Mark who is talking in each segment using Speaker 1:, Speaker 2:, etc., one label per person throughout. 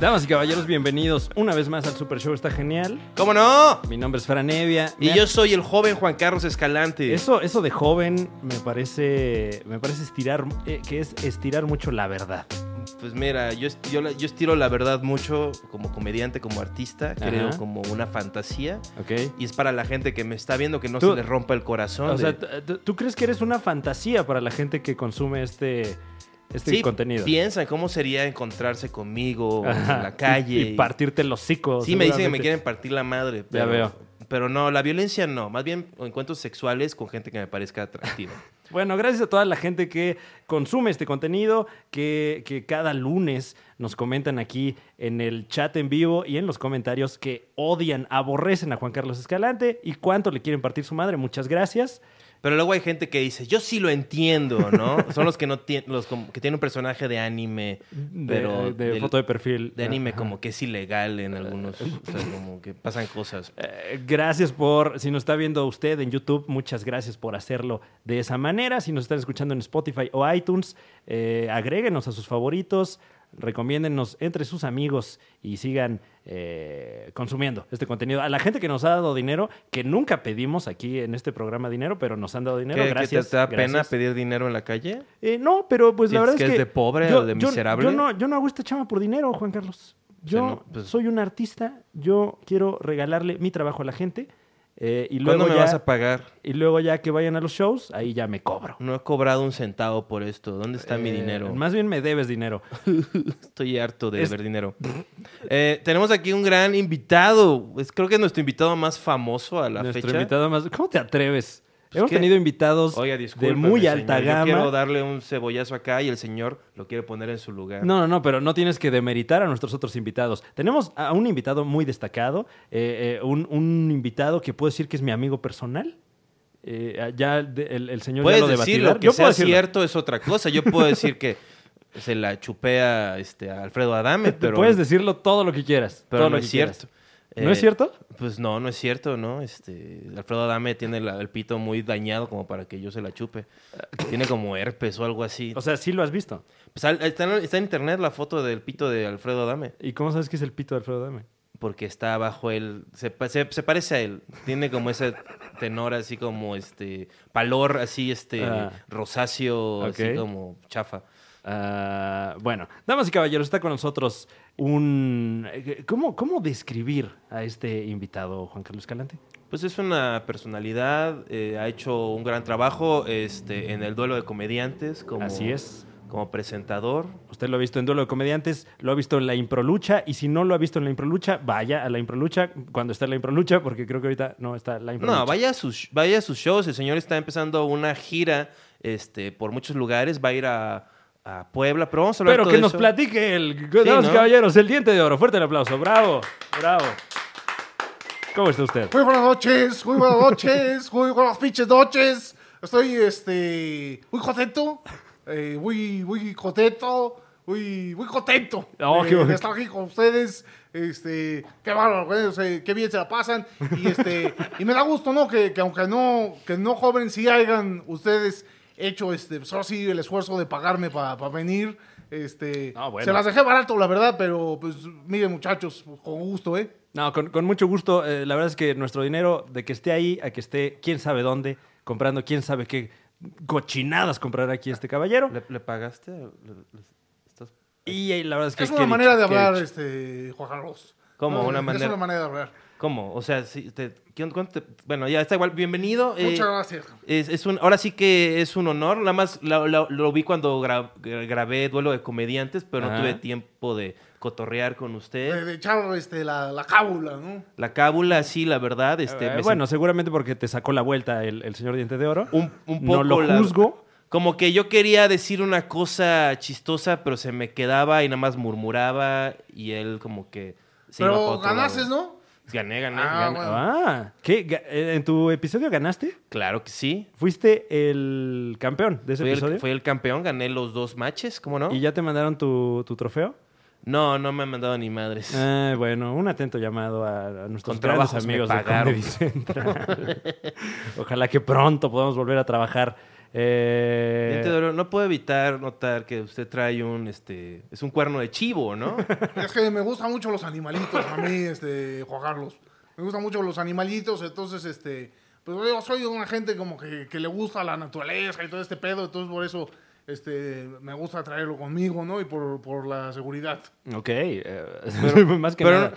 Speaker 1: Damas y caballeros, bienvenidos una vez más al Super Show. Está genial.
Speaker 2: ¿Cómo no?
Speaker 1: Mi nombre es Fran Evia.
Speaker 2: Y
Speaker 1: Me-
Speaker 2: yo soy el joven Juan Carlos Escalante.
Speaker 1: Eso, eso de joven me parece, me parece estirar, eh, que es estirar mucho la verdad.
Speaker 2: Pues mira, yo, est- yo, la- yo estiro la verdad mucho como comediante, como artista, creo
Speaker 1: Ajá.
Speaker 2: como una fantasía.
Speaker 1: ¿Ok?
Speaker 2: Y es para la gente que me está viendo que no
Speaker 1: Tú-
Speaker 2: se le rompa el corazón.
Speaker 1: O sea,
Speaker 2: de-
Speaker 1: t- t- ¿tú crees que eres una fantasía para la gente que consume este, este
Speaker 2: Sí,
Speaker 1: contenido?
Speaker 2: piensa en cómo sería encontrarse conmigo
Speaker 1: Ajá.
Speaker 2: en la calle.
Speaker 1: Y, y partirte los hocico.
Speaker 2: Sí, me dicen que me
Speaker 1: seguramente.
Speaker 2: quieren partir la madre. Pero,
Speaker 1: veo.
Speaker 2: Pero no, la violencia no. Más bien encuentros sexuales con gente que me parezca atractiva.
Speaker 1: Bueno, gracias a toda la gente que consume este contenido, que, que cada lunes nos comentan aquí en el chat en vivo y en los comentarios que odian, aborrecen a Juan Carlos Escalante y cuánto le quieren partir su madre. Muchas gracias.
Speaker 2: Pero luego hay gente que dice, yo sí lo entiendo, ¿no? Son los que no tien- los como- que tienen un personaje de anime,
Speaker 1: De, eh,
Speaker 2: pero
Speaker 1: de
Speaker 2: del-
Speaker 1: foto de perfil. ah.
Speaker 2: de anime
Speaker 1: Ajá.
Speaker 2: como que es ilegal en algunos, o sea, como que pasan cosas.
Speaker 1: Eh, Gracias por, si nos está viendo usted en YouTube, muchas gracias por hacerlo de esa manera. Si nos están escuchando en Spotify o iTunes, eh, agréguenos a sus favoritos, recomiéndennos entre sus amigos y sigan eh, consumiendo este contenido. A la gente que nos ha dado dinero, que nunca pedimos aquí en este programa dinero, pero nos han dado
Speaker 2: ¿Qué,
Speaker 1: dinero.
Speaker 2: qué te-
Speaker 1: gracias.
Speaker 2: te, da
Speaker 1: gracias.
Speaker 2: pena pedir dinero en la calle?
Speaker 1: Eh, no, pero pues la verdad
Speaker 2: ¿Sientes
Speaker 1: es
Speaker 2: que
Speaker 1: que...
Speaker 2: es de pobre o de miserable?
Speaker 1: Yo, no, yo no hago esta chama por dinero, Juan Carlos. Yo
Speaker 2: O sea, no, pues-
Speaker 1: soy un artista, yo quiero regalarle mi trabajo a la gente eh, y,
Speaker 2: ¿Cuándo
Speaker 1: luego
Speaker 2: me
Speaker 1: ya,
Speaker 2: vas a pagar?
Speaker 1: y luego ya que vayan a los shows, ahí ya me cobro.
Speaker 2: No he cobrado un centavo por esto. ¿Dónde está mi
Speaker 1: Eh,
Speaker 2: dinero?
Speaker 1: Más bien me debes dinero.
Speaker 2: Estoy harto de
Speaker 1: Es-
Speaker 2: ver dinero. Eh, tenemos aquí un gran invitado. Es, creo que es nuestro invitado más famoso a la
Speaker 1: Nuestro
Speaker 2: fecha.
Speaker 1: invitado más... ¿Cómo te atreves? Hemos
Speaker 2: ¿qué?
Speaker 1: tenido invitados
Speaker 2: Oiga,
Speaker 1: de
Speaker 2: discúlpeme,
Speaker 1: muy alta
Speaker 2: señor,
Speaker 1: gama.
Speaker 2: Yo quiero darle un cebollazo acá y el señor lo quiere poner en su lugar.
Speaker 1: No, no, no, pero no tienes que demeritar a nuestros otros invitados. Tenemos a un invitado muy destacado, eh, eh, un, un invitado que puedo decir que es mi amigo personal. Eh, ya de- el, el señor ya
Speaker 2: Puedes
Speaker 1: lo debatirá.
Speaker 2: decirlo, que sea cierto es otra cosa. Yo puedo decir que se la chupea este, a Alfredo Adame, pero,
Speaker 1: Puedes decirlo todo lo que quieras.
Speaker 2: pero
Speaker 1: todo
Speaker 2: no
Speaker 1: lo que
Speaker 2: es cierto.
Speaker 1: quieras. ¿No es
Speaker 2: Eh,
Speaker 1: cierto?
Speaker 2: Pues no, no es cierto, ¿no? Este, Alfredo Adame tiene la- el pito muy dañado como para que yo se la chupe. Tiene como herpes o algo así.
Speaker 1: O sea, sí lo has visto.
Speaker 2: Pues, al- está, en, está en internet la foto del pito de Alfredo Adame,
Speaker 1: ¿Y cómo sabes que es el pito de Alfredo Dame?
Speaker 2: porque está bajo él. Se, pa- se- se parece a él. Tiene como ese tenor así como este palor, así este
Speaker 1: Ah.
Speaker 2: rosáceo,
Speaker 1: Ok.
Speaker 2: así como chafa.
Speaker 1: Ah, bueno, damas y caballeros, está con nosotros un... eh, ¿Cómo, ¿Cómo describir a este invitado, Juan Carlos Calante?
Speaker 2: Pues es una personalidad, eh, ha hecho un gran trabajo este, en el duelo de comediantes como,
Speaker 1: Así es.
Speaker 2: como presentador.
Speaker 1: Usted lo ha visto en Duelo de Comediantes, lo ha visto en La Improlucha, y si no lo ha visto en La Improlucha, vaya a La Improlucha cuando está La Improlucha, porque creo que ahorita no está La Improlucha.
Speaker 2: No, vaya a, sus, vaya a sus shows, el señor está empezando una gira este, por muchos lugares, va a ir a, a Puebla, pero vamos a hablar
Speaker 1: Pero
Speaker 2: todo
Speaker 1: que
Speaker 2: de
Speaker 1: nos
Speaker 2: eso.
Speaker 1: platique el...
Speaker 2: Sí,
Speaker 1: Damas y
Speaker 2: ¿no?
Speaker 1: caballeros, el diente de oro. Fuerte el aplauso. Bravo, bravo. ¿Cómo está usted?
Speaker 3: Muy buenas noches, muy buenas noches, muy buenas pinches noches. Estoy, este, muy contento, eh, muy, muy contento, muy, muy contento
Speaker 1: Oh,
Speaker 3: de,
Speaker 1: qué bueno.
Speaker 3: de estar aquí con ustedes. Este, qué bárbaro, güey, o sea, qué bien se la pasan. Y este, y me da gusto, ¿no? Que, que aunque no, que no joven, sí hayan ustedes hecho, este, pues, ahora sí el esfuerzo de pagarme para venir. Este,
Speaker 1: Ah, bueno.
Speaker 3: se las dejé barato, la verdad, pero pues, miren, muchachos, con gusto, ¿eh?
Speaker 1: No, con, con mucho gusto. Eh, la verdad es que nuestro dinero, de que esté ahí a que esté quién sabe dónde, comprando quién sabe qué cochinadas comprará aquí este caballero.
Speaker 2: ¿Le, le pagaste? ¿Le- le- estás-
Speaker 1: Y, eh, la verdad es que...
Speaker 3: Es
Speaker 1: qué
Speaker 3: una
Speaker 1: dicha,
Speaker 3: manera de
Speaker 1: qué
Speaker 3: hablar,
Speaker 1: dicha.
Speaker 3: este, Juan Carlos.
Speaker 2: ¿Cómo? Una
Speaker 3: Es
Speaker 2: manera-
Speaker 3: una manera de hablar.
Speaker 2: ¿Cómo? O sea, si te- ¿quién- cuánto te- bueno, ya está igual, bienvenido. eh,
Speaker 3: Muchas gracias.
Speaker 2: Es, es un, ahora sí que es un honor. Nada más la- la- lo vi cuando gra- gra- grabé Duelo de Comediantes, pero
Speaker 1: Ajá.
Speaker 2: no tuve tiempo de cotorrear con
Speaker 3: De,
Speaker 2: usted.
Speaker 3: de echar este, la, la cábula, ¿no?
Speaker 2: La cábula, sí, la verdad. Este,
Speaker 1: Eh,
Speaker 2: me
Speaker 1: bueno, seguramente porque te sacó la vuelta el, el señor Diente de Oro.
Speaker 2: sent- un, un
Speaker 1: no
Speaker 2: poco
Speaker 1: lo
Speaker 2: la-
Speaker 1: juzgo.
Speaker 2: como que yo quería decir una cosa chistosa, pero se me quedaba y nada más murmuraba y él como que se iba pa'
Speaker 3: Pero
Speaker 2: otro lado.
Speaker 3: ganaste, ¿no?
Speaker 2: Gané, gané,
Speaker 3: Ah,
Speaker 2: gané.
Speaker 3: bueno.
Speaker 1: Ah, ¿qué? Ga- eh, ¿En tu episodio ganaste?
Speaker 2: Claro que sí.
Speaker 1: Fuiste el campeón de ese
Speaker 2: Fui
Speaker 1: episodio.
Speaker 2: el, fui el campeón, gané los dos matches, ¿cómo no?
Speaker 1: ¿Y ya te mandaron tu, tu trofeo?
Speaker 2: No, no me han mandado ni madres.
Speaker 1: Ah, bueno, un atento llamado a, a nuestros
Speaker 2: Con
Speaker 1: grandes
Speaker 2: trabajos me
Speaker 1: amigos de
Speaker 2: pagaron.
Speaker 1: Comedy Central. Ojalá que pronto podamos volver a trabajar Eh,
Speaker 2: Diente de oro, no puedo evitar notar que usted trae un, este, es un cuerno de chivo, ¿no?
Speaker 3: Es que me gustan mucho los animalitos a mí, este, Juan Carlos. Me gustan mucho los animalitos, entonces, este, pues yo soy una gente como que, que le gusta la naturaleza y todo este pedo, entonces por eso, este, me gusta traerlo conmigo, ¿no? Y por, por la seguridad.
Speaker 1: ok. eh, más que
Speaker 2: Pero,
Speaker 1: nada.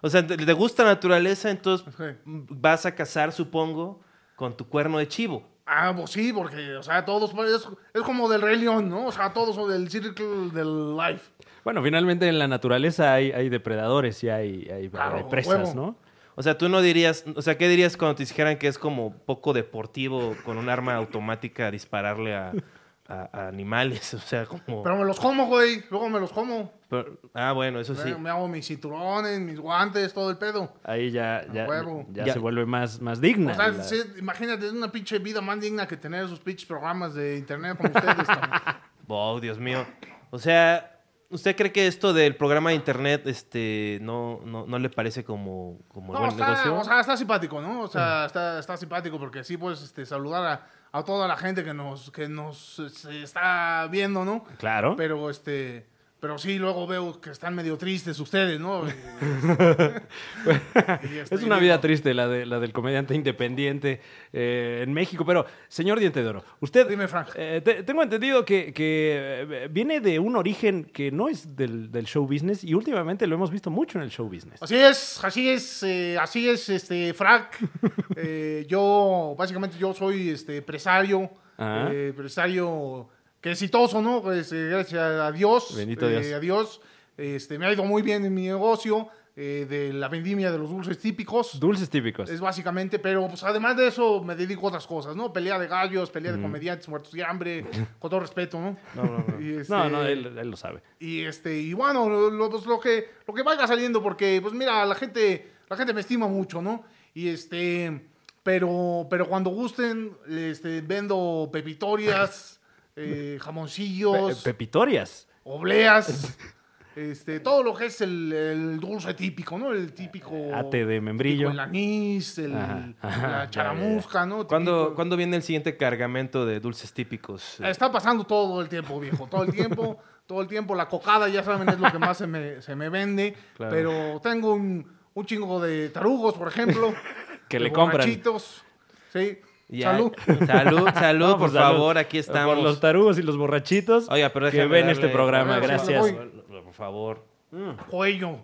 Speaker 2: o sea, te, te gusta la naturaleza, entonces
Speaker 3: Ajá.
Speaker 2: vas a cazar, supongo, con tu cuerno de chivo.
Speaker 3: Ah, pues sí, porque, o sea, todos, es, es como del Rey León, ¿no? O sea, todos son del Circle del Life.
Speaker 1: Bueno, finalmente en la naturaleza hay, hay depredadores y hay, hay-
Speaker 2: Ah,
Speaker 3: Claro,
Speaker 1: hay presas,
Speaker 3: huevo.
Speaker 1: ¿no?
Speaker 2: O sea, tú no dirías, o sea, ¿qué dirías cuando te dijeran que es como poco deportivo con un arma automática dispararle a, a- a animales? O sea, como...
Speaker 3: Pero me los como, güey, luego me los como.
Speaker 2: pero- ah, bueno, eso
Speaker 1: Pues
Speaker 2: sí.
Speaker 3: Me, me hago mis cinturones, mis guantes, todo el pedo.
Speaker 1: Ahí ya, ya,
Speaker 3: huevo.
Speaker 1: ya
Speaker 2: Ya.
Speaker 1: se vuelve más, más digna.
Speaker 3: O sea,
Speaker 1: la-
Speaker 3: sí, imagínate, es una pinche vida más digna que tener esos pinches programas de internet como ustedes. cabrón.
Speaker 2: Wow, Dios mío. O sea, ¿usted cree que esto del programa de internet este, no, no, no le parece como, como
Speaker 3: no,
Speaker 2: buen
Speaker 3: está,
Speaker 2: negocio?
Speaker 3: o sea, está simpático, ¿no? O sea, está, está simpático porque así puedes este, saludar a, a toda la gente que nos, que nos eh, se está viendo, ¿no?
Speaker 1: Claro.
Speaker 3: Pero este. Pero sí, luego veo que están medio tristes ustedes, ¿no? Y, este,
Speaker 1: Es una
Speaker 3: y
Speaker 1: vida
Speaker 3: digo,
Speaker 1: triste la, de, la del comediante independiente eh, en México. Pero, señor Diente de Oro, usted.
Speaker 3: Dime, Frank.
Speaker 1: eh, te- tengo entendido que, que, eh, viene de un origen que no es del, del show business y últimamente lo hemos visto mucho en el show business.
Speaker 3: Así es, así es, eh, así es, este, Frank. Eh, yo, básicamente, yo soy este empresario,
Speaker 1: Ajá.
Speaker 3: eh, empresario que exitoso, ¿no? Pues, eh, gracias a Dios.
Speaker 1: Bendito
Speaker 3: eh,
Speaker 1: Dios.
Speaker 3: A Dios. Este, me ha ido muy bien en mi negocio eh, de la vendimia de los dulces típicos.
Speaker 1: Dulces típicos.
Speaker 3: Es básicamente, pero pues además de eso me dedico a otras cosas, ¿no? Pelea de gallos, pelea de comediantes muertos de hambre, con todo respeto, ¿no? Y, este,
Speaker 1: No, no, él, él lo sabe.
Speaker 3: y este, y bueno, lo, lo- pues, lo que, lo que vaya saliendo, porque pues mira, la gente, la gente me estima mucho, ¿no? Y este, pero, pero cuando gusten, este, vendo pepitorias, eh,
Speaker 1: Pe-
Speaker 3: jamoncillos,
Speaker 1: Pepitorias.
Speaker 3: obleas, este, todo lo que es el, el dulce típico, ¿no? El típico.
Speaker 1: Ate Eh, de membrillo.
Speaker 3: típico, El anís, el-
Speaker 1: Ajá, ajá, ya, ya, ya.
Speaker 3: la charamusca, ¿no?
Speaker 2: ¿Cuándo,
Speaker 3: Típico.
Speaker 2: cuándo viene el siguiente cargamento de dulces típicos?
Speaker 3: Está pasando todo el tiempo, viejo. Todo el tiempo, todo el tiempo. La cocada, ya saben, es lo que más se me, se me vende.
Speaker 1: Claro.
Speaker 3: Pero tengo un, un chingo de tarugos, por ejemplo.
Speaker 1: Que
Speaker 3: de
Speaker 1: le compran.
Speaker 3: borrachitos. Sí.
Speaker 2: Ya.
Speaker 3: Salud.
Speaker 2: Salud, salud,
Speaker 1: No,
Speaker 2: por
Speaker 1: pues, salud.
Speaker 2: favor, aquí estamos.
Speaker 1: Por los tarugos y los borrachitos
Speaker 2: Oiga, pero
Speaker 1: que
Speaker 2: déjame
Speaker 1: ven
Speaker 2: darle-
Speaker 1: este programa.
Speaker 3: A ver,
Speaker 1: Gracias.
Speaker 3: voy.
Speaker 2: Por favor.
Speaker 3: Cuello.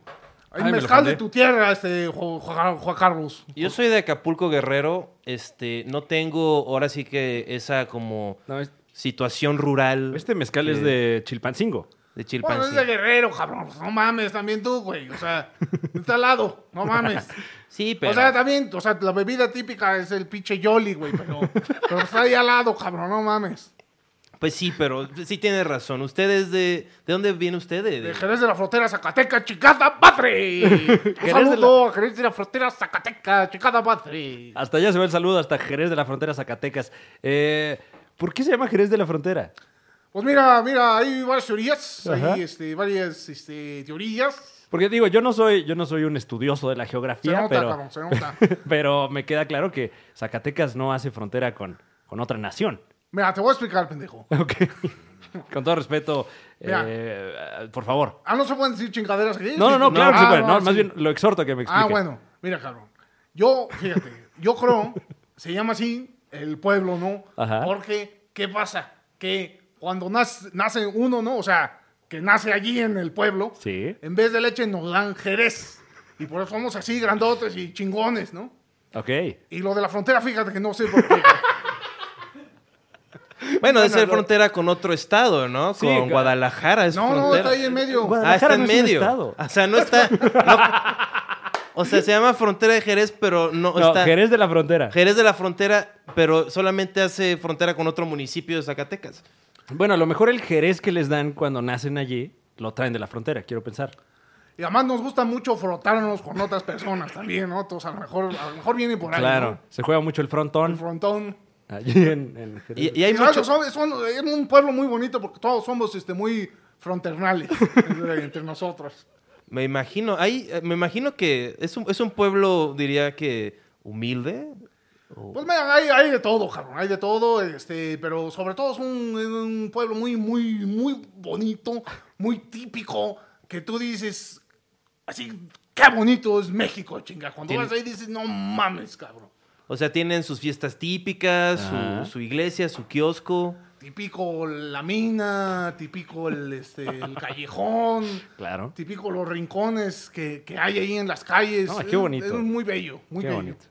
Speaker 1: Ay,
Speaker 3: El
Speaker 1: me lo
Speaker 3: mezcal
Speaker 1: mandé.
Speaker 3: de tu tierra, este, Ju- Ju- Juan Carlos.
Speaker 2: Yo soy de Acapulco Guerrero, este, no tengo ahora sí que esa como
Speaker 1: No, es-
Speaker 2: situación rural
Speaker 1: este mezcal es
Speaker 2: Sí.
Speaker 1: de Chilpancingo.
Speaker 2: de
Speaker 3: Bueno, es
Speaker 2: Chilpancingo.
Speaker 3: de guerrero, cabrón. No mames, también tú, güey. O sea, está al lado. No mames.
Speaker 2: Sí, pero
Speaker 3: O sea, también, o sea, la bebida típica es el pinche Yoli, güey, pero, pero está ahí al lado, cabrón, no mames.
Speaker 2: pues sí, pero sí tiene razón. Ustedes de ¿de dónde viene usted? De-
Speaker 3: De
Speaker 2: de-
Speaker 3: Jerez de la Frontera, Zacateca, Chicada Patri. Un
Speaker 1: Jerez de
Speaker 3: saludo, a Jerez de la Frontera, Zacateca, Chicada Patri.
Speaker 1: Hasta allá se va el saludo, hasta Jerez de la Frontera, Zacatecas. Eh, ¿Por qué se llama Jerez de la Frontera?
Speaker 3: Pues mira, mira, hay varias teorías,
Speaker 1: Ajá.
Speaker 3: hay este, varias este, teorías.
Speaker 1: Porque digo, yo no soy, yo no soy un estudioso de la
Speaker 3: Se
Speaker 1: geografía,
Speaker 3: nota,
Speaker 1: pero,
Speaker 3: cabrón, se nota.
Speaker 1: pero me queda claro que Zacatecas no hace frontera con, con otra nación.
Speaker 3: Mira, te voy a explicar, pendejo.
Speaker 1: Ok. con todo respeto,
Speaker 3: Mira.
Speaker 1: eh, por favor.
Speaker 3: Ah, no se pueden decir chingaderas aquí.
Speaker 1: No, no, no, claro que
Speaker 3: Ah,
Speaker 1: se puede. No,
Speaker 3: sí.
Speaker 1: más bien lo exhorto a que me explique.
Speaker 3: Ah, bueno, mira, cabrón. Yo, fíjate, yo creo, se llama así el pueblo, ¿no?
Speaker 1: Ajá.
Speaker 3: Porque, ¿qué pasa? Que cuando nace, nace uno, ¿no? O sea, que nace allí en el pueblo,
Speaker 1: Sí.
Speaker 3: en vez de leche nos dan jerez. Y por eso somos así, grandotes y chingones, ¿no?
Speaker 1: Ok.
Speaker 3: Y lo de la frontera, fíjate que no sé por qué.
Speaker 2: bueno, es
Speaker 3: Bueno,
Speaker 2: ser
Speaker 3: lo-
Speaker 2: frontera con otro estado, ¿no?
Speaker 1: Sí,
Speaker 2: con
Speaker 1: ca-
Speaker 2: Guadalajara es
Speaker 3: No, no,
Speaker 2: frontera.
Speaker 3: está ahí en medio.
Speaker 1: Guadalajara
Speaker 2: Ah, está en
Speaker 1: no es un
Speaker 2: medio.
Speaker 1: estado.
Speaker 2: O sea, no está no- O sea, se llama frontera de Jerez, pero no,
Speaker 1: No,
Speaker 2: está
Speaker 1: Jerez de la Frontera.
Speaker 2: Jerez de la frontera, pero solamente hace frontera con otro municipio de Zacatecas.
Speaker 1: Bueno, a lo mejor el Jerez que les dan cuando nacen allí lo traen de la frontera, quiero pensar.
Speaker 3: Y además nos gusta mucho frotarnos con otras personas también, ¿no? Entonces, a lo mejor, a lo mejor viene por ahí.
Speaker 1: Claro,
Speaker 3: ¿no?
Speaker 1: se juega mucho el
Speaker 3: El
Speaker 1: frontón
Speaker 3: frontón.
Speaker 1: allí en, en Jerez.
Speaker 2: Y, y hay
Speaker 3: Y sabes,
Speaker 2: mucho
Speaker 3: son- son- es un pueblo muy bonito porque todos somos este, muy fronternales entre, entre nosotros.
Speaker 2: Me imagino, ahí, eh, me imagino que es un, es un pueblo, diría que humilde. O-
Speaker 3: Pues mira, hay, hay de todo, cabrón, hay de todo, este, pero sobre todo es un, es un pueblo muy, muy, muy bonito, muy típico, que tú dices, así, qué bonito es México, chinga. Cuando
Speaker 2: Tiene-
Speaker 3: vas ahí dices, no mames, cabrón.
Speaker 2: O sea, tienen sus fiestas típicas,
Speaker 1: Ajá.
Speaker 2: su, su iglesia, su kiosco.
Speaker 3: Típico la mina, típico el, este, el callejón,
Speaker 1: Claro.
Speaker 3: típico los rincones que, que hay ahí en las calles.
Speaker 1: Ah, qué
Speaker 3: Es-
Speaker 1: bonito.
Speaker 3: Es, muy bello, muy
Speaker 1: Qué
Speaker 3: bello.
Speaker 1: bonito.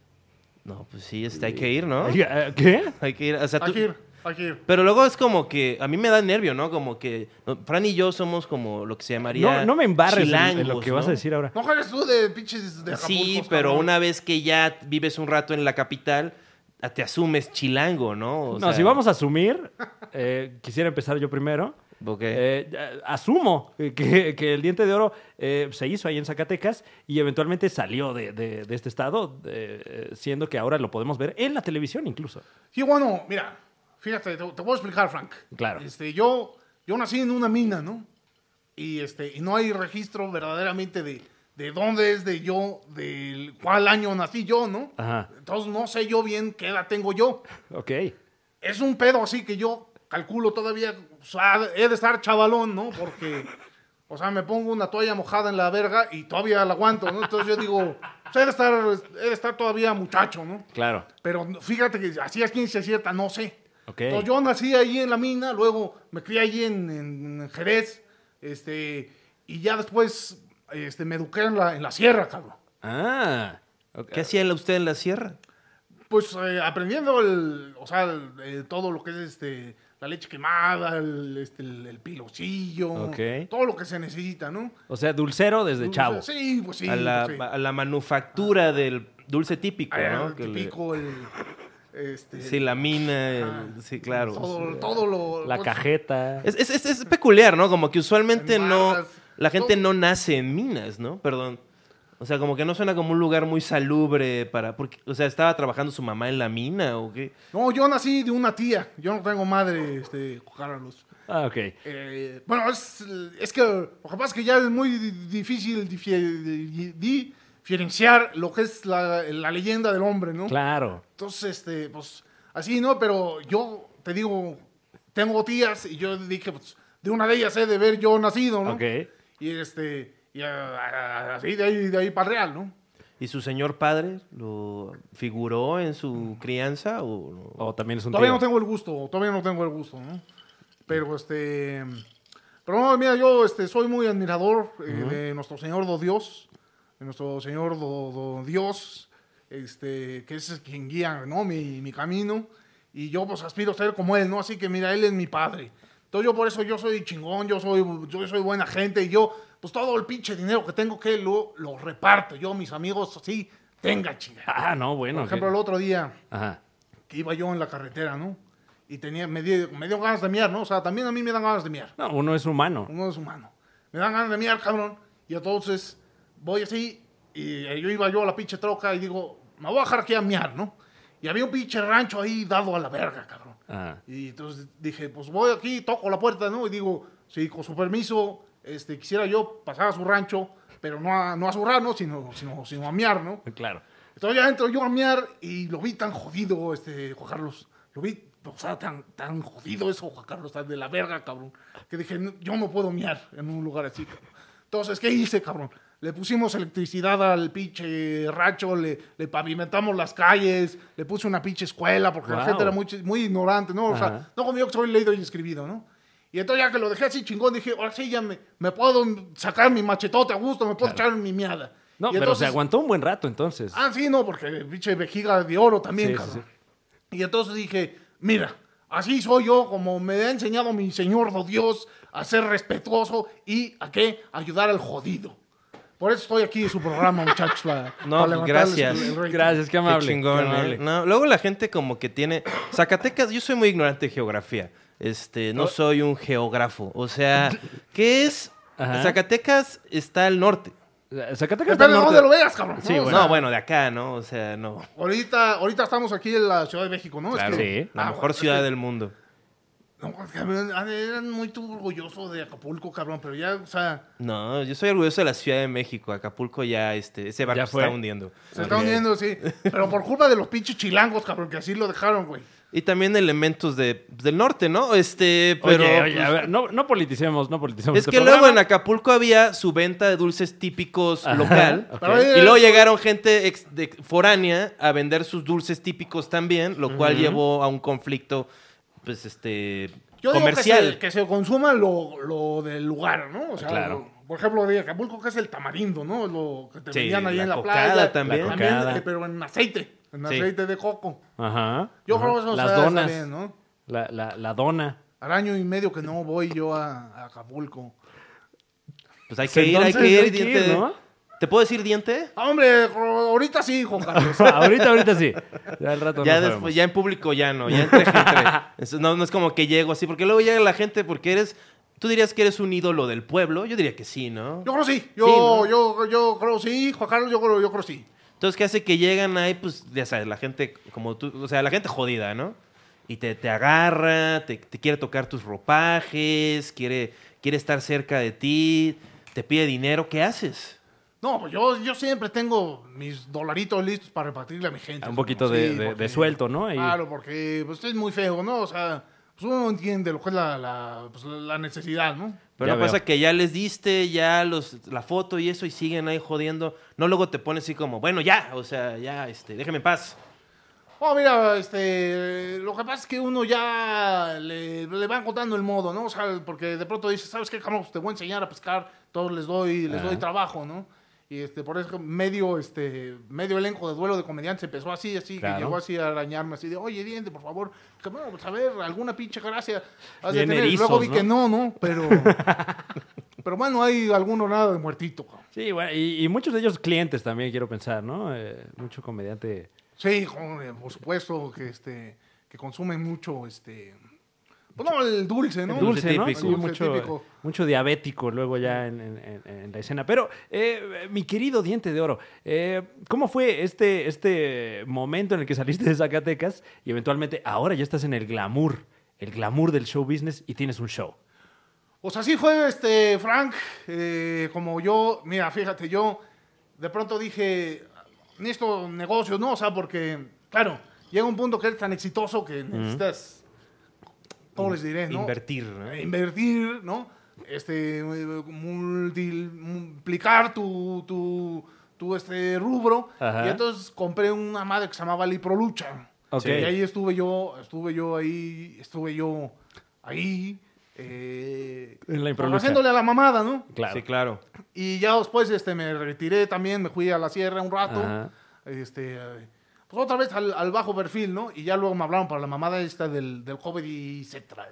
Speaker 2: No, pues sí, este, hay que ir, ¿no?
Speaker 1: Ay, eh, ¿Qué?
Speaker 2: Hay que ir. O sea, tú-
Speaker 3: Hay que ir, hay que ir.
Speaker 2: Pero luego es como que a mí me da nervio, ¿no? Como que no, Fran y yo somos como lo que se llamaría.
Speaker 1: No, no me embarres en- en, lo
Speaker 2: chilangos,
Speaker 1: que vas a
Speaker 2: ¿no?
Speaker 1: decir ahora.
Speaker 3: No juegues tú de pinches de
Speaker 2: Sí,
Speaker 3: Acapulcos,
Speaker 2: pero
Speaker 3: cabrón.
Speaker 2: una vez que ya vives un rato en la capital, a- te asumes chilango, ¿no? O
Speaker 1: no,
Speaker 2: sea,
Speaker 1: si vamos a asumir, eh, quisiera empezar yo primero.
Speaker 2: ok.
Speaker 1: Eh, ya- asumo que, que el diente de oro eh, se hizo ahí en Zacatecas y eventualmente salió de, de- de este estado, eh, siendo que ahora lo podemos ver en la televisión incluso.
Speaker 3: Sí, bueno, mira, fíjate, te, te voy a explicar, Frank.
Speaker 1: Claro.
Speaker 3: Este, yo, yo nací en una mina, ¿no? Y, este, y no hay registro verdaderamente de, de dónde es de yo, del cuál año nací yo, ¿no?
Speaker 1: Ajá.
Speaker 3: Entonces no sé yo bien qué edad tengo yo.
Speaker 1: Ok.
Speaker 3: Es un pedo así que yo calculo todavía, o sea, he de estar chavalón, ¿no? Porque, o sea, me pongo una toalla mojada en la verga y todavía la aguanto, ¿no? Entonces yo digo, o sea, he de estar, he de estar todavía muchacho, ¿no?
Speaker 1: Claro.
Speaker 3: Pero no- fíjate que así es ciencia cierta, no sé.
Speaker 1: Ok.
Speaker 3: Entonces, yo nací ahí en la mina, luego me crié allí en, en- en Jerez, este, y ya después este, me eduqué en la, en la sierra, cabrón.
Speaker 1: Ah. ok.
Speaker 2: ¿Qué hacía la- usted en la sierra?
Speaker 3: Pues eh, aprendiendo el, o sea, el- eh, todo lo que es este, la leche quemada, el, este, el- el pilocillo,
Speaker 1: Ok.
Speaker 3: todo lo que se necesita, ¿no?
Speaker 1: O sea, dulcero desde chavo.
Speaker 3: Sí, pues sí.
Speaker 2: a, la,
Speaker 3: pues sí.
Speaker 2: a la manufactura del dulce típico,
Speaker 3: Ah,
Speaker 2: ¿no?
Speaker 3: el
Speaker 2: Que le-
Speaker 3: típico, el, este,
Speaker 2: Sí, la mina. el-
Speaker 3: ah,
Speaker 2: sí, claro.
Speaker 3: todo, todo lo...
Speaker 1: La
Speaker 3: pues,
Speaker 1: cajeta.
Speaker 2: Es, es- es- es peculiar, ¿no? Como que usualmente
Speaker 3: En
Speaker 2: no.
Speaker 3: barras.
Speaker 2: La gente
Speaker 3: No.
Speaker 2: no nace en minas, ¿no? Perdón. O sea, como que no suena como un lugar muy salubre para. Porque, o sea, ¿estaba trabajando su mamá en la mina o qué?
Speaker 3: No, yo nací de una tía. Yo no tengo madre, este, Carlos.
Speaker 1: Ah, ok.
Speaker 3: Eh, bueno, es, es que lo que pasa es que ya es muy di- difícil difie- di- diferenciar lo que es la, la leyenda del hombre, ¿no?
Speaker 1: Claro.
Speaker 3: Entonces, este, pues, así, ¿no? Pero yo te digo, tengo tías y yo dije, pues, de una de ellas he de ver yo nacido, ¿no?
Speaker 1: Ok.
Speaker 3: Y este, y ah, ah, así de ahí, de ahí para real, ¿no?
Speaker 2: ¿Y su señor padre lo figuró en su crianza o no?
Speaker 1: O también es un
Speaker 3: Todavía
Speaker 1: tío.
Speaker 3: no tengo el gusto, todavía no tengo el gusto, ¿no? Pero este. Pero no, mira, yo este, soy muy admirador eh, de nuestro Señor Do Dios, de nuestro Señor Do, Do Dios, este, que es quien guía ¿no? mi, mi camino. Y yo pues aspiro a ser como Él, ¿no? Así que mira, Él es mi padre. Entonces yo por eso yo soy chingón, yo soy, yo soy buena gente y yo, pues todo el pinche dinero que tengo que lo, lo reparto. Yo, mis amigos, así, tenga chingada.
Speaker 1: Ah, no, bueno.
Speaker 3: Por ejemplo,
Speaker 1: ok.
Speaker 3: el otro día
Speaker 1: Ajá.
Speaker 3: que iba yo en la carretera, ¿no? Y tenía, me, di- me dio ganas de miar, ¿no? O sea, también a mí me dan ganas de miar.
Speaker 1: No, uno es humano.
Speaker 3: Uno es humano. Me dan ganas de miar, cabrón. Y entonces voy así y eh, yo iba yo a la pinche troca y digo, me voy a dejar aquí a miar, ¿no? Y había un pinche rancho ahí dado a la verga, cabrón.
Speaker 1: Ah.
Speaker 3: Y entonces dije, pues voy aquí, toco la puerta, ¿no? Y digo, sí, con su permiso, este, quisiera yo pasar a su rancho, pero no a, no a su rano, sino, sino, sino a miar, ¿no?
Speaker 1: Claro.
Speaker 3: Entonces ya entro yo a miar y lo vi tan jodido, este, Juan Carlos. Lo vi, o sea, tan, tan jodido eso, Juan Carlos, tan de la verga, cabrón. Que dije, "No, yo no puedo miar en un lugar así, cabrón. Entonces, ¿qué hice, cabrón? Le pusimos electricidad al pinche racho, le, le pavimentamos las calles, le puse una pinche escuela, porque la
Speaker 1: Wow.
Speaker 3: gente era muy, chi- muy ignorante, ¿no? O
Speaker 1: Ajá.
Speaker 3: sea, no conmigo que soy leído y escribido, ¿no? Y entonces ya que lo dejé así chingón, dije, ahora sí ya me, me puedo sacar mi machetote a gusto, me puedo echar mi miada.
Speaker 1: No,
Speaker 3: Y
Speaker 1: pero se
Speaker 3: entonces-
Speaker 1: aguantó un buen rato entonces.
Speaker 3: Ah, sí, no, porque pinche vejiga de oro también,
Speaker 1: Sí,
Speaker 3: cabrón.
Speaker 1: sí,
Speaker 3: Y entonces dije, mira, así soy yo, como me ha enseñado mi señor do Dios, a ser respetuoso y a qué, ayudar al jodido. Por eso estoy aquí en su programa, muchachos, para,
Speaker 2: No,
Speaker 3: para
Speaker 2: pues,
Speaker 3: levantarles
Speaker 2: gracias.
Speaker 3: el- el rating.
Speaker 1: Gracias, qué amable.
Speaker 2: Qué chingón,
Speaker 1: qué amable.
Speaker 2: ¿eh? No, luego la gente como que tiene... Zacatecas, yo soy muy ignorante de geografía. Este,
Speaker 3: Oh.
Speaker 2: no soy un geógrafo. O sea, ¿qué es?
Speaker 1: Ajá.
Speaker 2: Zacatecas está al norte.
Speaker 1: Zacatecas está al
Speaker 3: Depende de
Speaker 1: norte.
Speaker 3: dónde lo veas, cabrón.
Speaker 1: Sí,
Speaker 3: ¿no? O
Speaker 1: bueno.
Speaker 3: sea,
Speaker 2: No, bueno, de acá, ¿no? O sea, no.
Speaker 3: Ahorita, ahorita estamos aquí en la Ciudad de México, ¿no?
Speaker 1: Claro. Sí.
Speaker 2: La
Speaker 3: ah,
Speaker 2: mejor
Speaker 3: bueno, es
Speaker 2: ciudad
Speaker 3: que-
Speaker 2: del mundo.
Speaker 3: No, cabrón, eran muy orgullosos de Acapulco, cabrón, pero ya, o sea,
Speaker 2: No, yo soy orgulloso de la Ciudad de México. Acapulco ya, este, ese barco
Speaker 1: Ya
Speaker 2: se
Speaker 1: fue.
Speaker 2: está hundiendo.
Speaker 3: se está hundiendo, sí. Pero por culpa de los pinches chilangos, cabrón, que así lo dejaron, güey.
Speaker 2: Y también elementos de, del norte, ¿no? Este, pero...
Speaker 1: oye,
Speaker 3: pues,
Speaker 1: oye, a ver, no, no politicemos, no politicemos.
Speaker 2: Es
Speaker 1: este
Speaker 2: que luego en
Speaker 1: programa.
Speaker 2: Acapulco había su venta de dulces típicos local.
Speaker 1: Ok.
Speaker 3: Pero ahí
Speaker 2: Y
Speaker 3: era-
Speaker 2: luego llegaron gente ex- de- foránea a vender sus dulces típicos también, lo cual llevó a un conflicto, pues, este,
Speaker 3: Yo digo
Speaker 2: comercial.
Speaker 3: que se, que se consuma lo, lo del lugar, ¿no? O sea,
Speaker 1: Claro.
Speaker 3: lo- por ejemplo, de Acapulco, que es el tamarindo, ¿no? Lo que te
Speaker 2: Sí,
Speaker 3: vendían ahí
Speaker 2: la
Speaker 3: en la
Speaker 2: cocada
Speaker 3: playa.
Speaker 2: también.
Speaker 1: La
Speaker 3: También,
Speaker 1: cocada.
Speaker 3: eh, pero en aceite, en
Speaker 2: Sí.
Speaker 3: aceite de coco.
Speaker 1: Ajá.
Speaker 3: Yo
Speaker 1: ajá.
Speaker 3: creo que eso
Speaker 1: Las
Speaker 3: está- está
Speaker 1: donas.
Speaker 3: bien, ¿no?
Speaker 1: la, la, la dona.
Speaker 3: Al año y medio que no voy yo a, a Acapulco.
Speaker 2: Pues hay que
Speaker 1: Pues
Speaker 2: ir, hay que
Speaker 1: entonces
Speaker 2: ir,
Speaker 1: hay que
Speaker 2: diente.
Speaker 1: ir, ¿no?
Speaker 2: ¿Te puedo decir diente?
Speaker 3: Ah, hombre, ahorita sí, Juan Carlos.
Speaker 1: ahorita, ahorita sí. Ya al rato
Speaker 2: Ya
Speaker 1: no
Speaker 2: después, ya en público ya no, ya entre gente. Es- No, no es como que llego así, porque luego llega la gente porque eres, tú dirías que eres un ídolo del pueblo, yo diría que sí, ¿no?
Speaker 3: Yo creo sí. Yo,
Speaker 2: Sí, ¿no?
Speaker 3: yo, yo creo sí, Juan Carlos, yo creo, yo creo sí.
Speaker 2: Entonces, ¿qué hace que llegan ahí? Pues, ya sabes, la gente como tú, o sea, la gente jodida, ¿no? Y te, te agarra, te, te quiere tocar tus ropajes, quiere, quiere estar cerca de ti, te pide dinero, ¿qué haces?
Speaker 3: No, pues yo, yo siempre tengo mis dolaritos listos para repartirle a mi gente.
Speaker 1: Un poquito de- de- de suelto, ¿no? Ahí.
Speaker 3: Claro, porque pues, es muy feo, ¿no? O sea, pues uno entiende lo que es la, la, pues, la necesidad, ¿no?
Speaker 2: Pero
Speaker 1: Ya
Speaker 2: no
Speaker 1: veo.
Speaker 2: pasa que ya les diste ya los, la foto y eso y siguen ahí jodiendo. No luego te pones así como, bueno, ya, o sea, ya, este, déjeme en paz.
Speaker 3: Oh, mira, este, lo que pasa es que uno ya le, le van contando el modo, ¿no? O sea, porque de pronto dice, ¿sabes qué, Carlos? Te voy a enseñar a pescar, todos les doy, les doy trabajo, ¿no? Y este, por eso medio, este, medio elenco de duelo de comediantes empezó así, así,
Speaker 1: Claro.
Speaker 3: que llegó así a arañarme, así de, oye, diente, por favor, que bueno, pues a ver, alguna pinche gracia. has de
Speaker 1: Bien
Speaker 3: tener".
Speaker 1: erizos,
Speaker 3: Luego vi
Speaker 1: ¿no?
Speaker 3: que no, ¿no? Pero, pero bueno, hay alguno nada de muertito, cabrón.
Speaker 1: Sí, bueno, y, y muchos de ellos clientes también, quiero pensar, ¿no? Eh, mucho comediante.
Speaker 3: Sí, con- eh, por supuesto que este que consumen mucho este pues no, el dulce, ¿no?
Speaker 2: El
Speaker 1: dulce, ¿no?
Speaker 2: típico.
Speaker 1: Sí,
Speaker 3: El dulce
Speaker 1: mucho, eh.
Speaker 3: típico.
Speaker 1: mucho diabético luego ya en, en- en- en la escena. Pero, eh, mi querido Diente de Oro, eh, ¿cómo fue este, este momento en el que saliste de Zacatecas y eventualmente ahora ya estás en el glamour, el glamour del show business y tienes un show?
Speaker 3: O sea, sí fue este Frank eh, como yo, mira, fíjate, yo de pronto dije, necesito negocios, ¿no? O sea, porque claro, llega un punto que eres tan exitoso que necesitas ¿cómo les diré, no?
Speaker 2: Invertir, ¿no?
Speaker 1: Em,
Speaker 3: invertir, ¿no? Este, multiplicar tu, tu, tu, este rubro.
Speaker 1: Ajá.
Speaker 3: Y entonces compré una madre que se llamaba Liprolucha.
Speaker 1: Ok.
Speaker 3: Y ahí estuve yo, estuve yo ahí, estuve yo ahí. eh,
Speaker 1: En la
Speaker 3: pues,
Speaker 1: Liprolucha.
Speaker 3: haciéndole a la mamada, ¿no?
Speaker 1: Claro.
Speaker 2: Sí, claro.
Speaker 3: Y ya después este, me retiré también, me fui a la sierra un rato.
Speaker 1: Ajá.
Speaker 3: Este, eh, pues otra vez al, al bajo perfil, ¿no? Y ya luego me hablaron para la mamada esta del, del Comedy Central.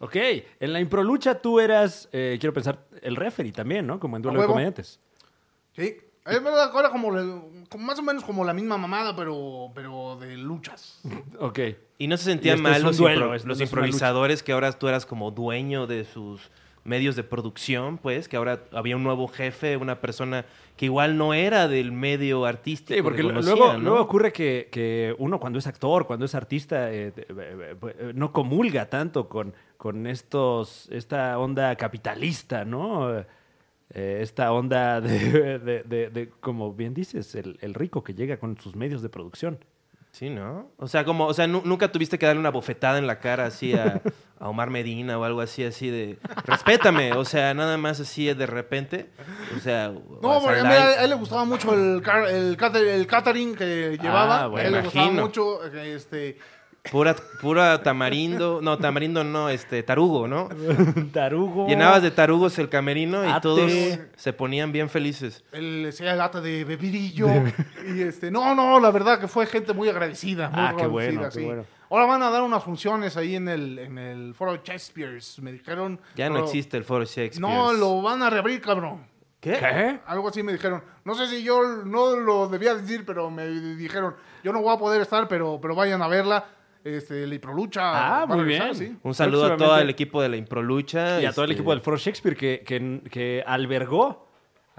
Speaker 1: Ok, en la improlucha tú eras, eh, quiero pensar, el referee también, ¿no? Como en duelo de
Speaker 3: huevo.
Speaker 1: comediantes.
Speaker 3: Sí. Es verdad que era como, le- como más o menos como la misma mamada, pero, pero de luchas.
Speaker 1: Ok.
Speaker 2: Y no se sentían
Speaker 1: este
Speaker 2: mal
Speaker 1: es un
Speaker 2: los,
Speaker 1: duelo,
Speaker 2: impro-
Speaker 1: es-
Speaker 2: los
Speaker 1: no es una
Speaker 2: improvisadores que ahora tú eras como dueño de sus medios de producción, pues, que ahora había un nuevo jefe, una persona que igual no era del medio artístico.
Speaker 1: Sí, porque
Speaker 2: que
Speaker 1: lu-
Speaker 2: conocía,
Speaker 1: luego,
Speaker 2: ¿no?
Speaker 1: luego ocurre que, que uno cuando es actor, cuando es artista, eh, te- eh, eh, eh, no comulga tanto con, con estos, esta onda capitalista, ¿no? Eh, esta onda de, de- de- de, como bien dices, el, el rico que llega con sus medios de producción.
Speaker 2: Sí, ¿no? O sea, como, o sea, nu- nunca tuviste que darle una bofetada en la cara así a, a Omar Medina o algo así, así de, respétame, o sea, nada más así de repente, o sea...
Speaker 3: No,
Speaker 2: o sea,
Speaker 3: porque a, mí,
Speaker 2: la-
Speaker 3: a él le gustaba mucho el, car- el, cate- el catering que llevaba.
Speaker 1: Ah, bueno,
Speaker 3: a él le gustaba
Speaker 2: imagino.
Speaker 3: mucho. eh, Este,
Speaker 2: Pura, pura tamarindo, no, tamarindo no, este, tarugo, ¿no?
Speaker 1: Tarugo.
Speaker 2: Llenabas de tarugos el camerino y
Speaker 1: Ate.
Speaker 2: todos se ponían bien felices.
Speaker 3: él le hacía lata de bebidillo. y este, no, no, la verdad que fue gente muy agradecida. Muy
Speaker 1: Ah, qué
Speaker 3: agradecida,
Speaker 1: bueno, qué
Speaker 3: sí.
Speaker 1: bueno.
Speaker 3: Ahora van a dar unas funciones ahí en el, en el foro Shakespeare's, me dijeron.
Speaker 2: Ya no
Speaker 3: pero-
Speaker 2: existe el foro Shakespeare.
Speaker 3: No, lo van a reabrir, cabrón.
Speaker 2: ¿Qué?
Speaker 1: ¿Qué?
Speaker 3: Algo así me dijeron. No sé si yo no lo debía decir, pero me dijeron, yo no voy a poder estar, pero, pero vayan a verla. Este, la Iprolucha.
Speaker 1: Ah,
Speaker 3: va a
Speaker 1: muy
Speaker 3: regresar,
Speaker 1: bien.
Speaker 3: sí.
Speaker 2: Un saludo a todo
Speaker 1: Próximamente-
Speaker 2: el equipo de la Improlucha.
Speaker 1: Y a todo el
Speaker 2: este,
Speaker 1: equipo del Foro Shakespeare que, que- que albergó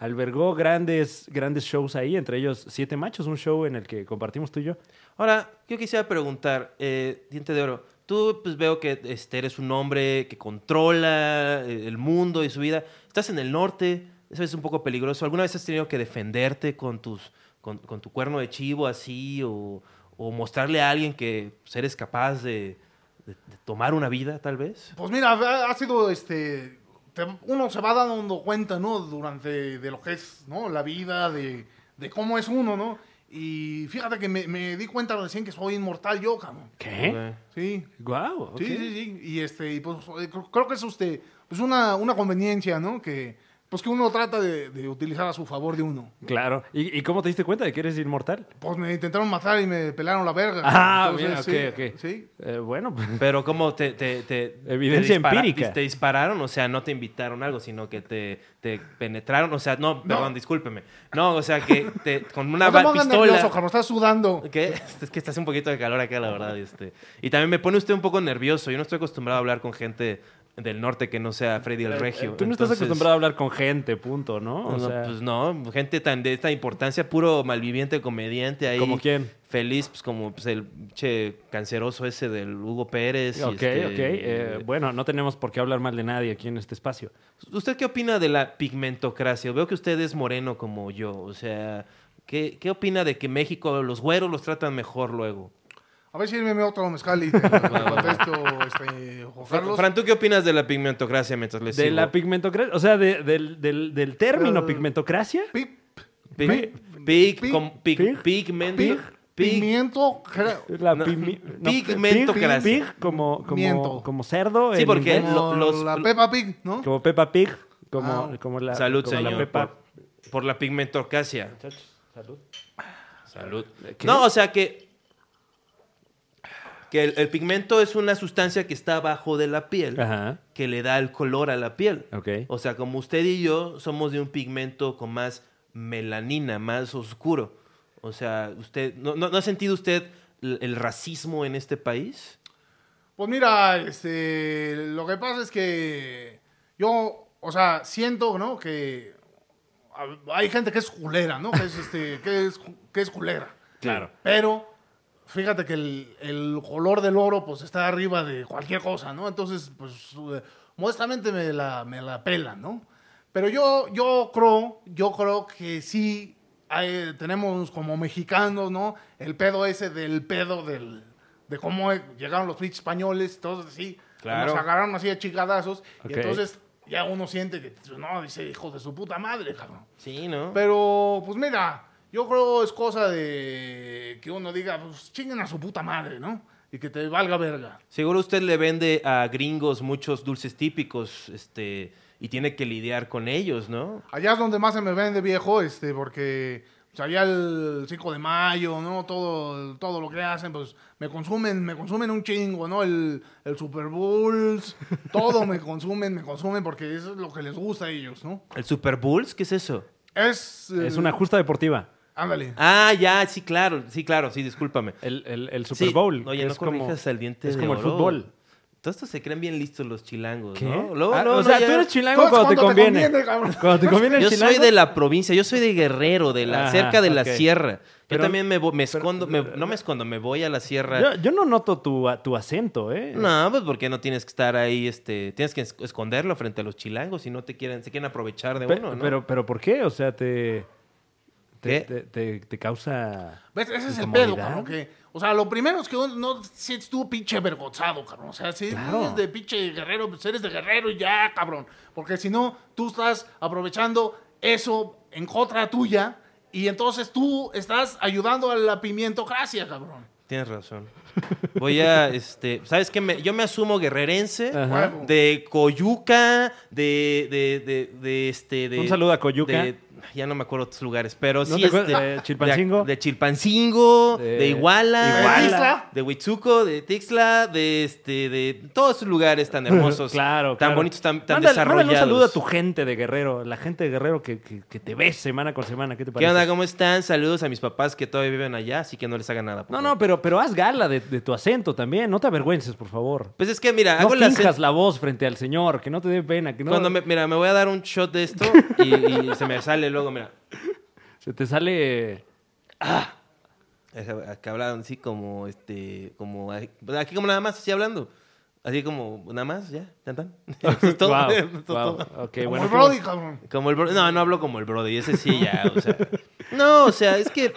Speaker 1: albergó grandes, grandes shows ahí, entre ellos Siete Machos, un show en el que compartimos tú y yo.
Speaker 2: Ahora, yo quisiera preguntar, eh, Diente de Oro, tú pues veo que este, eres un hombre que controla eh, el mundo y su vida. Estás en el norte, eso es un poco peligroso. ¿Alguna vez has tenido que defenderte con, tus, con, con tu cuerno de chivo así o, o mostrarle a alguien que pues, eres capaz de, de- de tomar una vida, tal vez?
Speaker 3: Pues mira, ha- ha sido este. te- uno se va dando cuenta, ¿no? Durante de lo que es, ¿no? La vida, de, de cómo es uno, ¿no? Y fíjate que me, me di cuenta recién que soy inmortal yo, cabrón.
Speaker 1: ¿Qué?
Speaker 2: Ok.
Speaker 3: Sí.
Speaker 1: ¡Guau! ok.
Speaker 3: Sí, sí, sí. Y este, y, pues eh, cr- creo que es este, pues una, una conveniencia, ¿no? Que pues que uno trata de, de utilizar a su favor de uno.
Speaker 1: Claro. ¿Y, y cómo te diste cuenta de que eres inmortal?
Speaker 3: Pues me intentaron matar y me pelaron la verga.
Speaker 1: Ah,
Speaker 3: Entonces,
Speaker 1: mira, ok,
Speaker 3: sí,
Speaker 1: ok.
Speaker 3: Sí.
Speaker 1: Eh, bueno, pues,
Speaker 2: Pero como te, te- te-
Speaker 1: Evidencia
Speaker 2: te dispara-
Speaker 1: empírica.
Speaker 2: Te dispararon, o sea, no te invitaron algo, sino que te, te penetraron, o sea, no, perdón, discúlpeme. No, o sea, que te- con una
Speaker 3: Pues no te
Speaker 2: ba-
Speaker 3: pongas nervioso,
Speaker 2: pistola.
Speaker 3: cabrón, estás sudando.
Speaker 2: ¿Qué? Es que está hace un poquito de calor acá, la verdad. Este. Y también me pone usted un poco nervioso. Yo no estoy acostumbrado a hablar con gente del norte que no sea Freddy el Regio.
Speaker 1: Eh, tú no estás
Speaker 2: Entonces,
Speaker 1: acostumbrado a hablar con gente, punto, ¿no? O
Speaker 2: no,
Speaker 1: sea,
Speaker 2: pues no, gente tan de esta importancia, puro malviviente comediante ahí.
Speaker 1: ¿Como quién?
Speaker 2: Feliz, pues como pues, el che canceroso ese del Hugo Pérez. y
Speaker 1: ok,
Speaker 2: este,
Speaker 1: ok. eh, bueno, no tenemos por qué hablar mal de nadie aquí en este espacio.
Speaker 2: ¿Usted qué opina de la pigmentocracia? Veo que usted es moreno como yo. O sea, ¿qué, qué opina de que México los güeros los tratan mejor luego?
Speaker 3: A ver si me otro mezcal y te contesto, este, Juan
Speaker 2: Fran,
Speaker 3: Carlos.
Speaker 2: Fran, ¿tú qué opinas de la pigmentocracia mientras le
Speaker 1: De
Speaker 2: sigo?
Speaker 1: la pigmentocracia, o sea, de- del, del- del término
Speaker 3: Eh,
Speaker 1: pigmentocracia.
Speaker 3: Pi-
Speaker 2: Pig-
Speaker 3: Pig-
Speaker 2: pig- com- pig-
Speaker 1: pig-
Speaker 2: pigmento-
Speaker 3: pi-
Speaker 2: pig-
Speaker 3: pimiento, creo.
Speaker 1: La
Speaker 2: no,
Speaker 1: pimi- no, pig-
Speaker 2: pigmentocracia.
Speaker 1: Pig, como, como,
Speaker 3: Miento.
Speaker 1: como cerdo.
Speaker 2: Sí,
Speaker 1: en
Speaker 2: porque-
Speaker 1: inglés,
Speaker 3: Como
Speaker 2: Eh, los-
Speaker 3: la Peppa Pig, ¿no?
Speaker 1: Como Peppa Pig, como,
Speaker 3: Ah.
Speaker 1: como la,
Speaker 2: Salud,
Speaker 1: como la
Speaker 2: señor.
Speaker 1: Peppa.
Speaker 2: Por, por la pigmentocracia.
Speaker 1: Salud.
Speaker 2: Salud. No, o sea que. Que el, el pigmento es una sustancia que está abajo de la piel.
Speaker 1: Ajá.
Speaker 2: que le da el color a la piel.
Speaker 1: Ok.
Speaker 2: O sea, como usted y yo somos de un pigmento con más melanina, más oscuro. O sea, usted ¿no, no, no ha sentido usted el, el racismo en este país?
Speaker 3: Pues mira, este, lo que pasa es que yo, o sea, siento, ¿no? Que a- hay gente que es culera, ¿no? Que es, este, que es, ju- que es culera.
Speaker 1: Claro.
Speaker 3: Pero fíjate que el, el color del oro, pues, está arriba de cualquier cosa, ¿no? Entonces, pues, eh, modestamente me la, me la pela, ¿no? Pero yo, yo creo, yo creo que sí hay- tenemos como mexicanos, ¿no? El pedo ese del pedo del, de cómo eh, llegaron los pinches españoles, entonces sí,
Speaker 2: Claro.
Speaker 3: nos agarraron así a chigadazos,
Speaker 1: Ok.
Speaker 3: y entonces ya uno siente que, no, dice, hijo de su puta madre, cabrón.
Speaker 2: Sí, ¿no?
Speaker 3: Pero, pues mira, yo creo es cosa de que uno diga, pues chinguen a su puta madre, ¿no? Y que te valga verga.
Speaker 2: Seguro usted le vende a gringos muchos dulces típicos, este, y tiene que lidiar con ellos, ¿no?
Speaker 3: Allá es donde más se me vende viejo, este, porque pues, allá el 5 de mayo, ¿no? Todo, todo lo que hacen, pues me consumen, me consumen un chingo, ¿no? El, el Super Bowls, todo me consumen, me consumen porque eso es lo que les gusta a ellos, ¿no?
Speaker 2: ¿El Super Bulls? ¿Qué es eso?
Speaker 3: Es...
Speaker 1: Es
Speaker 3: eh,
Speaker 1: una justa deportiva.
Speaker 3: Ándale.
Speaker 2: Ah, ya, sí, claro, sí, claro, sí, discúlpame.
Speaker 1: El, el- el Super
Speaker 2: Sí.
Speaker 1: Bowl.
Speaker 2: Oye,
Speaker 1: que
Speaker 2: no
Speaker 1: es como,
Speaker 2: corrijas al diente
Speaker 1: Es
Speaker 2: de
Speaker 1: como el
Speaker 2: oro.
Speaker 1: fútbol.
Speaker 2: Todos estos se creen bien listos los chilangos,
Speaker 1: ¿Qué?
Speaker 2: ¿no? Luego,
Speaker 1: Ah,
Speaker 2: luego,
Speaker 1: o
Speaker 2: no
Speaker 1: sea, tú
Speaker 2: llegan-
Speaker 1: eres chilango
Speaker 3: Todo es
Speaker 1: cuando, te
Speaker 3: cuando te
Speaker 1: conviene.
Speaker 3: conviene, cabrón.
Speaker 1: cuando te conviene el
Speaker 2: Yo
Speaker 1: chilango.
Speaker 2: soy de la provincia, yo soy de Guerrero, de la
Speaker 1: Ajá,
Speaker 2: cerca de la
Speaker 1: ok.
Speaker 2: sierra.
Speaker 1: Pero-
Speaker 2: yo también me, vo- me escondo, me- no me escondo, me voy a la sierra.
Speaker 1: Yo, yo no noto tu, a- tu acento, ¿eh?
Speaker 2: no, pues porque no tienes que estar ahí, este, tienes que es- esconderlo frente a los chilangos si no te quieren, se quieren aprovechar de
Speaker 1: Pe-
Speaker 2: uno, ¿no?
Speaker 1: pero, pero, ¿por qué? O sea, te. Te,
Speaker 2: ¿Qué?
Speaker 1: te- te- te causa.
Speaker 3: ¿Ves? Ese es el
Speaker 1: incomodidad.
Speaker 3: pedo, cabrón. Que, o sea, lo primero es que uno no sientes tú pinche avergonzado, cabrón. O sea, si
Speaker 1: Claro.
Speaker 3: eres de pinche guerrero, pues eres de guerrero y ya, cabrón. Porque si no, tú estás aprovechando eso en contra tuya y entonces tú estás ayudando a la pimientocracia, cabrón.
Speaker 2: Tienes razón. Voy a, este, ¿sabes qué? Me- yo me asumo guerrerense,
Speaker 1: Ajá.
Speaker 3: Huevo.
Speaker 2: de Coyuca, de, de, de, de, este, de-
Speaker 1: Un saludo a Coyuca.
Speaker 2: de- ya no me acuerdo otros lugares, pero sí,
Speaker 1: te
Speaker 2: este,
Speaker 1: acuerdas? ¿De Chilpancingo?
Speaker 2: de, de Chilpancingo,
Speaker 1: De-
Speaker 2: de, Iguala,
Speaker 1: Iguala.
Speaker 2: de Tixla, de Huitzuco, de Tixla, de este, de todos esos lugares tan hermosos,
Speaker 1: claro,
Speaker 2: Pues, tan
Speaker 1: claro.
Speaker 2: bonitos, tan, tan
Speaker 1: Mándale- mándale
Speaker 2: desarrollados.
Speaker 1: un saludo a tu gente de Guerrero, la gente de Guerrero que, que- que te ves semana con semana. ¿Qué te
Speaker 2: ¿Qué
Speaker 1: parece?
Speaker 2: onda? ¿Cómo están? Saludos a mis papás que todavía viven allá, así que no les hagan nada. por
Speaker 1: No,
Speaker 2: favor.
Speaker 1: no, pero, pero haz gala de, de tu acento también. No te avergüences, por favor.
Speaker 2: Pues es que mira,
Speaker 1: No
Speaker 2: hago la
Speaker 1: finjas la voz frente al señor, que no te dé pena. Que no...
Speaker 2: Cuando me, mira, me voy a dar un shot de esto y, y se me sale sale luego, mira.
Speaker 1: Se te sale.
Speaker 2: Esa- Que hablaban así como, este, como, aquí como nada más, así hablando. Así como, nada más, ya, tan, tan. Eso es todo.
Speaker 1: Guau,
Speaker 2: Eso es todo.
Speaker 1: guau. Ok,
Speaker 3: Como
Speaker 1: bueno.
Speaker 3: el
Speaker 1: qué
Speaker 3: Brody, cabrón.
Speaker 2: Como el Brody. No, no hablo como el Brody. Ese sí, ya, o sea. No, o sea, es que,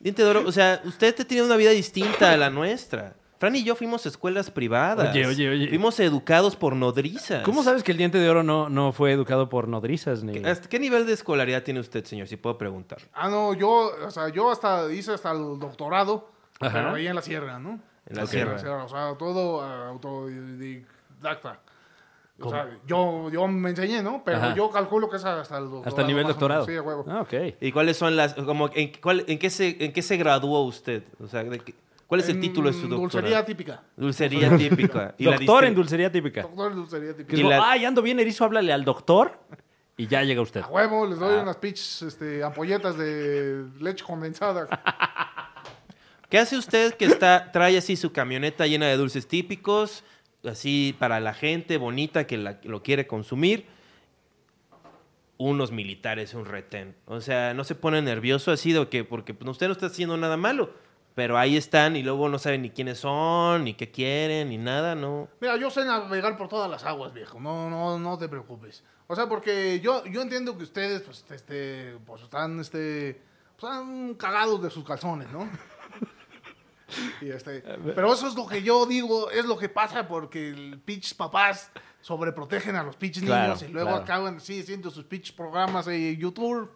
Speaker 2: Diente de Oro, o sea, usted te tiene una vida distinta a la nuestra. Fran y yo fuimos a escuelas privadas.
Speaker 1: Oye, oye, oye.
Speaker 2: Fuimos educados por nodrizas.
Speaker 1: ¿Cómo sabes que el diente de oro no, no fue educado por nodrizas? Ni...
Speaker 2: ¿Hasta qué nivel de escolaridad tiene usted, señor? Si puedo preguntar.
Speaker 3: Ah, no, yo, o sea, yo hasta hice hasta el doctorado,
Speaker 1: Ajá.
Speaker 3: pero ahí en la sierra, ¿no?
Speaker 2: En la
Speaker 3: Ok.
Speaker 2: sierra.
Speaker 3: O sea, todo ah, autodidacta. O sea, yo, yo me enseñé, ¿no? Pero
Speaker 1: Ajá.
Speaker 3: yo calculo que es hasta el doctorado.
Speaker 1: Hasta el nivel
Speaker 3: más o
Speaker 1: doctorado.
Speaker 3: menos. Sí, a huevo.
Speaker 1: Ah, ok.
Speaker 2: ¿Y cuáles son las, como, en, cuál- en qué se, en qué se graduó usted? O sea, ¿de qué- ¿cuál es el
Speaker 3: En
Speaker 2: título de su
Speaker 3: Dulcería
Speaker 2: doctorado?
Speaker 3: típica.
Speaker 2: Dulcería típica. Y la
Speaker 1: Doctor
Speaker 2: distri-
Speaker 1: en dulcería típica.
Speaker 3: Doctor en dulcería
Speaker 1: Que
Speaker 3: típica.
Speaker 2: Y
Speaker 1: es como,
Speaker 2: la-
Speaker 1: Ay, ando bien erizo, háblale al doctor y ya llega usted.
Speaker 3: A huevo, les
Speaker 2: Ah.
Speaker 3: doy unas pitch, este, ampolletas de leche condensada.
Speaker 2: ¿Qué hace usted que está, trae así su camioneta llena de dulces típicos, así para la gente bonita que la- lo quiere consumir? Unos militares, un retén. O sea, no se pone nervioso así de que, porque pues, usted no está haciendo nada malo, pero ahí están y luego no saben ni quiénes son, ni qué quieren, ni nada, ¿no?
Speaker 3: Mira, yo sé navegar por todas las aguas, viejo. No, no, no te preocupes. O sea, porque yo, yo entiendo que ustedes, pues, este, pues, están, este, pues, están cagados de sus calzones, ¿no? Y este, pero eso es lo que yo digo, es lo que pasa porque el pinches papás sobreprotegen a los pinches
Speaker 1: Claro,
Speaker 3: niños y luego
Speaker 1: claro.
Speaker 3: acaban, sí, haciendo sus pinches programas en YouTube.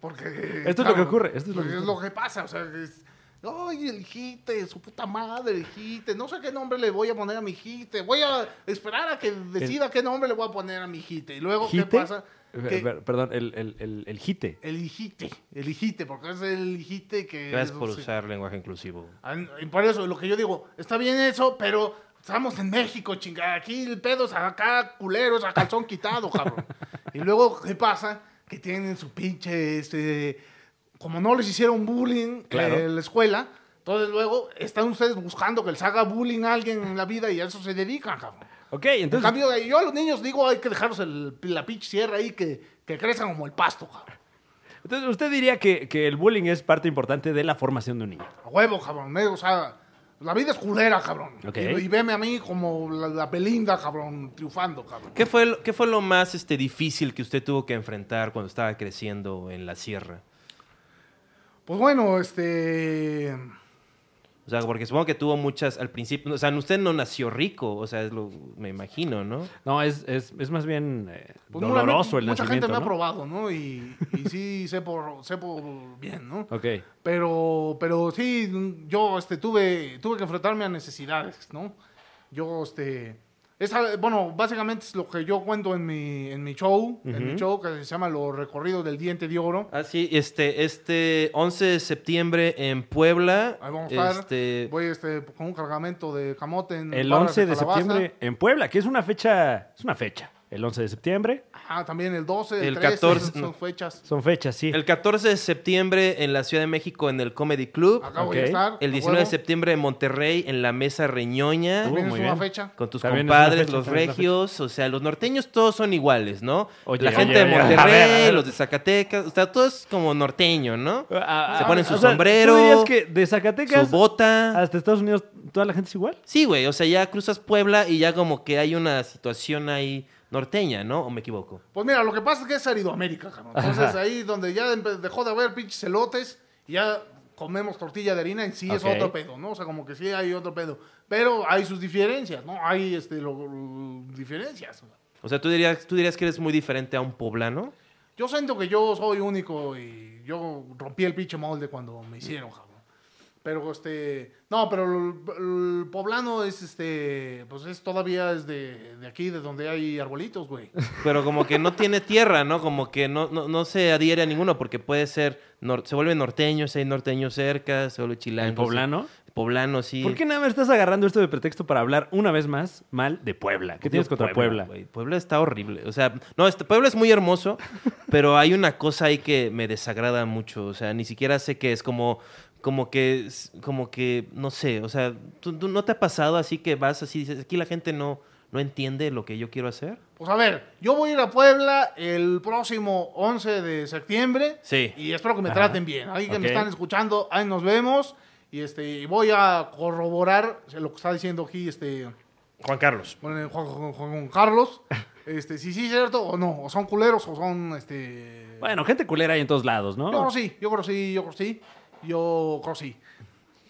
Speaker 3: Porque.
Speaker 1: Esto es lo que ocurre, esto es lo que
Speaker 3: es
Speaker 1: ocurre.
Speaker 3: lo que pasa, o sea, es, Ay, el hijite, su puta madre, el hijite. No sé qué nombre le voy a poner a mi hijite. Voy a esperar a que decida qué nombre le voy a poner a mi hijite. Y luego, ¿qué
Speaker 1: ¿Jite?
Speaker 3: pasa?
Speaker 1: Eh,
Speaker 3: Que
Speaker 1: per- Perdón, el, el, el, el jite.
Speaker 3: el hijite, el hijite, porque es el hijite que.
Speaker 2: Gracias por
Speaker 3: sí.
Speaker 2: usar lenguaje inclusivo.
Speaker 3: Ah, Y por eso, lo que yo digo, está bien eso, pero estamos en México, chingada. Aquí el pedo es acá, culeros, a calzón quitado, cabrón. y luego, ¿qué pasa? Que tienen su pinche, este... Como no les hicieron bullying eh,
Speaker 1: Claro.
Speaker 3: en la escuela, entonces luego están ustedes buscando que les haga bullying a alguien en la vida y a eso se dedican, cabrón.
Speaker 1: Ok,
Speaker 3: En
Speaker 1: entonces.
Speaker 3: cambio, yo a los niños digo, hay que dejarlos el- la pinche sierra ahí que, que crezcan como el pasto, cabrón.
Speaker 1: Entonces, usted diría que, que el bullying es parte importante de la formación de un niño.
Speaker 3: A huevo, cabrón. eh, O sea, la vida es culera, cabrón.
Speaker 1: Ok.
Speaker 3: Y, y veme a mí como la, la Belinda, cabrón, triunfando, cabrón.
Speaker 2: ¿Qué fue, lo- ¿Qué fue lo más este, difícil que usted tuvo que enfrentar cuando estaba creciendo en la sierra?
Speaker 3: Pues bueno, este.
Speaker 2: O sea, porque supongo que tuvo muchas al principio. O sea, usted no nació rico, o sea, es lo, me imagino, ¿no?
Speaker 1: No, es, es, es más bien eh,
Speaker 3: pues,
Speaker 1: doloroso
Speaker 3: nuevamente,
Speaker 1: el
Speaker 3: Mucha
Speaker 1: nacimiento.
Speaker 3: gente me ha
Speaker 1: ¿no?
Speaker 3: probado, ¿no? Y, y sí, sé por, sé por bien, ¿no?
Speaker 1: Ok.
Speaker 3: Pero, pero sí, yo este, tuve, tuve que enfrentarme a necesidades, ¿no? Yo, este... Esa, bueno, básicamente es lo que yo cuento en mi, en mi show, en mi show que se llama Los Recorridos del Diente de Oro.
Speaker 2: Así, este, este 11 de septiembre en Puebla.
Speaker 3: Ahí vamos a estar.
Speaker 2: este,
Speaker 3: Voy este, con un cargamento de camote en
Speaker 1: El
Speaker 3: barras
Speaker 1: 11 de
Speaker 3: calabaza.
Speaker 1: septiembre en Puebla, que es una fecha, es una fecha. El 11 de septiembre
Speaker 3: Ajá, Ah, también el 12, el,
Speaker 2: El
Speaker 3: 13,
Speaker 2: 14,
Speaker 3: son-
Speaker 2: no.
Speaker 3: son fechas.
Speaker 1: son fechas, sí.
Speaker 2: El 14 de septiembre en la Ciudad de México en el Comedy Club.
Speaker 3: Acá voy a
Speaker 1: Ok.
Speaker 3: estar.
Speaker 2: El
Speaker 3: Ah, a
Speaker 2: 19 de
Speaker 3: huevo.
Speaker 2: septiembre en Monterrey en la Mesa Reñoña.
Speaker 1: Uh,
Speaker 3: También
Speaker 1: muy
Speaker 3: es una
Speaker 1: bien.
Speaker 3: fecha.
Speaker 2: Con tus
Speaker 1: También es una
Speaker 2: compadres,
Speaker 1: fecha,
Speaker 2: los
Speaker 1: también es una fecha.
Speaker 2: regios, o sea, los norteños todos son iguales, ¿no?
Speaker 1: Oye,
Speaker 2: la
Speaker 1: oye,
Speaker 2: gente de
Speaker 1: oye, a
Speaker 2: Monterrey,
Speaker 1: ver, a ver.
Speaker 2: los de Zacatecas, o sea, todo es como norteño, ¿no?
Speaker 1: Ah,
Speaker 2: Se
Speaker 1: ah,
Speaker 2: ponen
Speaker 1: ah,
Speaker 2: su
Speaker 1: o sea,
Speaker 2: sombrero,
Speaker 1: ¿tú dirías que de
Speaker 2: Su
Speaker 1: Zacatecas
Speaker 2: bota. Pues
Speaker 1: hasta Estados Unidos toda la gente es igual?
Speaker 2: Sí, güey, o sea, ya cruzas Puebla y ya como que hay una situación ahí norteña, ¿no? ¿O me equivoco?
Speaker 3: Pues mira, lo que pasa es que es Aridoamérica, cabrón. Entonces ahí donde ya empe- dejó de haber pinches elotes, ya comemos tortilla de harina y sí es
Speaker 1: Ok.
Speaker 3: otro pedo, ¿no? O sea, como que sí hay otro pedo. Pero hay sus diferencias, ¿no? Hay este, lo- diferencias.
Speaker 2: O sea, ¿tú dirías, tú dirías que eres muy diferente a un poblano.
Speaker 3: Yo siento que yo soy único y yo rompí el pinche molde cuando me hicieron, cabrón. Pero este, no, pero el, el poblano es este, pues es todavía es de, de aquí, de donde hay arbolitos, güey.
Speaker 2: Pero como que no tiene tierra, ¿no? Como que no, no, no se adhiere a ninguno porque puede ser, nor- se vuelve norteño, si hay norteño cerca, se vuelve chilango.
Speaker 1: ¿El poblano?
Speaker 2: sí. Poblano, sí.
Speaker 1: ¿Por qué nada más estás agarrando esto de pretexto para hablar una vez más mal de Puebla? ¿Qué tienes contra Puebla?
Speaker 2: güey. Puebla está horrible. O sea, no, este, Puebla es muy hermoso, pero hay una cosa ahí que me desagrada mucho. O sea, ni siquiera sé qué es como, como que, es- como que, no sé. O sea, ¿tú, tú no te ha pasado así que vas así, dices, aquí la gente no, no entiende lo que yo quiero hacer.
Speaker 3: Pues a ver, yo voy a ir a Puebla el próximo 11 de septiembre.
Speaker 2: Sí.
Speaker 3: Y espero que me
Speaker 1: Ajá.
Speaker 3: traten bien. Ahí que me
Speaker 1: Ok.
Speaker 3: están escuchando, ahí nos vemos. Y este, y voy a corroborar lo que está diciendo aquí este,
Speaker 2: Juan Carlos.
Speaker 3: bueno, eh, Juan, Juan- Juan- Juan Carlos. Este, si sí es cierto o no. O son culeros o son este.
Speaker 1: Bueno, gente culera hay en todos lados, ¿no?
Speaker 3: Yo creo que sí, yo creo que sí, yo creo que sí. Yo creo que sí.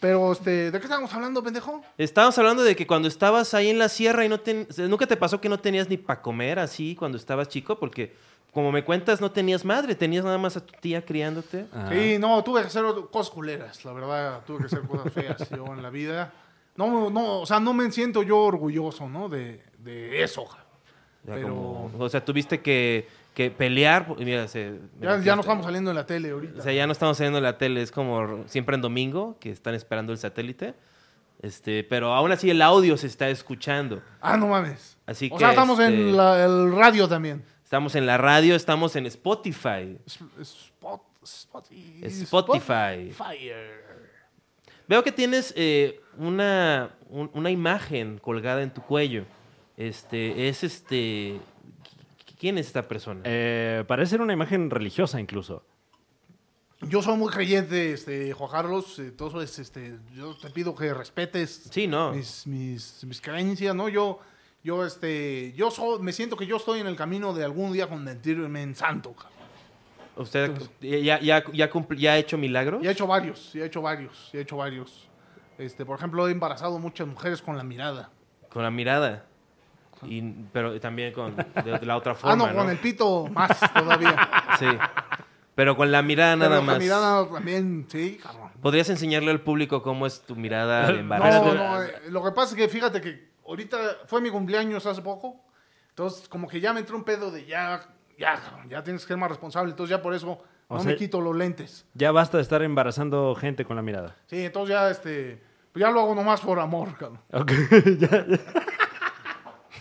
Speaker 3: Pero este, ¿de qué estábamos hablando, pendejo?
Speaker 2: Estábamos hablando de que cuando estabas ahí en la sierra y no ten- nunca te pasó que no tenías ni para comer así cuando estabas chico, porque como me cuentas no tenías madre, tenías nada más a tu tía criándote.
Speaker 1: Ah.
Speaker 3: Sí, no, tuve que hacer cosas culeras, la verdad, tuve que hacer cosas feas yo en la vida. No, no, o sea, no me siento yo orgulloso, ¿no? De, de eso. ja.
Speaker 2: O sea,
Speaker 3: Pero-
Speaker 2: como- o sea, tuviste que, que pelear. por- Mira, se- me
Speaker 3: Ya, ya
Speaker 2: metiste.
Speaker 3: no estamos saliendo en la tele
Speaker 2: O
Speaker 3: ahorita.
Speaker 2: sea, ya no estamos saliendo en la tele, es como siempre en domingo, que están esperando el satélite. Este, pero aún así el audio se está escuchando.
Speaker 3: Ah, no mames.
Speaker 2: Así
Speaker 3: o
Speaker 2: que,
Speaker 3: sea, estamos
Speaker 2: este-
Speaker 3: en la- el radio también.
Speaker 2: Estamos en la radio, estamos en Spotify.
Speaker 3: Es- Spot, spot-
Speaker 2: Spotify.
Speaker 3: Fire.
Speaker 2: Veo que tienes eh, una, un- una imagen colgada en tu cuello. Este, es este. qui- ¿Quién es esta persona?
Speaker 1: Eh, parece ser una imagen religiosa incluso.
Speaker 3: Yo soy muy creyente, este, Juan Carlos. Entonces, este, yo te pido que respetes
Speaker 2: sí, no.
Speaker 3: mis, mis, mis creencias, ¿no? Yo, yo, este, yo so- me siento que yo estoy en el camino de algún día convertirme en santo, cabrón.
Speaker 2: Usted ya, ya, ya, cumpl- ya ha hecho milagros.
Speaker 3: Y he hecho varios, y he hecho varios, y he hecho varios. Este, por ejemplo, he embarazado muchas mujeres con la mirada.
Speaker 2: Con la mirada. Y, pero también con de, de la otra forma.
Speaker 3: ah, no,
Speaker 2: ¿no?
Speaker 3: con el pito más todavía.
Speaker 2: Sí. Pero con la mirada
Speaker 3: Pero
Speaker 2: nada
Speaker 3: con
Speaker 2: más.
Speaker 3: La mirada también, sí, cabrón.
Speaker 2: ¿Podrías enseñarle al público cómo es tu mirada de embarazo?
Speaker 3: No, no, eh, lo que pasa es que fíjate que ahorita fue mi cumpleaños hace poco, entonces como que ya me entró un pedo de ya, ya, cabrón, ya tienes que ser más responsable, entonces ya por eso
Speaker 1: O
Speaker 3: no
Speaker 1: sea-
Speaker 3: me quito los lentes.
Speaker 1: Ya basta de estar embarazando gente con la mirada.
Speaker 3: Sí, entonces ya, este, pues ya lo hago nomás por amor, cabrón.
Speaker 1: Ok,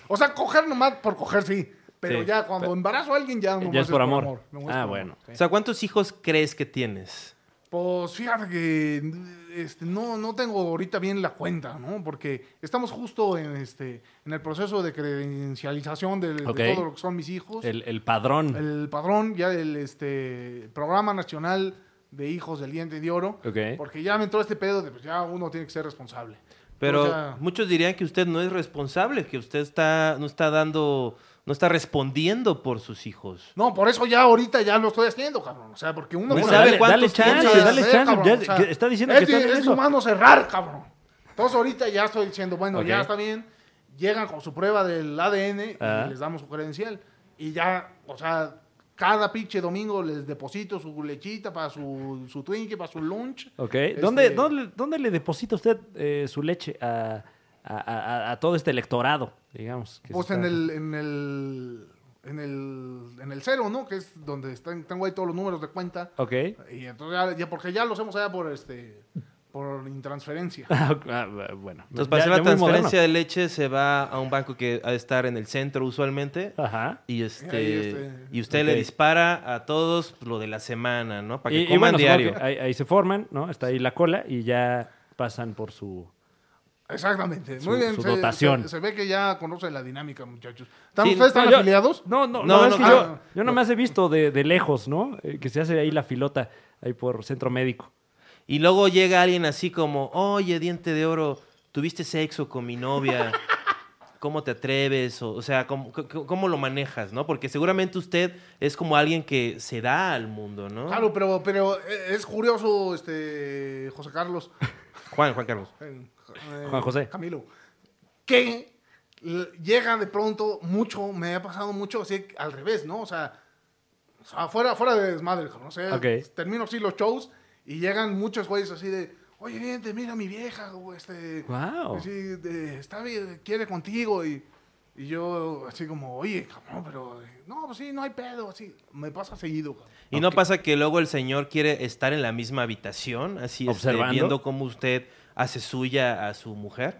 Speaker 3: O sea, coger nomás por coger, sí. Pero
Speaker 2: Sí,
Speaker 3: ya cuando embarazo a alguien ya nomás
Speaker 1: ya es por amor.
Speaker 3: nomás
Speaker 1: Ah,
Speaker 3: por
Speaker 1: bueno.
Speaker 3: amor,
Speaker 2: O
Speaker 3: sí.
Speaker 2: sea, ¿cuántos hijos crees que tienes?
Speaker 3: Pues fíjate que este, no, no tengo ahorita bien la cuenta, ¿no? Porque estamos justo en, este, en el proceso de credencialización del- de,
Speaker 1: Ok.
Speaker 3: todo lo que son mis hijos. El,
Speaker 1: el, el padrón.
Speaker 3: padrón, ya el este, Programa Nacional de Hijos del Diente de Oro.
Speaker 1: Ok.
Speaker 3: Porque ya me entró este pedo de pues ya uno tiene que ser responsable.
Speaker 2: Pero
Speaker 3: O sea,
Speaker 2: muchos dirían que usted no es responsable, que usted está, no está dando, no está respondiendo por sus hijos.
Speaker 3: no, por eso ya ahorita ya lo estoy haciendo, cabrón. O sea, porque uno
Speaker 2: Bueno,
Speaker 3: por
Speaker 2: ¿sabe
Speaker 1: Pues dale, dale
Speaker 2: cuántos
Speaker 1: chance,
Speaker 2: tienes?
Speaker 1: dale
Speaker 3: Eh,
Speaker 1: chance.
Speaker 3: cabrón,
Speaker 1: Ya
Speaker 3: o sea,
Speaker 1: que- está diciendo
Speaker 3: es,
Speaker 1: que está en
Speaker 3: es
Speaker 1: eso.
Speaker 3: humano cerrar, cabrón. Entonces ahorita ya estoy diciendo, bueno,
Speaker 1: Ok.
Speaker 3: ya está bien. Llegan con su prueba del ADN
Speaker 1: Ah.
Speaker 3: y les damos su credencial. Y ya, o sea, cada pinche domingo les deposito su lechita para su, su Twinkie, para su lunch.
Speaker 1: Ok.
Speaker 3: Este,
Speaker 1: ¿Dónde, dónde, dónde le deposita usted eh, su leche a, a- a- a todo este electorado, digamos? que se
Speaker 3: Pues en
Speaker 1: está-
Speaker 3: el, en el, en el, en el cero, ¿no? Que es donde están, tengo ahí todos los números de cuenta.
Speaker 1: Ok.
Speaker 3: Y entonces ya, ya- porque ya los hemos allá por este, por intransferencia.
Speaker 1: Ah, ah, bueno.
Speaker 2: Entonces,
Speaker 1: Ya-
Speaker 2: para hacer
Speaker 1: ya muy
Speaker 2: la transferencia de leche se va a un banco que ha de estar en el centro usualmente.
Speaker 1: moderno. Ajá.
Speaker 2: Y, este,
Speaker 3: Ahí, este,
Speaker 2: y usted
Speaker 1: ok.
Speaker 2: le dispara a todos pues, lo de la semana, ¿no? Para que
Speaker 1: y, y
Speaker 2: coman
Speaker 1: bueno, supongo
Speaker 2: diario.
Speaker 1: que ah, ahí, ahí se forman, ¿no? Está ahí la cola y ya pasan por su...
Speaker 3: Exactamente.
Speaker 1: Su-
Speaker 3: Muy bien.
Speaker 1: su dotación.
Speaker 3: Se, se ve que ya conoce la dinámica, muchachos. ¿Están,
Speaker 2: Sí,
Speaker 3: ¿Ustedes
Speaker 1: No,
Speaker 3: están
Speaker 1: yo-
Speaker 3: afiliados?
Speaker 1: No, no,
Speaker 2: No,
Speaker 1: no, es
Speaker 2: no,
Speaker 1: que
Speaker 3: claro.
Speaker 1: yo, yo nomás he visto de, de lejos, ¿no? Eh, que se hace ahí la filota, ahí por centro médico.
Speaker 2: Y luego llega alguien así como, oye, diente de oro, tuviste sexo con mi novia. ¿Cómo te atreves? O, o sea, ¿cómo, cómo- cómo lo manejas, no? Porque seguramente usted es como alguien que se da al mundo, ¿no?
Speaker 3: Claro, pero, pero eh, es curioso, este, José Carlos.
Speaker 2: Juan, Juan Carlos.
Speaker 3: eh, eh,
Speaker 1: Juan José.
Speaker 3: Camilo. Que l- llega de pronto mucho, me ha pasado mucho así al revés, ¿no? O sea, o sea, fuera, fuera de desmadre, no sé.
Speaker 1: Ok.
Speaker 3: Termino así los shows y llegan muchos güeyes así de, oye, bien, te mira mi vieja, o este...
Speaker 1: Guau.
Speaker 3: así de, está bien, quiere contigo y, y yo así como, oye, cabrón, pero... eh, No, pues sí, no hay pedo, así. Me pasa seguido, cabrón.
Speaker 2: Y no pasa que luego el señor quiere estar en la misma habitación, así este,
Speaker 1: Observando.
Speaker 2: viendo cómo usted hace suya a su mujer.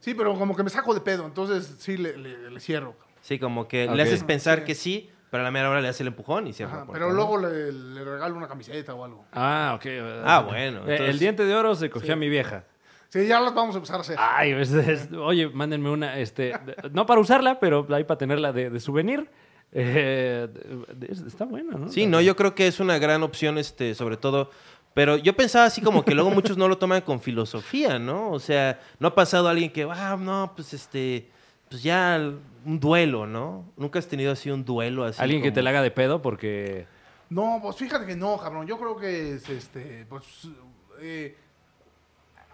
Speaker 3: Sí, pero como que me saco de pedo, entonces sí le, le- le cierro. cabrón.
Speaker 2: Sí, como que
Speaker 1: Ok.
Speaker 2: le haces pensar
Speaker 3: Sí.
Speaker 2: que sí, pero a la mera hora le hace el empujón y cierra
Speaker 3: Ajá,
Speaker 2: la puerta, ¿no?
Speaker 3: pero luego le, le regalo una camiseta o algo.
Speaker 1: Ah, ok.
Speaker 2: Ah, bueno,
Speaker 1: Eh, El
Speaker 2: entonces-
Speaker 1: diente de oro se cogió a mi vieja.
Speaker 3: Sí, ya las vamos a empezar a hacer.
Speaker 1: Ay, pues, es- oye, mándenme una, este, no para usarla, pero ahí para tenerla de, de souvenir. Eh, es- está buena, ¿no?
Speaker 2: Sí, no, yo creo que es una gran opción, este, sobre todo. Pero yo pensaba así como que luego muchos no lo toman con filosofía, ¿no? O sea, no ha pasado alguien que, ah, no, pues este, pues ya un duelo, ¿no? Nunca has tenido así un duelo así.
Speaker 1: Alguien que
Speaker 2: como-
Speaker 1: te la haga de pedo porque...
Speaker 3: No, pues fíjate que no, cabrón. Yo creo que es, este, pues, eh,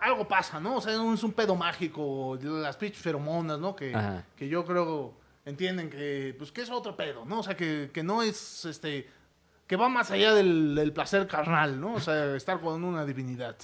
Speaker 3: algo pasa, ¿no? O sea, es un pedo mágico, las pitch feromonas, ¿no? Que,
Speaker 1: Ajá.
Speaker 3: que yo creo entienden que, pues, que es otro pedo, ¿no? O sea, que, que no es, este, que va más allá del, del placer carnal, ¿no? O sea, estar con una divinidad.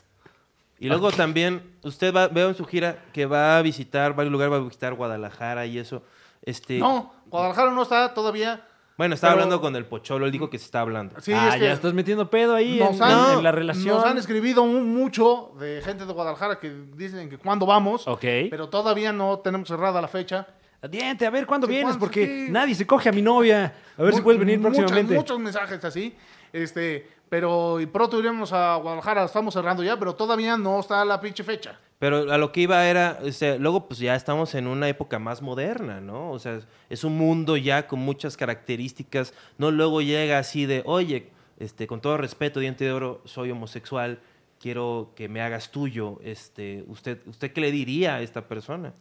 Speaker 2: Y luego también, usted va, veo en su gira que va a visitar varios lugares, va a visitar Guadalajara y eso. Este,
Speaker 3: No, Guadalajara no está todavía.
Speaker 2: Bueno, estaba
Speaker 3: Pero-
Speaker 2: hablando con el Pocholo, él dijo que se está hablando.
Speaker 3: Sí, este,
Speaker 1: ah,
Speaker 3: es que
Speaker 1: ya estás metiendo pedo ahí en,
Speaker 3: nos han-
Speaker 1: en-
Speaker 2: No,
Speaker 1: en la relación.
Speaker 3: Nos han escribido mu- mucho de gente de Guadalajara que dicen que cuándo vamos,
Speaker 1: Ok.
Speaker 3: pero todavía no tenemos cerrada la fecha.
Speaker 1: Diente, a ver, ¿cuándo
Speaker 3: Sí,
Speaker 1: vienes?
Speaker 3: ¿cuándo?
Speaker 1: Porque
Speaker 3: Sí.
Speaker 1: nadie se coge a mi novia. A ver si
Speaker 3: Mu-
Speaker 1: puedes venir
Speaker 3: muchas-
Speaker 1: próximamente.
Speaker 3: Muchos mensajes así. Este, pero y pronto iremos a Guadalajara, estamos cerrando ya, pero todavía no está la pinche fecha.
Speaker 2: Pero a lo que iba era, o sea, luego pues ya estamos en una época más moderna, ¿no? O sea, es un mundo ya con muchas características, no luego llega así de, oye, este, con todo respeto, diente de oro, soy homosexual, quiero que me hagas tuyo, este, usted, ¿usted qué le diría a esta persona?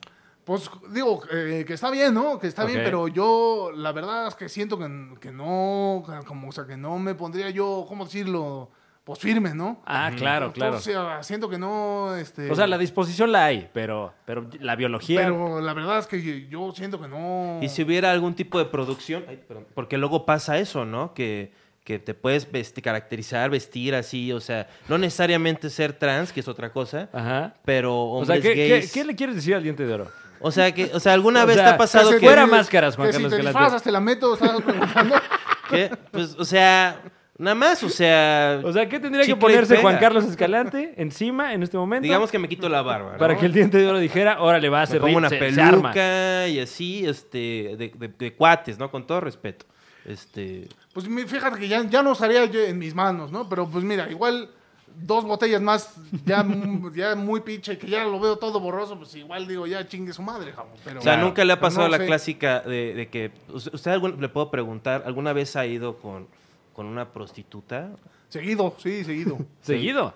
Speaker 3: Pues digo, eh, que está bien, ¿no? Que está bien,
Speaker 1: Ok.
Speaker 3: pero yo la verdad es que siento que, que no, como, o sea, que no me pondría yo, ¿cómo decirlo? Pues firme, ¿no?
Speaker 1: Ah, claro, claro.
Speaker 3: O sea, siento que no, este...
Speaker 1: O sea, la disposición la hay, pero, pero la biología.
Speaker 3: Pero la verdad es que yo siento que no...
Speaker 2: Y si hubiera algún tipo de producción, ay, perdón, porque luego pasa eso, ¿no? Que, que te puedes vesti- caracterizar, vestir así, o sea, no necesariamente ser trans, que es otra cosa,
Speaker 1: Ajá.
Speaker 2: pero
Speaker 1: O
Speaker 2: hombres
Speaker 1: sea, ¿qué, qué-
Speaker 2: gays-
Speaker 1: qué le quieres decir al diente de oro?
Speaker 2: O sea, que, o sea, alguna
Speaker 1: O
Speaker 2: vez
Speaker 1: sea,
Speaker 2: te ha pasado
Speaker 1: que
Speaker 2: que,
Speaker 1: se fuera Máscaras, Juan
Speaker 3: que
Speaker 1: Carlos
Speaker 3: si te
Speaker 1: Escalante.
Speaker 3: disfrazas, te la meto, estás preguntando.
Speaker 2: que, pues, o sea, nada más, o sea,
Speaker 1: O sea, ¿qué tendría que
Speaker 2: Chicle y
Speaker 1: ponerse
Speaker 2: pega.
Speaker 1: Juan Carlos Escalante encima en este momento?
Speaker 2: digamos que me quito la barba, ¿no?
Speaker 1: para que el diente de oro dijera, órale, va a
Speaker 2: me
Speaker 1: ser
Speaker 2: pongo una
Speaker 1: se, se arma.
Speaker 2: peluca y así, este, de, de- de cuates, ¿no? Con todo respeto, este,
Speaker 3: Pues mi- fíjate que ya, ya no estaría yo en mis manos, ¿no? Pero pues mira, igual dos botellas más, ya, mu- ya muy pinche, que ya lo veo todo borroso, pues igual digo, ya chingue su madre, jamón. Pero,
Speaker 2: o sea,
Speaker 1: Claro.
Speaker 2: nunca le ha
Speaker 3: pero
Speaker 2: pasado
Speaker 3: no
Speaker 2: la
Speaker 3: sé.
Speaker 2: clásica de, de que, pues, ¿usted usted algún- le puedo preguntar, alguna vez ha ido con, con una prostituta?
Speaker 3: Seguido, sí, seguido.
Speaker 1: Seguido.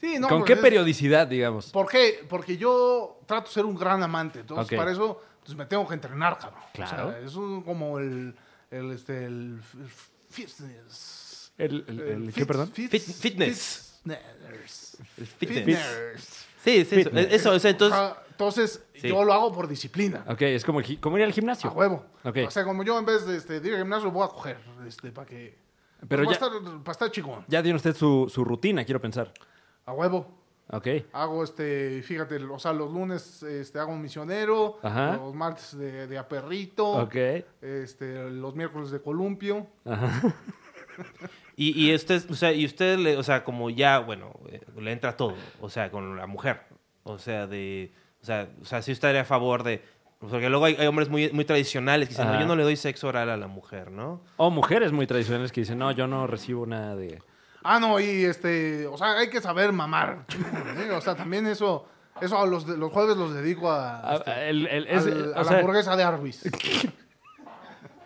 Speaker 3: Sí, no,
Speaker 1: ¿Con
Speaker 3: pues,
Speaker 1: qué
Speaker 3: es-
Speaker 1: periodicidad, digamos?
Speaker 3: ¿Por qué? Porque yo trato de ser un gran amante, entonces
Speaker 1: Ok.
Speaker 3: para eso pues, me tengo que entrenar, cabrón.
Speaker 1: Claro.
Speaker 3: O sea, es un- como el, el, este, el, f- fitness.
Speaker 1: El- el- el- ¿Qué,
Speaker 3: fit-
Speaker 1: perdón?
Speaker 3: fit-
Speaker 2: Fit- fitness.
Speaker 3: Fitness.
Speaker 2: El fitness.
Speaker 3: Fitness.
Speaker 2: Sí, sí, eso, eso, o sea, entonces,
Speaker 3: Ajá, entonces,
Speaker 2: Sí.
Speaker 3: yo lo hago por disciplina.
Speaker 1: Ok, es como, el gi- como ir al gimnasio.
Speaker 3: A huevo.
Speaker 1: Ok.
Speaker 3: O sea, como yo en vez de, este, de ir al gimnasio, voy a coger este, para que.
Speaker 1: Pero
Speaker 3: para
Speaker 1: ya-
Speaker 3: estar, para estar chingón.
Speaker 1: Ya tiene usted su, su rutina, quiero pensar.
Speaker 3: A huevo.
Speaker 1: Ok.
Speaker 3: Hago este, fíjate, o sea, los lunes este, hago un misionero,
Speaker 1: Ajá.
Speaker 3: los martes de, de a perrito,
Speaker 1: Ok.
Speaker 3: este, los miércoles de columpio.
Speaker 1: Ajá.
Speaker 2: Y, y usted, o sea, y usted, le, o sea, como ya, bueno, eh, le entra todo, o sea, con la mujer, o sea, de, o sea, o sea, sí estaría a favor de, porque luego hay, hay hombres muy, muy tradicionales que dicen, no,
Speaker 1: Ajá.
Speaker 2: yo no le doy sexo oral a la mujer, ¿no?
Speaker 1: O mujeres muy tradicionales que dicen, no, yo no recibo nada de...
Speaker 3: Ah, no, y este, o sea, hay que saber mamar. chingón, ¿eh? O sea, también eso, eso a los, de- los jueves los dedico a,
Speaker 1: Ah, el- el- es- eh,
Speaker 3: al-
Speaker 1: o
Speaker 3: a la
Speaker 1: sea,
Speaker 3: hamburguesa de Arby's.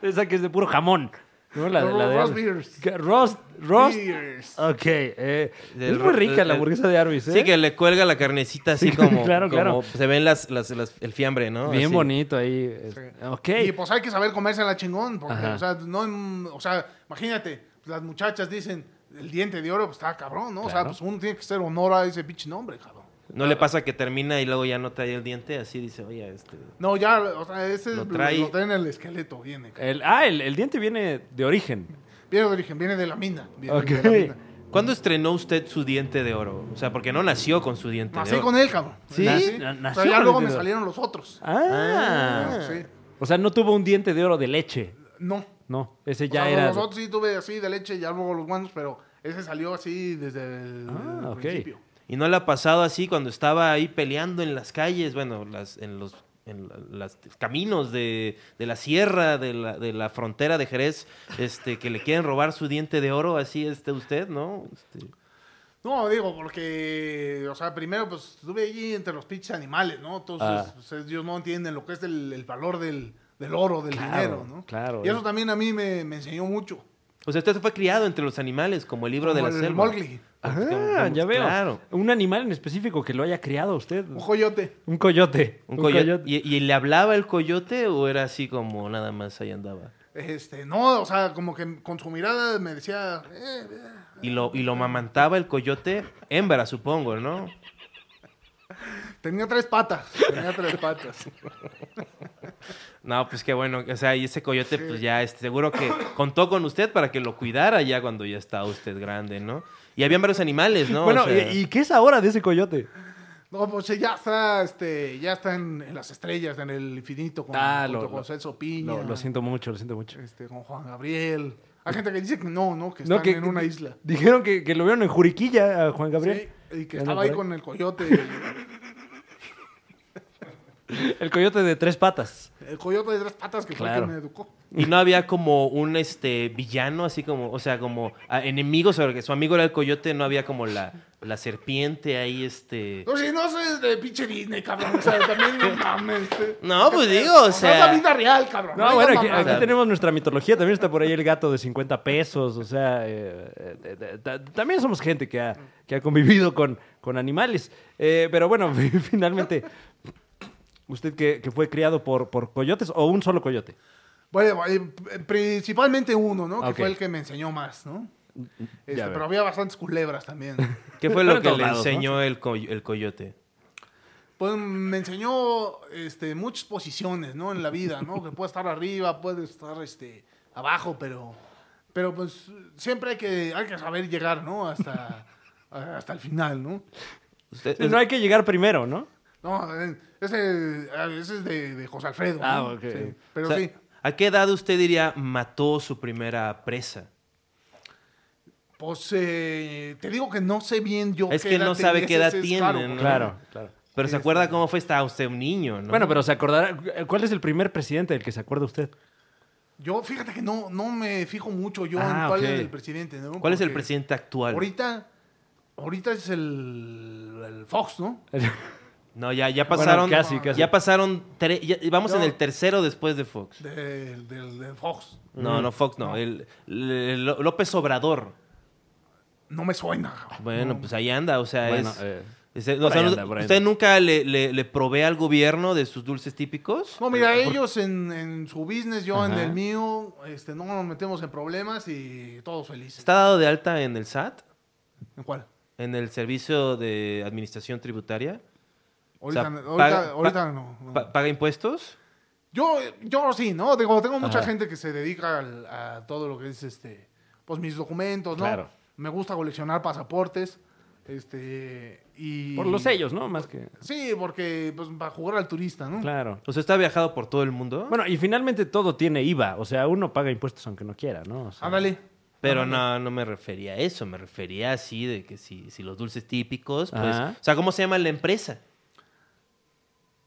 Speaker 1: Esa que es de puro jamón. ¿no? La, de- la de
Speaker 3: Roast
Speaker 1: Arby's.
Speaker 3: beers.
Speaker 1: ¿Qué? Roast. Roast.
Speaker 3: Beers.
Speaker 1: Ok. eh,
Speaker 2: Del
Speaker 1: es muy
Speaker 2: ro-
Speaker 1: rica
Speaker 2: el-
Speaker 1: la
Speaker 2: el-
Speaker 1: hamburguesa de Arby's, ¿eh?
Speaker 2: Sí, que le cuelga la carnecita así
Speaker 1: Sí,
Speaker 2: como,
Speaker 1: claro, claro.
Speaker 2: como se ven las, las, las- el fiambre, ¿no?
Speaker 1: Bien
Speaker 2: Así.
Speaker 1: bonito ahí. es- Ok.
Speaker 3: Y pues hay que saber comérsela chingón, porque,
Speaker 1: Ajá.
Speaker 3: o sea, no, mm, o sea, imagínate, las muchachas dicen, el diente de oro, pues está cabrón, ¿no? O sea,
Speaker 1: Claro.
Speaker 3: pues uno tiene que hacer honor a ese pinche nombre, cabrón.
Speaker 2: ¿No le pasa que termina y luego ya no trae el diente? Así dice, oye, este...
Speaker 3: No, ya, o sea, ese
Speaker 2: Lo
Speaker 3: lo,
Speaker 2: trae-
Speaker 3: lo trae en el esqueleto, viene. cabrón.
Speaker 1: El- ah, el, el diente viene de origen.
Speaker 3: Viene de origen, viene de la mina. Viene
Speaker 1: Ok.
Speaker 3: de la mina.
Speaker 2: ¿Cuándo estrenó usted su diente de oro? O sea, porque no nació con su diente de
Speaker 3: Nací
Speaker 2: oro.
Speaker 3: con él, cabrón.
Speaker 1: ¿Sí?
Speaker 3: Nací.
Speaker 1: Na-
Speaker 3: O
Speaker 1: nació
Speaker 3: sea, ya
Speaker 1: con
Speaker 3: luego
Speaker 1: el
Speaker 3: me
Speaker 1: dedo.
Speaker 3: salieron los otros.
Speaker 1: Ah.
Speaker 3: Sí.
Speaker 1: O sea, no tuvo un diente de oro de leche.
Speaker 3: No.
Speaker 1: No, ese
Speaker 3: O
Speaker 1: ya
Speaker 3: sea,
Speaker 1: era.
Speaker 3: Los otros sí tuve así de leche, ya luego los guanos, pero ese salió así desde el,
Speaker 1: Ah,
Speaker 3: el
Speaker 1: ok.
Speaker 3: principio.
Speaker 2: ¿Y no le ha pasado así cuando estaba ahí peleando en las calles, bueno, las, en los en la- las caminos de, de la sierra, de la, de la frontera de Jerez, este, que le quieren robar su diente de oro, así este usted, ¿no? Este,
Speaker 3: No, digo, porque, o sea, primero, pues estuve allí entre los pinches animales, ¿no? Entonces,
Speaker 1: Ah.
Speaker 3: pues, ellos no entienden lo que es el, el valor del, del oro, del
Speaker 1: Claro,
Speaker 3: dinero, ¿no?
Speaker 1: claro,
Speaker 3: Y eso
Speaker 1: eh.
Speaker 3: también a mí me, me enseñó mucho.
Speaker 2: O sea, usted se fue criado entre los animales, como el libro
Speaker 3: Como
Speaker 2: de la
Speaker 3: el
Speaker 2: selva.
Speaker 3: Mowgli.
Speaker 2: Porque,
Speaker 1: Ah,
Speaker 2: digamos,
Speaker 1: ya veo.
Speaker 2: Claro.
Speaker 1: Un animal en específico que lo haya criado usted.
Speaker 3: Un coyote.
Speaker 1: Un coyote.
Speaker 2: Un coyote. ¿Y, y le hablaba el coyote o era así como nada más ahí andaba?
Speaker 3: Este, no, o sea, como que con su mirada me decía, eh, eh,
Speaker 2: Y lo, y lo mamantaba el coyote hembra, supongo, ¿no?
Speaker 3: tenía tres patas, tenía tres patas.
Speaker 2: No, pues qué bueno. O sea, y ese coyote, pues ya este, seguro que contó con usted para que lo cuidara ya cuando ya estaba usted grande, ¿no? Y habían varios animales, ¿no? O
Speaker 1: bueno,
Speaker 2: sea,
Speaker 1: ¿y, y qué es ahora de ese coyote?
Speaker 3: No, pues ya está, este, ya está en, en las estrellas, en el infinito, con,
Speaker 1: Ah,
Speaker 3: junto
Speaker 1: lo-
Speaker 3: con
Speaker 1: lo-
Speaker 3: Celso Piña,
Speaker 1: Lo, lo siento mucho, lo siento mucho.
Speaker 3: este, con Juan Gabriel. Hay gente que dice que no, ¿no? Que
Speaker 1: No,
Speaker 3: están
Speaker 1: que-
Speaker 3: en una isla.
Speaker 1: Dijeron que, que lo vieron en Juriquilla a Juan Gabriel.
Speaker 3: Sí, y que
Speaker 1: Anda
Speaker 3: estaba
Speaker 1: por
Speaker 3: ahí
Speaker 1: ahí.
Speaker 3: con el coyote.
Speaker 1: El coyote de tres patas.
Speaker 3: El coyote de tres patas que fue el
Speaker 1: Claro.
Speaker 3: que me educó.
Speaker 2: Y no había como un este villano, así como, o sea, como ah, enemigos, o que su amigo era el coyote, no había como la, la serpiente ahí, este.
Speaker 3: No, si no soy de pinche Disney, cabrón. O sea, también no mames. este.
Speaker 2: No, pues
Speaker 3: Qué pedo.
Speaker 2: digo, o
Speaker 3: No,
Speaker 2: sea-
Speaker 3: Es la vida real, cabrón.
Speaker 1: No,
Speaker 3: digas
Speaker 1: bueno, aquí,
Speaker 3: mamadas.
Speaker 1: aquí tenemos nuestra mitología. También está por ahí el gato de 50 pesos. O sea, eh, eh, eh, ta- también somos gente que ha, que ha convivido con, con animales. Eh, pero bueno, finalmente, usted que, que fue criado por, por coyotes o un solo coyote.
Speaker 3: Bueno, eh, principalmente uno, ¿no? Que
Speaker 1: Ok.
Speaker 3: fue el que me enseñó más, ¿no? Este,
Speaker 1: Ya veo.
Speaker 3: pero había bastantes culebras también.
Speaker 2: ¿Qué
Speaker 1: Pero
Speaker 2: fue lo
Speaker 1: en
Speaker 2: que
Speaker 1: todos
Speaker 2: le
Speaker 1: lados, ¿no?
Speaker 2: enseñó el, coy- el coyote?
Speaker 3: Pues me enseñó este, muchas posiciones, ¿no? En la vida, ¿no? Que puede estar arriba, puede estar este, abajo, pero, pero pues siempre hay que, hay que saber llegar, ¿no? Hasta, hasta el final, ¿no?
Speaker 2: Usted-
Speaker 1: No hay que llegar primero, ¿no?
Speaker 3: No, eh, ese, ah, ese es de, de José Alfredo.
Speaker 1: Ah,
Speaker 3: ¿no?
Speaker 1: ok.
Speaker 3: Sí, Pero
Speaker 2: o sea,
Speaker 3: sí,
Speaker 2: ¿A qué edad usted diría mató su primera presa?
Speaker 3: pues eh, te digo que no sé bien yo
Speaker 2: Es que
Speaker 3: edad
Speaker 2: no sabe
Speaker 3: tenía,
Speaker 2: qué
Speaker 3: ese
Speaker 2: edad
Speaker 3: es
Speaker 2: tiene,
Speaker 3: claro,
Speaker 2: ¿no?
Speaker 3: porque-
Speaker 1: Claro, claro.
Speaker 2: Pero se
Speaker 3: Este-
Speaker 2: acuerda cómo fue, estaba usted un niño, ¿no?
Speaker 1: Bueno, pero se acordará. ¿Cuál es el primer presidente del que se acuerda usted?
Speaker 3: Yo, fíjate que no, no me fijo mucho yo
Speaker 1: Ah,
Speaker 3: en cuál
Speaker 1: ok.
Speaker 3: es el presidente, ¿no?
Speaker 2: ¿Cuál es el
Speaker 3: Porque
Speaker 2: presidente actual?
Speaker 3: Ahorita, ahorita es el, el Fox, ¿no?
Speaker 2: No, ya, ya
Speaker 1: Bueno,
Speaker 2: pasaron.
Speaker 1: casi, casi.
Speaker 2: Ya pasaron tres. ya- Vamos en
Speaker 3: No.
Speaker 2: el tercero después de Fox.
Speaker 3: Del, del, del Fox.
Speaker 2: No, no, Fox no. El, el- Ló- López Obrador.
Speaker 3: No me suena. cabrón.
Speaker 2: Bueno, pues ahí anda, o sea,
Speaker 1: Bueno,
Speaker 2: es.
Speaker 1: eh,
Speaker 2: es- o
Speaker 1: por
Speaker 2: sea,
Speaker 1: ahí
Speaker 2: no-
Speaker 1: anda, por ahí
Speaker 2: ¿Usted
Speaker 1: anda.
Speaker 2: nunca le, le- le provee al gobierno de sus dulces típicos?
Speaker 3: No, mira, ellos en, en su business, yo en
Speaker 1: Ajá.
Speaker 3: el mío, este, no nos metemos en problemas y todos felices.
Speaker 2: ¿Está dado de alta en el SAT?
Speaker 3: ¿En cuál?
Speaker 2: ¿En el Servicio de Administración Tributaria? O sea,
Speaker 3: Ahorita, ahorita,
Speaker 2: paga-
Speaker 3: ahorita
Speaker 2: pa-
Speaker 3: no. no.
Speaker 2: pa- ¿Paga impuestos?
Speaker 3: Yo, yo sí, ¿no? Digo, tengo mucha
Speaker 1: Ajá.
Speaker 3: gente que se dedica al- a todo lo que es, este, pues mis documentos, ¿no?
Speaker 1: Claro.
Speaker 3: Me gusta coleccionar pasaportes, este, y...
Speaker 1: Por los sellos, ¿no? Más que.
Speaker 3: Sí, porque, pues, para jugar al turista, ¿no?
Speaker 1: Claro.
Speaker 2: ¿Usted está viajado por todo el mundo?
Speaker 1: Bueno, y finalmente todo tiene IVA. O sea, uno paga impuestos aunque no quiera, ¿no? O sea,
Speaker 3: Ándale.
Speaker 2: Pero no, no me refería a eso, me refería así de que si, si los dulces típicos, pues...
Speaker 1: Ajá.
Speaker 2: O sea, ¿cómo se llama la empresa?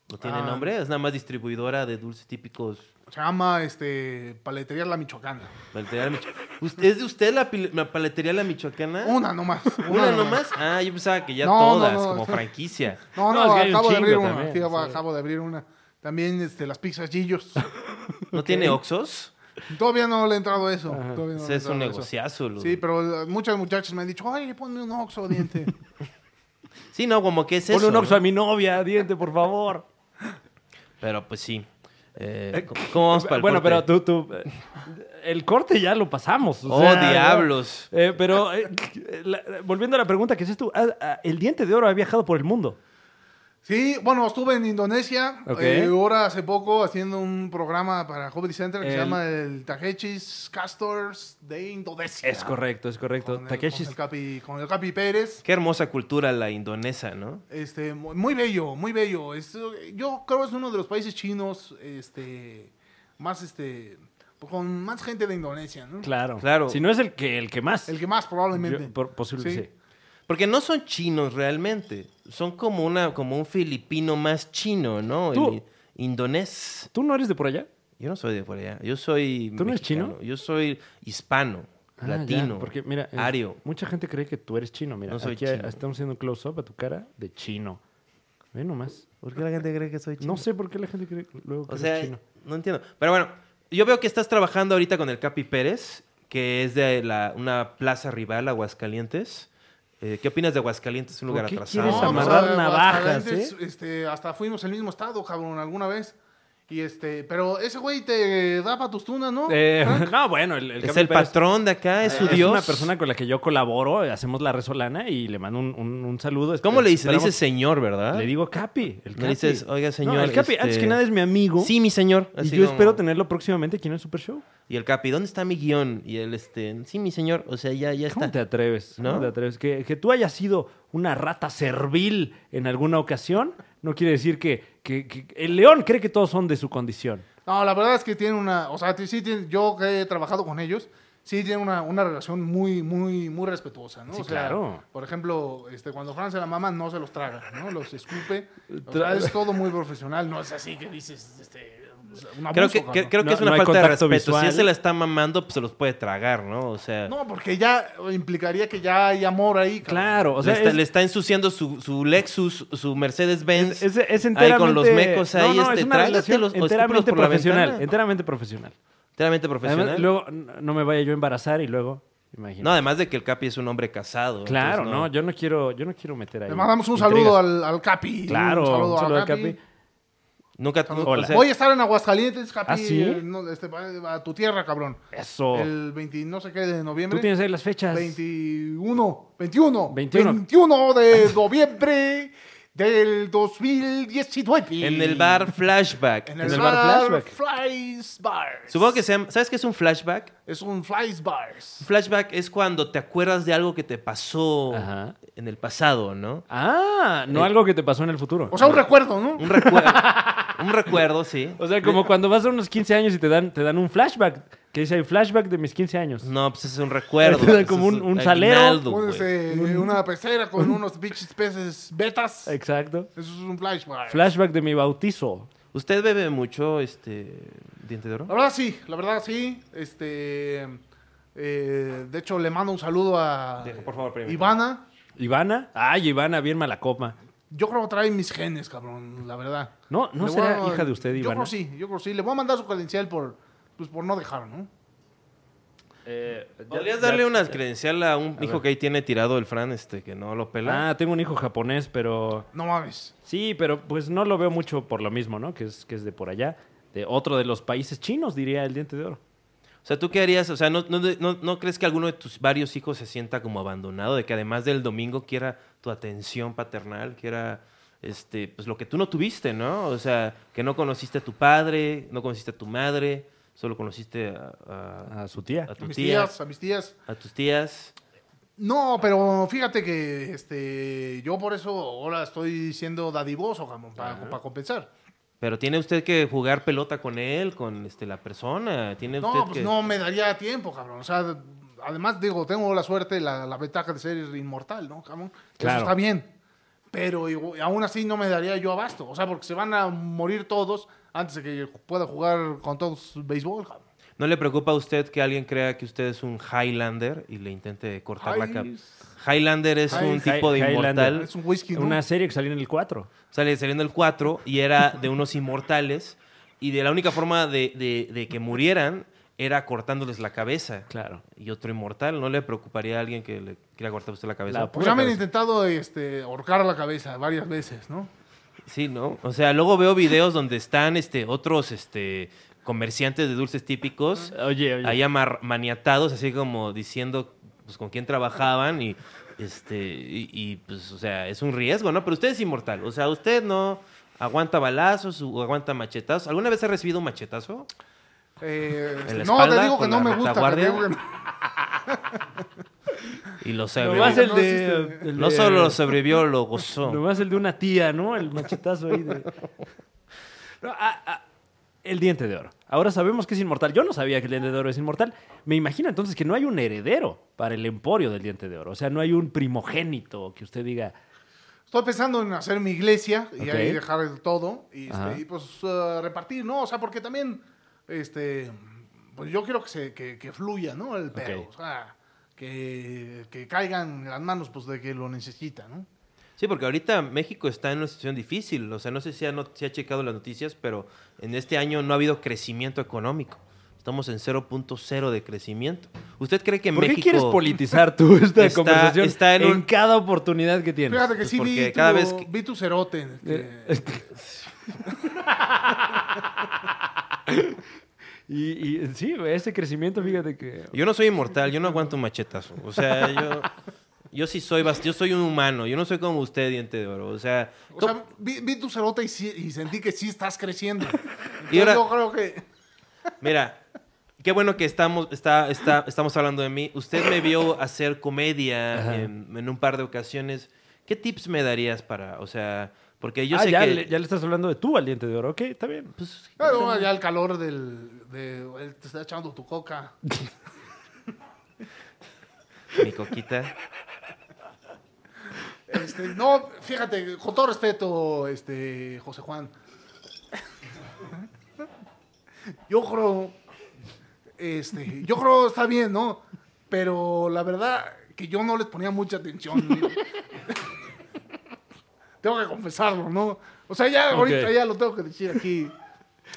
Speaker 2: ¿No tiene
Speaker 3: Ah.
Speaker 2: nombre? Es nada más distribuidora de dulces típicos.
Speaker 3: Se llama, este, Paletería La Michoacana.
Speaker 2: Paletería La Micho- ¿Ust- ¿Es de usted la, pil- la paletería La Michoacana?
Speaker 3: Una nomás.
Speaker 2: ¿Una nomás? Ah, yo pensaba que ya
Speaker 3: No, no,
Speaker 2: todas,
Speaker 3: no.
Speaker 2: como franquicia.
Speaker 3: No, no,
Speaker 1: No, es que hay un
Speaker 3: acabo de
Speaker 1: chingo
Speaker 3: abrir una.
Speaker 1: también,
Speaker 3: sí, acabo-
Speaker 1: sí.
Speaker 3: Acabo de abrir una. También, este, las pizzas Gillos.
Speaker 2: ¿No tiene Oxos?
Speaker 3: Todavía no le he entrado a eso. Todavía no le he
Speaker 2: es un
Speaker 3: entrado a eso.
Speaker 2: negociazo. lo-
Speaker 3: Sí, pero eh, muchas muchachas me han dicho, ay, ponme un oxo, diente.
Speaker 2: Sí, no, como que es
Speaker 1: Ponle
Speaker 2: eso.
Speaker 1: un oxo
Speaker 2: ¿no?
Speaker 1: a mi novia, diente, por favor.
Speaker 2: Pero pues sí. Eh, ¿cómo- ¿Cómo vamos para el
Speaker 1: bueno, pero
Speaker 2: corte?
Speaker 1: tú, tú. eh, El corte ya lo pasamos. o
Speaker 2: ¡Oh,
Speaker 1: sea,
Speaker 2: diablos!
Speaker 1: eh, pero eh, la- volviendo a la pregunta que haces tú, ah, ah, el diente de oro ha viajado por el mundo.
Speaker 3: Sí, bueno, estuve en Indonesia.
Speaker 1: Ok.
Speaker 3: eh, ahora hace poco haciendo un programa para Comedy Center que se
Speaker 1: El-
Speaker 3: llama el Takechis Castors de Indonesia.
Speaker 1: Es correcto, es correcto.
Speaker 3: Ah. Con el,
Speaker 1: Takeshi.
Speaker 3: Con el, Capi, con el Capi Pérez.
Speaker 2: Qué hermosa cultura la indonesa, ¿no?
Speaker 3: Este, mu- muy bello, muy bello. Es, eh, yo creo que es uno de los países chinos este, más, este, con más gente de Indonesia, ¿no?
Speaker 1: Claro.
Speaker 2: Claro.
Speaker 1: Si no es el que, el que más.
Speaker 3: El que más probablemente.
Speaker 1: Yo- por- posible,
Speaker 3: Sí.
Speaker 1: sí.
Speaker 2: Porque no son chinos realmente. Son como, una, como un filipino más chino, ¿no?
Speaker 1: Tú-
Speaker 2: El i- indonés.
Speaker 1: ¿Tú no eres de por allá?
Speaker 2: Yo no soy de por allá. Yo soy.
Speaker 1: ¿Tú no eres
Speaker 2: mexicano.
Speaker 1: chino?
Speaker 2: Yo soy hispano.
Speaker 1: Ah,
Speaker 2: latino,
Speaker 1: ya, porque mira, es-
Speaker 2: ario.
Speaker 1: Mucha gente cree que tú eres chino. Mira,
Speaker 2: No soy
Speaker 1: aquí hay-
Speaker 2: chino.
Speaker 1: estamos haciendo un close-up a tu cara de chino. Ve nomás.
Speaker 2: ¿Por qué la gente cree que soy
Speaker 1: No sé por qué la gente cree luego que
Speaker 2: O
Speaker 1: eres
Speaker 2: sea,
Speaker 1: chino.
Speaker 2: no entiendo. Pero bueno, yo veo que estás trabajando ahorita con el Capi Pérez, que es de la- una plaza rival, Aguascalientes. Eh, ¿Qué opinas de Aguascalientes? Es un
Speaker 1: ¿Por
Speaker 2: lugar
Speaker 1: qué
Speaker 2: atrasado.
Speaker 1: quieres
Speaker 3: pues,
Speaker 1: amarrar
Speaker 3: a- a-
Speaker 1: navajas,
Speaker 3: antes,
Speaker 1: ¿eh?
Speaker 3: este, hasta fuimos el mismo estado, cabrón, alguna vez. Y este, pero ese güey te da para tus tunas, ¿no?
Speaker 1: Eh, no, bueno, el,
Speaker 2: es
Speaker 1: Capi
Speaker 2: el
Speaker 1: Pérez-
Speaker 2: patrón de acá, es su
Speaker 1: Eh, es
Speaker 2: dios.
Speaker 1: una persona con la que yo colaboro, eh, hacemos la resolana y le mando un, un- un saludo.
Speaker 2: ¿Cómo
Speaker 1: Espe-
Speaker 2: le dices? Le
Speaker 1: esperamos-
Speaker 2: dices señor, ¿verdad?
Speaker 1: Le digo Capi. El
Speaker 2: No
Speaker 1: Capi.
Speaker 2: dices, "Oiga, señor,
Speaker 1: No, el Capi,
Speaker 2: este-
Speaker 1: antes que nada, es mi amigo.
Speaker 2: Sí, mi señor.
Speaker 1: Y
Speaker 2: Así
Speaker 1: yo
Speaker 2: como-
Speaker 1: espero tenerlo próximamente aquí en el Super Show.
Speaker 2: Y el Capi, ¿dónde está mi guión? Y él, este, sí, mi señor. O sea, ya, ya
Speaker 1: ¿Cómo
Speaker 2: está.
Speaker 1: te atreves? ¿Cómo
Speaker 2: ¿No?
Speaker 1: te atreves? Que, que tú hayas sido una rata servil en alguna ocasión no quiere decir que, que- que- el león cree que todos son de su condición.
Speaker 3: No, la verdad es que tiene una, o sea, sí tiene, yo que he trabajado con ellos, sí tiene una, una relación muy, muy, muy respetuosa, ¿no?
Speaker 1: Sí,
Speaker 3: o sea,
Speaker 1: claro.
Speaker 3: Por ejemplo, este, cuando Fran se la mama, no se los traga, ¿no? Los escupe. O sea,
Speaker 1: Tra-
Speaker 3: es todo muy profesional, no es así que dices, este, un abuso,
Speaker 2: Creo que,
Speaker 3: cabrón.
Speaker 2: que- creo que
Speaker 1: No-
Speaker 2: es una
Speaker 1: no hay
Speaker 2: falta de
Speaker 1: contacto
Speaker 2: respeto. Si él
Speaker 1: visual.
Speaker 2: se la está mamando, pues se los puede tragar, ¿no? O sea,
Speaker 3: No, porque ya implicaría que ya hay amor ahí. cabrón.
Speaker 1: Claro, o sea,
Speaker 2: le, está,
Speaker 1: es-
Speaker 2: le está ensuciando su, su Lexus, su Mercedes-Benz.
Speaker 1: es, es- es
Speaker 2: ahí con los
Speaker 1: enteramente-
Speaker 2: mecos ahí,
Speaker 1: No, no,
Speaker 2: este,
Speaker 1: es una relación
Speaker 2: trágatelos o escúpelos
Speaker 1: enteramente
Speaker 2: por la
Speaker 1: profesional,
Speaker 2: ventana.
Speaker 1: enteramente profesional.
Speaker 2: Enteramente profesional.
Speaker 1: Además, luego n- no me vaya yo a embarazar y luego, imagínate.
Speaker 2: no, además de que el Capi es un hombre casado.
Speaker 1: claro,
Speaker 2: entonces
Speaker 1: no. yo no quiero, yo no quiero meter ahí.
Speaker 3: Le mandamos un
Speaker 1: intrigas.
Speaker 3: saludo al, al Capi.
Speaker 1: Claro, un saludo al Capi.
Speaker 2: Nunca. nu-
Speaker 1: Hola.
Speaker 2: o sea,
Speaker 3: Voy a estar en Aguascalientes, Capi.
Speaker 1: ¿Ah, sí?
Speaker 3: eh, no, este, va- a tu tierra, cabrón.
Speaker 1: Eso.
Speaker 3: El 20, no sé qué, de noviembre.
Speaker 1: Tú tienes ahí las fechas.
Speaker 3: 21, 21,
Speaker 1: 21.
Speaker 3: 21 de noviembre del 2019.
Speaker 2: en el bar Flashback.
Speaker 3: En el,
Speaker 1: en el
Speaker 3: bar,
Speaker 1: bar
Speaker 3: Flashback.
Speaker 1: Flashback.
Speaker 3: Flies Bars.
Speaker 2: Supongo que se llama- ¿Sabes qué es un flashback?
Speaker 3: Es un Flies Bars.
Speaker 2: Un flashback es cuando te acuerdas de algo que te pasó
Speaker 1: Ajá.
Speaker 2: en el pasado, ¿no?
Speaker 1: Ah, no
Speaker 2: Eh,
Speaker 1: algo que te pasó en el futuro.
Speaker 3: O sea, un recuerdo, ¿no?
Speaker 2: Un recuerdo. un recuerdo, sí.
Speaker 1: O sea, como cuando vas a unos 15 años y te dan, te dan un flashback. Que dice, el flashback de mis 15 años.
Speaker 2: No, pues es un recuerdo.
Speaker 1: Te dan
Speaker 2: pues,
Speaker 1: como
Speaker 2: es
Speaker 1: un- un salero.
Speaker 2: aguinaldo,
Speaker 3: Un,
Speaker 2: güey.
Speaker 3: este, una pecera con unos bichos peces betas. Eso
Speaker 1: Exacto.
Speaker 3: es un Flies Bar.
Speaker 1: Flashback de mi bautizo.
Speaker 2: ¿Usted bebe mucho este diente de oro?
Speaker 3: La verdad sí, la verdad sí. Este, eh, de hecho, le mando un saludo a
Speaker 2: Deja, por favor, permítame.
Speaker 3: Ivana.
Speaker 1: Ivana. Ay, Ivana, bien mala copa.
Speaker 3: Yo creo que trae mis genes, cabrón, la verdad.
Speaker 1: No, no
Speaker 3: Le voy
Speaker 1: será
Speaker 3: a-
Speaker 1: hija de usted,
Speaker 3: Yo creo
Speaker 1: Ivana.
Speaker 3: sí, yo creo sí. Le voy a mandar su credencial por, pues, por no dejar, ¿no?
Speaker 1: Eh, ya-
Speaker 2: ¿Podrías
Speaker 1: ya-
Speaker 2: darle una credencial a un hijo que ahí tiene tirado el Fran, este, que no lo pela?
Speaker 1: Ah, tengo un hijo japonés, pero...
Speaker 3: No mames.
Speaker 1: Sí, pero pues no lo veo mucho por lo mismo, ¿no? Que es, que es de por allá. De otro de los países chinos, diría el diente de oro.
Speaker 2: O sea, ¿tú qué harías? O sea, ¿no, no, no, no crees que alguno de tus varios hijos se sienta como abandonado? De que además del domingo quiera tu atención paternal, quiera este, pues, lo que tú no tuviste, ¿no? O sea, que no conociste a tu padre, no conociste a tu madre, solo conociste a, a-
Speaker 1: A su tía.
Speaker 2: a
Speaker 3: A
Speaker 2: tu
Speaker 3: mis
Speaker 2: tía,
Speaker 3: tías, a mis tías.
Speaker 2: a tus tías.
Speaker 3: No, pero fíjate que este, yo por eso ahora estoy siendo dadivoso, cabrón, para, para compensar.
Speaker 2: Pero tiene usted que jugar pelota con él, con este, la persona. ¿Tiene
Speaker 3: No,
Speaker 2: usted
Speaker 3: pues
Speaker 2: que...
Speaker 3: no me daría tiempo, cabrón. O sea, además digo, tengo la suerte, la, la ventaja de ser inmortal, ¿no, cabrón?
Speaker 1: Claro.
Speaker 3: Eso está bien. Pero igu- aún así no me daría yo abasto. O sea, porque se van a morir todos antes de que pueda jugar con todos béisbol, cabrón.
Speaker 2: ¿No le preocupa a usted que alguien crea que usted es un Highlander y le intente cortar la cabeza? Highlander es
Speaker 3: Hi-
Speaker 2: un tipo de
Speaker 1: Hi-
Speaker 2: inmortal.
Speaker 1: Highlander.
Speaker 3: Es un whisky, ¿no?
Speaker 1: Una serie que salió en el 4.
Speaker 2: Sale saliendo el 4 y era de unos inmortales. Y de la única forma de, de- de que murieran era cortándoles la cabeza.
Speaker 1: Claro.
Speaker 2: Y otro inmortal, ¿no le preocuparía a alguien que le quiera cortar a usted la cabeza?
Speaker 1: La
Speaker 3: Pues ya me han
Speaker 1: cabeza.
Speaker 3: intentado este, ahorcar la cabeza varias veces, ¿no?
Speaker 2: Sí, ¿no? O sea, luego veo videos donde están este, otros este, comerciantes de dulces típicos
Speaker 1: Oye, oye.
Speaker 2: ahí amar- maniatados, así como diciendo pues, con quién trabajaban y, este, y, y, pues, o sea, es un riesgo, ¿no? Pero usted es inmortal, o sea, usted no aguanta balazos o aguanta machetazos. ¿Alguna vez ha recibido un machetazo?
Speaker 3: Eh,
Speaker 2: ¿En la
Speaker 3: no,
Speaker 2: espalda,
Speaker 3: te digo que
Speaker 2: con
Speaker 3: no
Speaker 2: la
Speaker 3: me gusta. te
Speaker 2: retaguardia?
Speaker 3: digo que no.
Speaker 2: Y lo
Speaker 1: Nomás
Speaker 2: sobrevivió.
Speaker 1: el
Speaker 3: No
Speaker 1: de...
Speaker 3: existe.
Speaker 1: el
Speaker 2: No
Speaker 1: de-
Speaker 2: solo lo sobrevivió, lo gozó.
Speaker 1: Nomás el de una tía, ¿no? El machetazo ahí de... No, ah, ah, el diente de oro. Ahora sabemos que es inmortal. Yo no sabía que el diente de oro es inmortal. Me imagino entonces que no hay un heredero para el emporio del diente de oro. O sea, no hay un primogénito que usted diga...
Speaker 3: Estoy pensando en hacer mi iglesia y
Speaker 1: Ok.
Speaker 3: ahí dejar el todo y, este,
Speaker 1: Ajá.
Speaker 3: y, pues eh, repartir, ¿no? O sea, porque también este, pues yo quiero que, se, que, que fluya, ¿no? El pedo.
Speaker 1: Ok.
Speaker 3: O sea, que, que caigan las manos, pues, de que lo necesita, ¿no?
Speaker 2: Sí, porque ahorita México está en una situación difícil. O sea, no sé si ha, no- si ha checado las noticias, pero en este año no ha habido crecimiento económico. Estamos en 0.0 de crecimiento. ¿Usted cree que
Speaker 1: ¿Por
Speaker 2: México...
Speaker 1: qué quieres politizar tú esta
Speaker 2: está-
Speaker 1: conversación
Speaker 2: está en
Speaker 1: en,
Speaker 2: un-
Speaker 1: cada oportunidad que tienes?
Speaker 3: Fíjate que
Speaker 2: Pues
Speaker 3: sí vi
Speaker 2: porque
Speaker 3: tu,
Speaker 2: cada vez que-
Speaker 3: vi tu cerote. que-
Speaker 1: Y, y sí, güey, ese crecimiento, fíjate que...
Speaker 2: Yo no soy inmortal, yo no aguanto un machetazo. O sea, yo, yo sí soy, bast- yo soy un humano, yo no soy como usted, diente de oro. O sea,
Speaker 3: o
Speaker 2: ¿cómo-
Speaker 3: sea, vi, vi tu cerote y, sí- y sentí que sí estás creciendo.
Speaker 2: Y
Speaker 3: y
Speaker 2: ahora-
Speaker 3: yo creo que...
Speaker 2: mira, qué bueno que estamos, está, está, estamos hablando de mí. Usted me vio hacer comedia en, en un par de ocasiones. ¿Qué tips me darías para, o sea, porque yo
Speaker 1: ah,
Speaker 2: sé
Speaker 1: ya,
Speaker 2: que...
Speaker 1: le, ya le estás hablando de tú al diente de oro. Ok, está bien.
Speaker 2: pues,
Speaker 3: Claro, ya el calor del... De, él te está echando tu coca.
Speaker 2: mi coquita.
Speaker 3: Este, no, fíjate, con todo respeto, este, José Juan. Yo creo, este, yo creo está bien, ¿no? Pero la verdad que yo no les ponía mucha atención. tengo que confesarlo, ¿no? O sea, ya ahorita
Speaker 1: Ok.
Speaker 3: ya lo tengo que decir aquí,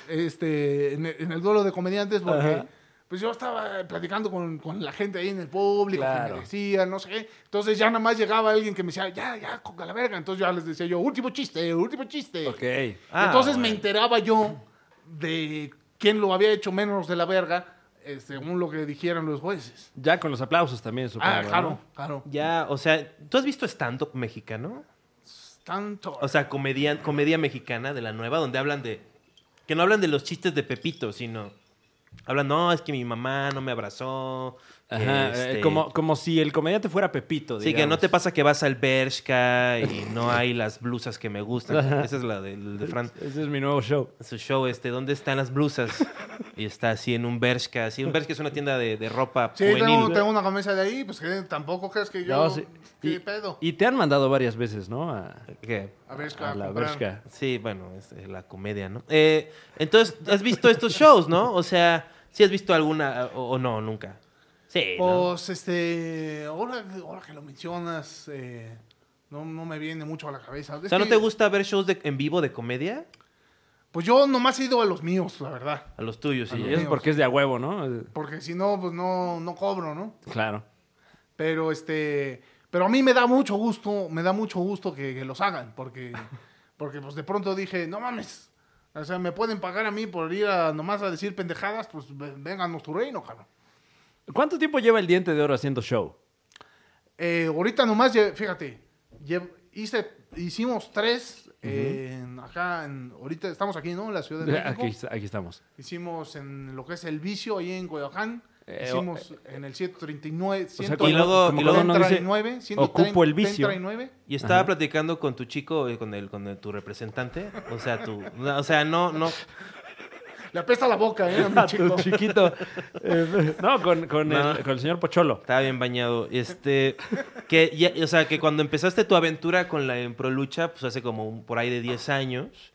Speaker 3: este, en, el- en el duelo de comediantes, porque
Speaker 1: Ajá.
Speaker 3: pues yo estaba platicando con, con la gente ahí en el público, que
Speaker 1: Claro.
Speaker 3: me decía, no sé qué. Entonces ya nada más llegaba alguien que me decía, ya, ya, coca la verga. Entonces ya les decía yo, último chiste, último chiste.
Speaker 1: Ok.
Speaker 2: Ah,
Speaker 3: Entonces me
Speaker 2: bueno.
Speaker 3: enteraba yo de quién lo había hecho menos de la verga, eh, según lo que dijeran los jueces.
Speaker 1: Ya con los aplausos también, supongo.
Speaker 3: Ah,
Speaker 1: ¿no?
Speaker 3: claro, claro.
Speaker 2: Ya, o sea, ¿tú has visto stand-up mexicano?
Speaker 3: Tanto.
Speaker 2: O sea, comedia, comedia mexicana de la nueva, donde hablan de. Que no hablan de los chistes de Pepito, sino. Hablan, no, es que mi mamá no me abrazó. que,
Speaker 1: Ajá, eh,
Speaker 2: este,
Speaker 1: como, como si el comediante fuera Pepito,
Speaker 2: Sí, que no
Speaker 1: digamos.
Speaker 2: te pasa que vas al Bershka y no hay las blusas que me gustan. Esa es la del de Fran.
Speaker 1: Ese es mi nuevo show.
Speaker 2: Su show, este, ¿dónde están las blusas? Y está así en un Bershka. Así, un Bershka es una tienda de, de ropa
Speaker 3: Sí,
Speaker 2: juvenil.
Speaker 3: tengo, tengo una camisa de ahí, pues que tampoco crees que yo.
Speaker 1: No, sí.
Speaker 3: ¿Qué
Speaker 1: Y,
Speaker 3: pedo?
Speaker 1: y te han mandado varias veces, ¿no? A,
Speaker 2: ¿Qué?
Speaker 3: a ver, es que
Speaker 1: a
Speaker 3: a
Speaker 1: la
Speaker 3: comprar.
Speaker 1: Bershka.
Speaker 2: Sí, bueno, es eh, la comedia, ¿no? Eh, entonces, ¿has visto estos shows, no? O sea, ¿sí has visto alguna o, o no, nunca? Sí, ¿no?
Speaker 3: Pues, este, ahora, ahora que lo mencionas, eh, no, no me viene mucho a la cabeza.
Speaker 2: O sea, ¿no te gusta ver shows de- en vivo de comedia?
Speaker 3: Pues yo nomás he ido a los míos, la verdad.
Speaker 2: A los tuyos, sí.
Speaker 1: Y
Speaker 2: Es-
Speaker 1: eso porque es de a huevo, ¿no? Eh,
Speaker 3: Porque si no, pues no, no cobro, ¿no?
Speaker 1: Claro.
Speaker 3: Pero este. Pero a mí me da mucho gusto, me da mucho gusto que, que los hagan, porque, porque pues de pronto dije, no mames, o sea, me pueden pagar a mí por ir a nomás a decir pendejadas, pues ve- vénganos tu reino, cabrón.
Speaker 1: ¿Cuánto tiempo lleva el diente de oro haciendo show?
Speaker 3: Eh, ahorita nomás, lle- fíjate, lle- hice, hicimos tres eh, en- acá, en, ahorita estamos aquí, ¿no? En la Ciudad de México.
Speaker 1: Aquí, está- aquí estamos.
Speaker 3: Hicimos en lo que es El Vicio, ahí en Coyoacán.
Speaker 1: Eh,
Speaker 3: Hicimos en el 139,
Speaker 1: O sea, como-
Speaker 3: 139,
Speaker 2: Y luego-
Speaker 1: como cuando
Speaker 2: y luego
Speaker 1: uno dice,
Speaker 3: 139,
Speaker 1: ocupo el vicio.
Speaker 3: 139.
Speaker 2: Y estaba
Speaker 1: Ajá.
Speaker 2: platicando con tu chico, eh, con el, con el- tu representante. O sea, tu, no, o sea, no, no.
Speaker 3: Le apesta la boca, ¿eh? a mi
Speaker 1: Ah,
Speaker 3: chico.
Speaker 1: tu chiquito. Eh, no, con, con
Speaker 2: No.
Speaker 1: El, con el señor Pocholo.
Speaker 2: Estaba bien bañado. Este, que ya- o sea, que cuando empezaste tu aventura con la Prolucha, pues hace como un- por ahí de 10 años.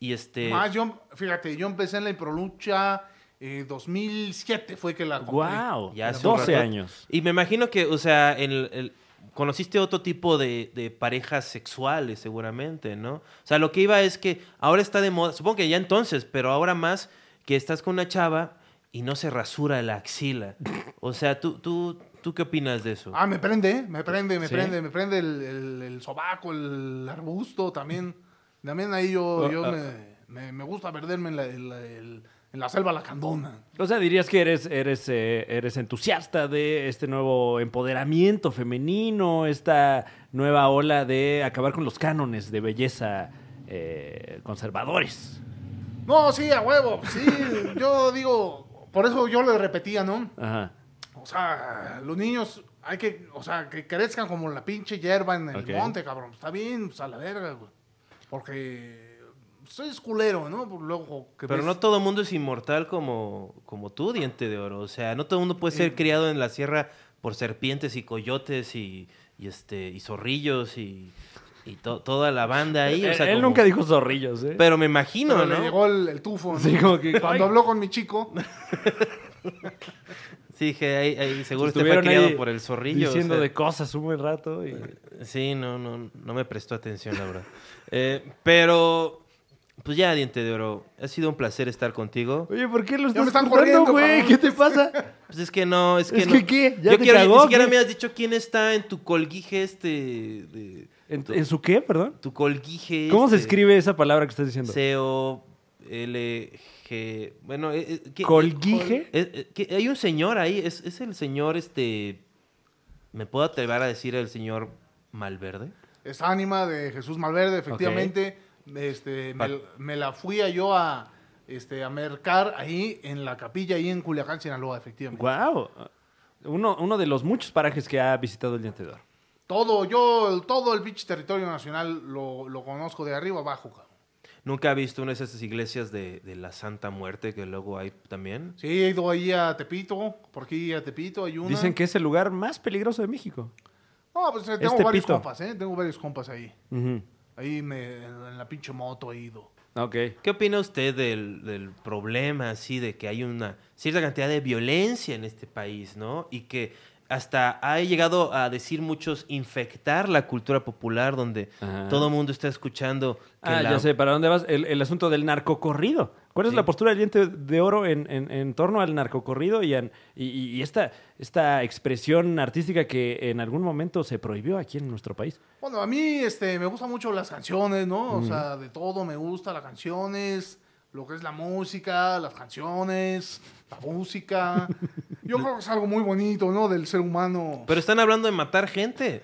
Speaker 2: Y este.
Speaker 3: Más, yo, fíjate, yo empecé en la Improlucha eh, 2007 fue que la compré.
Speaker 1: ¡Wow!
Speaker 2: Ah, Ya hace un
Speaker 1: 12
Speaker 2: rato.
Speaker 1: años.
Speaker 2: Y me imagino que, o sea, el- el- conociste otro tipo de, de parejas sexuales, seguramente, ¿no? O sea, lo que iba es que ahora está de moda, supongo que ya entonces, pero ahora más que estás con una chava y no se rasura la axila. O sea, ¿tú, tú, tú qué opinas de eso?
Speaker 3: Ah, me prende, ¿eh? me prende, me
Speaker 1: ¿Sí?
Speaker 3: prende, me prende el, el- el sobaco, el arbusto también. También ahí yo, yo
Speaker 1: Ah, ah.
Speaker 3: me, me- me gusta perderme en la, en la- el- en la selva la candona.
Speaker 1: O sea, dirías que eres, eres, eh, eres entusiasta de este nuevo empoderamiento femenino, esta nueva ola de acabar con los cánones de belleza eh, conservadores.
Speaker 3: No, sí, a huevo, sí, yo digo, por eso yo le repetía, ¿no?
Speaker 1: Ajá.
Speaker 3: O sea, los niños hay que, o sea, que crezcan como la pinche hierba en el
Speaker 1: Ok.
Speaker 3: monte, cabrón. Está bien, pues a la verga, güey. Porque soy es culero, ¿no? Pues, Luego que
Speaker 2: Pero
Speaker 3: ves-
Speaker 2: no todo el mundo es inmortal como, como tú, diente de oro. O sea, no todo el mundo puede ser criado en la sierra por serpientes y coyotes y, y, este, y zorrillos y, y to- toda la banda ahí. O sea,
Speaker 1: él
Speaker 2: como-
Speaker 1: nunca dijo zorrillos, ¿eh?
Speaker 2: Pero me imagino,
Speaker 3: Pero
Speaker 2: ¿no?
Speaker 3: le llegó el, el tufo, ¿no?
Speaker 1: Sí, como que-
Speaker 3: Cuando habló con mi chico,
Speaker 2: Sí, dije, ahí, ahí seguro usted fue
Speaker 1: Estuvieron ahí
Speaker 2: criado por el zorrillo. o
Speaker 1: Diciendo
Speaker 2: sea. Eh.
Speaker 1: de cosas un buen rato. Y...
Speaker 2: Sí, no, no, no me prestó atención, la verdad. Eh, pero, pues ya, Diente de Oro, ha sido un placer estar contigo.
Speaker 1: Oye, ¿por qué lo
Speaker 3: Ya me
Speaker 1: estás
Speaker 3: están
Speaker 1: cortando,
Speaker 3: corriendo,
Speaker 1: güey? ¿Qué
Speaker 3: cabrón.
Speaker 1: te pasa?
Speaker 2: Pues es que no, es que
Speaker 1: Es
Speaker 2: no.
Speaker 1: que ¿qué? ¿Ya
Speaker 2: Yo
Speaker 1: te
Speaker 2: quiero,
Speaker 1: cagó,
Speaker 2: ni siquiera
Speaker 1: qué?
Speaker 2: me has dicho quién está en tu colguije este. de-
Speaker 1: ¿En, en su qué, perdón?
Speaker 2: Tu colguije.
Speaker 1: ¿Cómo se
Speaker 2: este,
Speaker 1: escribe esa palabra que estás diciendo?
Speaker 2: C-O-L-G. Bueno, eh, eh, ¿qué-
Speaker 1: ¿Colguije?
Speaker 2: Eh, eh, que hay un señor ahí, es, es el señor este. ¿Me puedo atrever a decir el señor Malverde?
Speaker 3: Esta ánima de Jesús Malverde, efectivamente. Este, me,
Speaker 2: Pa-
Speaker 3: me la fui a yo a, este, a mercar ahí en la capilla, ahí en Culiacán, Sinaloa, efectivamente.
Speaker 1: Wow. Uno, uno de los muchos parajes que ha visitado el diente de Oro.
Speaker 3: Todo, yo, el- todo el pinche territorio nacional lo, lo conozco de arriba abajo, cabrón.
Speaker 2: Nunca he visto una de esas iglesias de, de la Santa Muerte que luego hay también.
Speaker 3: Sí, he ido ahí a Tepito, por aquí a Tepito, hay una.
Speaker 1: Dicen que es el lugar más peligroso de México.
Speaker 3: No, pues eh, tengo
Speaker 1: es
Speaker 3: varios
Speaker 1: Tepito.
Speaker 3: compas, ¿eh? Tengo varios compas ahí. Ahí me, en la pinche moto he ido.
Speaker 1: Ok.
Speaker 2: ¿Qué opina usted del, del problema así de que hay una cierta cantidad de violencia en este país, ¿no? Y que hasta ha llegado a decir muchos infectar la cultura popular donde
Speaker 1: Ajá.
Speaker 2: todo el mundo está escuchando que
Speaker 1: Ah,
Speaker 2: la-
Speaker 1: ya sé, ¿para dónde vas? El, el asunto del narcocorrido. ¿Cuál es
Speaker 2: Sí.
Speaker 1: la postura del diente de oro en, en- en torno al narcocorrido y, an- y- y- y esta, esta expresión artística que en algún momento se prohibió aquí en nuestro país?
Speaker 3: Bueno, a mí este, me gustan mucho las canciones, ¿no? O sea, de todo me gusta, las canciones, lo que es la música, las canciones, la música. Yo creo que es algo muy bonito, ¿no? Del ser humano.
Speaker 2: Pero están hablando de matar gente.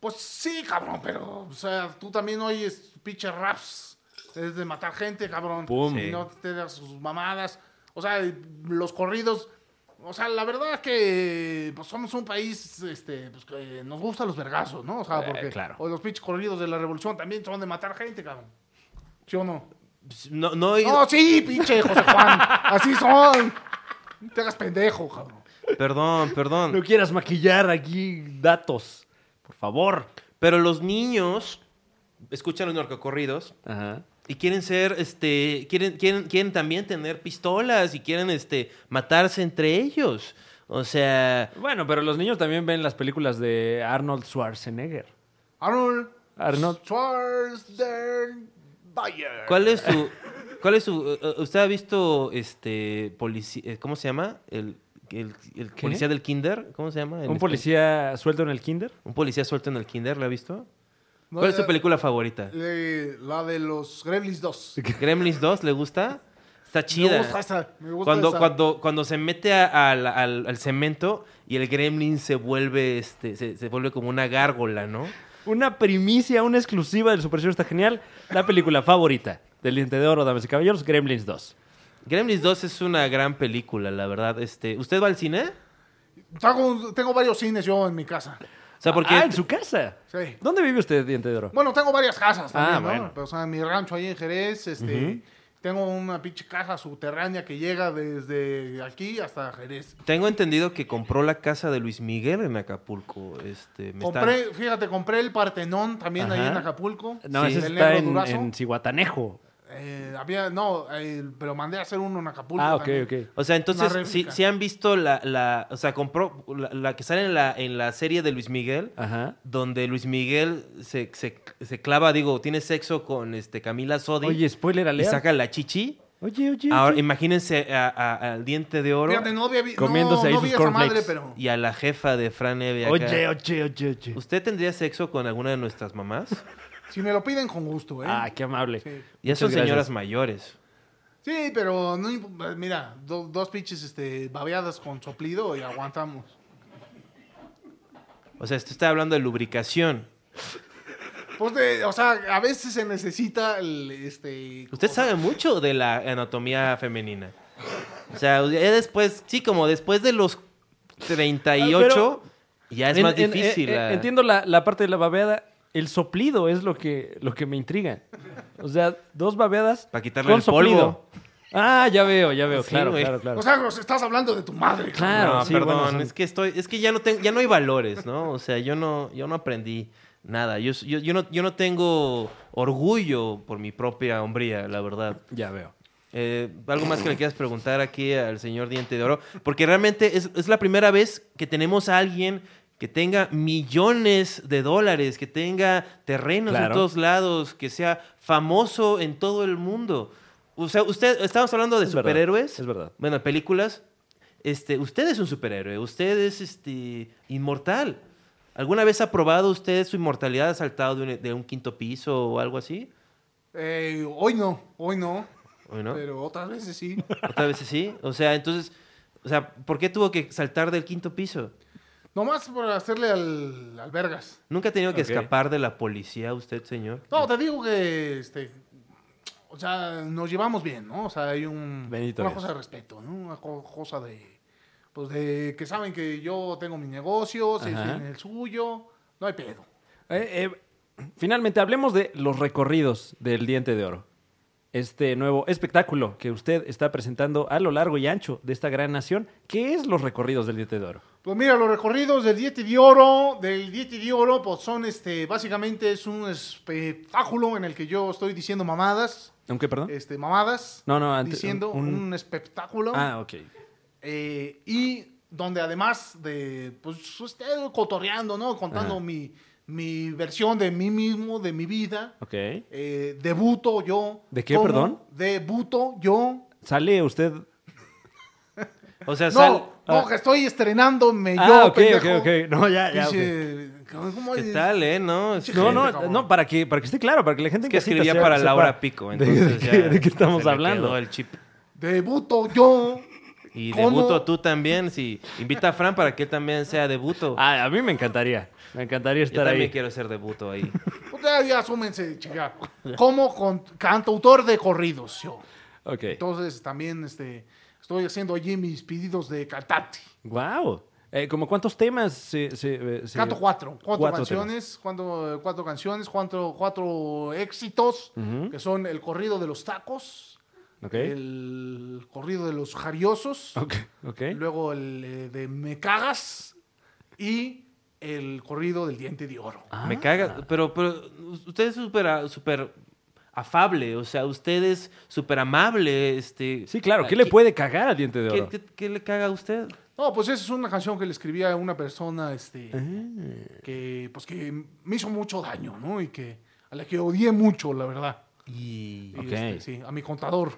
Speaker 3: Pues sí, cabrón, pero, o sea, tú también oyes pinche raps. Es de matar gente, cabrón.
Speaker 1: Pum.
Speaker 3: Y
Speaker 2: Sí.
Speaker 3: no te das sus mamadas. O sea, los corridos. O sea, la verdad es que pues, somos un país este, pues, que nos gustan los vergazos, ¿no? O sea,
Speaker 1: Eh,
Speaker 3: porque
Speaker 1: claro.
Speaker 3: o los pinches corridos de la revolución también son de matar gente, cabrón. ¿Sí o no?
Speaker 2: Pues, No, no, he oído-
Speaker 3: No, sí, pinche José Juan. Así son. No te hagas pendejo, cabrón.
Speaker 2: Perdón, perdón.
Speaker 1: No quieras maquillar aquí datos, por favor.
Speaker 2: Pero los niños escuchan los narcocorridos
Speaker 1: Ajá.
Speaker 2: y quieren ser, este, quieren, quieren, quieren también tener pistolas y quieren, este, matarse entre ellos. O sea,
Speaker 1: Bueno, pero los niños también ven las películas de Arnold Schwarzenegger.
Speaker 3: Arnold.
Speaker 1: Arnold.
Speaker 3: Schwarzenegger.
Speaker 2: ¿cuál es su, cuál es su, eh, usted ha visto, este, policía, ¿cómo se llama? El, el- el
Speaker 1: ¿Qué?
Speaker 2: policía del kinder, ¿cómo se llama? en este-
Speaker 1: ¿Un
Speaker 2: español?
Speaker 1: policía suelto en el kinder?
Speaker 2: Un policía suelto en el kinder, ¿lo ha visto?
Speaker 3: No,
Speaker 2: ¿Cuál es su
Speaker 3: eh,
Speaker 2: película favorita?
Speaker 3: Eh, la de los Gremlins 2.
Speaker 2: Gremlins 2, ¿le gusta? Está chida.
Speaker 3: Me gusta esa. Me gusta
Speaker 2: cuando,
Speaker 3: esa.
Speaker 2: cuando, cuando se mete a- al, al- al cemento y el gremlin se vuelve, este, se, se vuelve como una gárgola, ¿no?
Speaker 1: Una primicia, una exclusiva del Super Show está genial. La película favorita del Diente de Oro, Damas y Caballeros, Gremlins 2.
Speaker 2: Gremlins 2 es una gran película, la verdad. Este, ¿Usted va al cine?
Speaker 3: Tengo, un- tengo varios cines yo en mi casa.
Speaker 2: O sea, porque
Speaker 1: Ah, en su casa.
Speaker 3: Sí.
Speaker 1: ¿Dónde vive usted, Diente de Oro?
Speaker 3: Bueno, tengo varias casas también,
Speaker 1: Ah,
Speaker 3: ¿no?
Speaker 1: bueno.
Speaker 3: Pero, o sea, en mi rancho ahí en Jerez, este, tengo una pinche casa subterránea que llega desde aquí hasta Jerez.
Speaker 2: tengo entendido que compró la casa de Luis Miguel en Acapulco. Este, me están-
Speaker 3: Compré, fíjate, compré el Partenón también ahí
Speaker 1: Ajá.
Speaker 3: en Acapulco.
Speaker 1: No,
Speaker 3: Sí.
Speaker 1: ese
Speaker 3: del
Speaker 1: está
Speaker 3: Negro
Speaker 1: en,
Speaker 3: Durazo.
Speaker 1: en Cihuatanejo.
Speaker 3: Eh, había, no, eh, pero mandé a hacer uno en Acapulco.
Speaker 1: Ah, ok,
Speaker 3: también.
Speaker 1: ok.
Speaker 2: O sea, entonces,
Speaker 3: Una
Speaker 2: si,
Speaker 3: réplica.
Speaker 2: si han visto la, la- o sea, compró la, la que sale en la, en la serie de Luis Miguel,
Speaker 1: Ajá.
Speaker 2: donde Luis Miguel se, se- se clava, digo, tiene sexo con este Camila Sodi.
Speaker 1: Oye, spoiler
Speaker 2: y
Speaker 1: alert.
Speaker 2: saca la chichi.
Speaker 1: Oye, oye,
Speaker 2: Ahora
Speaker 1: oye.
Speaker 2: imagínense a- a- al diente de oro
Speaker 3: Fíjate, no había vi- no-
Speaker 1: Comiéndose ahí
Speaker 3: no
Speaker 1: sus
Speaker 3: vi esa madre,
Speaker 1: cornflakes.
Speaker 3: pero...
Speaker 2: y a la jefa de Fran Evia. acá.
Speaker 1: Oye, oye, oye, oye.
Speaker 2: ¿Usted tendría sexo con alguna de nuestras mamás?
Speaker 3: Si me lo piden, con gusto, ¿eh?
Speaker 1: Ah, qué amable.
Speaker 3: Sí.
Speaker 2: Ya
Speaker 1: Muchas
Speaker 2: son
Speaker 1: gracias.
Speaker 2: señoras mayores.
Speaker 3: Sí, pero no imp- mira, do- dos pinches este, babeadas con soplido y aguantamos.
Speaker 2: O sea, usted está hablando de lubricación.
Speaker 3: Pues de- o sea, a veces se necesita el este.
Speaker 2: Usted
Speaker 3: o-
Speaker 2: sabe mucho de la anatomía femenina. O sea, ya después, sí, como después de los 38, ya Ah, es
Speaker 1: En-
Speaker 2: más
Speaker 1: en-
Speaker 2: difícil. ah.
Speaker 1: en- en-
Speaker 2: la-
Speaker 1: Entiendo la, la parte de la babeada. El soplido es lo que, lo que me intriga. O sea, dos babeadas.
Speaker 2: Pa' quitarle el polvo.
Speaker 1: Ah, ya veo, ya veo.
Speaker 2: Sí,
Speaker 1: claro,
Speaker 2: güey.
Speaker 1: claro, claro.
Speaker 3: O sea, nos estás hablando de tu madre. cabrón.
Speaker 1: Claro,
Speaker 2: no,
Speaker 1: sí,
Speaker 2: perdón,
Speaker 1: bueno, son-
Speaker 2: es que estoy, es que ya no tengo, ya no hay valores, ¿no? O sea, yo no, yo no aprendí nada. Yo, yo, yo no, yo no tengo orgullo por mi propia hombría, la verdad.
Speaker 1: ya veo.
Speaker 2: Eh, algo más que le quieras preguntar aquí al señor Diente de Oro, porque realmente es, es la primera vez que tenemos a alguien que tenga millones de dólares, que tenga terrenos en
Speaker 1: Claro.
Speaker 2: todos lados, que sea famoso en todo el mundo. O sea, usted, estamos hablando de
Speaker 1: Es verdad,
Speaker 2: superhéroes.
Speaker 1: es verdad.
Speaker 2: Bueno, películas. Este, usted es un superhéroe, usted es este, inmortal. ¿Alguna vez ha probado usted su inmortalidad? ¿Ha saltado de un, de un quinto piso o algo así?
Speaker 3: Eh, hoy no, hoy no,
Speaker 2: ¿O no?
Speaker 3: Pero otras veces sí.
Speaker 2: Otra vez sí. O sea, entonces, o sea, ¿por qué tuvo que saltar del quinto piso?
Speaker 3: Nomás por hacerle al, al vergas.
Speaker 2: ¿Nunca ha tenido que
Speaker 1: Ok.
Speaker 2: escapar de la policía usted, señor?
Speaker 3: No, te digo que, este, o sea, nos llevamos bien, ¿no? O sea, hay un,
Speaker 1: Bendito
Speaker 3: una
Speaker 1: Dios.
Speaker 3: cosa de respeto, ¿no? Una co- cosa de, pues de que saben que yo tengo mi negocio, si
Speaker 1: Ajá.
Speaker 3: tienen el suyo, no hay pedo.
Speaker 1: Eh, eh, finalmente, hablemos de los recorridos del Diente de Oro. Este nuevo espectáculo que usted está presentando a lo largo y ancho de esta gran nación. ¿Qué es los recorridos del Diente de Oro?
Speaker 3: Pues mira, los recorridos del Diete de Oro, del Diete de Oro, pues son, este, básicamente es un espectáculo en el que yo estoy diciendo mamadas,
Speaker 1: Aunque, perdón.
Speaker 3: este, mamadas,
Speaker 1: ¿Ah? No, no, antes,
Speaker 3: diciendo
Speaker 1: un-
Speaker 3: un,
Speaker 1: un-
Speaker 3: espectáculo.
Speaker 1: Ah, ok.
Speaker 3: Eh, y donde además de, pues, estar cotorreando, ¿no? Contando
Speaker 1: Ajá.
Speaker 3: mi, mi versión de mí mismo, de mi vida.
Speaker 1: Ok.
Speaker 3: Eh, debuto yo.
Speaker 1: ¿De qué,
Speaker 3: como
Speaker 1: perdón?
Speaker 3: Debuto yo.
Speaker 1: Sale usted.
Speaker 2: O sea, sal...
Speaker 3: No, no, que estoy estrenándome
Speaker 1: ah,
Speaker 3: Eh, yo,
Speaker 1: ok,
Speaker 3: pendejo.
Speaker 1: ok, ok. No, ya, ya. ok.
Speaker 3: Pinche- ¿cómo
Speaker 2: ¿Qué
Speaker 3: es?
Speaker 2: tal, eh? No, es
Speaker 1: No,
Speaker 2: que-
Speaker 1: no,
Speaker 3: cabrón.
Speaker 1: no, para que, para que esté claro, para que la gente
Speaker 2: es que
Speaker 1: casita
Speaker 2: escribía
Speaker 1: se-
Speaker 2: para
Speaker 1: sepa
Speaker 2: Laura Pico,
Speaker 1: de-
Speaker 2: entonces
Speaker 1: de,
Speaker 2: ya
Speaker 1: qué- de qué estamos
Speaker 2: se le quedó
Speaker 1: hablando.
Speaker 2: el chip.
Speaker 3: Debuto yo.
Speaker 2: Y
Speaker 3: ¿Cómo?
Speaker 2: debuto tú también, si invita a Fran para que él también sea debuto.
Speaker 1: Ah, a mí me encantaría. Me encantaría
Speaker 2: Yo
Speaker 1: estar
Speaker 2: también
Speaker 1: ahí.
Speaker 2: quiero ser debuto ahí.
Speaker 3: Pues ya, ya asúmense, chica. Como con- cantautor de corridos yo.
Speaker 1: Ok.
Speaker 3: Entonces también este, estoy haciendo allí mis pedidos de cantante.
Speaker 1: Wow. ¿Cómo Eh, cuántos temas se, se- eh, se-
Speaker 3: Canto cuatro, cuatro,
Speaker 1: Cuatro
Speaker 3: canciones, cuatro, cuatro canciones, cuatro, cuatro éxitos,
Speaker 1: Ujú.
Speaker 3: que son el corrido de los tacos,
Speaker 1: Ok.
Speaker 3: el corrido de los jariosos,
Speaker 1: Ok. ok.
Speaker 3: luego el eh, de Me Cagas y el corrido del diente de oro.
Speaker 1: Ah,
Speaker 2: Me caga, pero, pero usted es súper a- súper afable, o sea, usted es súper amable. Este,
Speaker 1: Sí, claro. ¿Qué le
Speaker 2: ¿Qué-
Speaker 1: puede cagar al diente de oro?
Speaker 2: ¿Qué, qué- qué le caga a usted?
Speaker 3: No, pues esa es una canción que le escribí a una persona este,
Speaker 1: Ah.
Speaker 3: que, pues, que me hizo mucho daño, ¿no? Y que a la que odié mucho, la verdad.
Speaker 2: Y...
Speaker 3: Y,
Speaker 1: Ok.
Speaker 3: este, sí, a mi contador.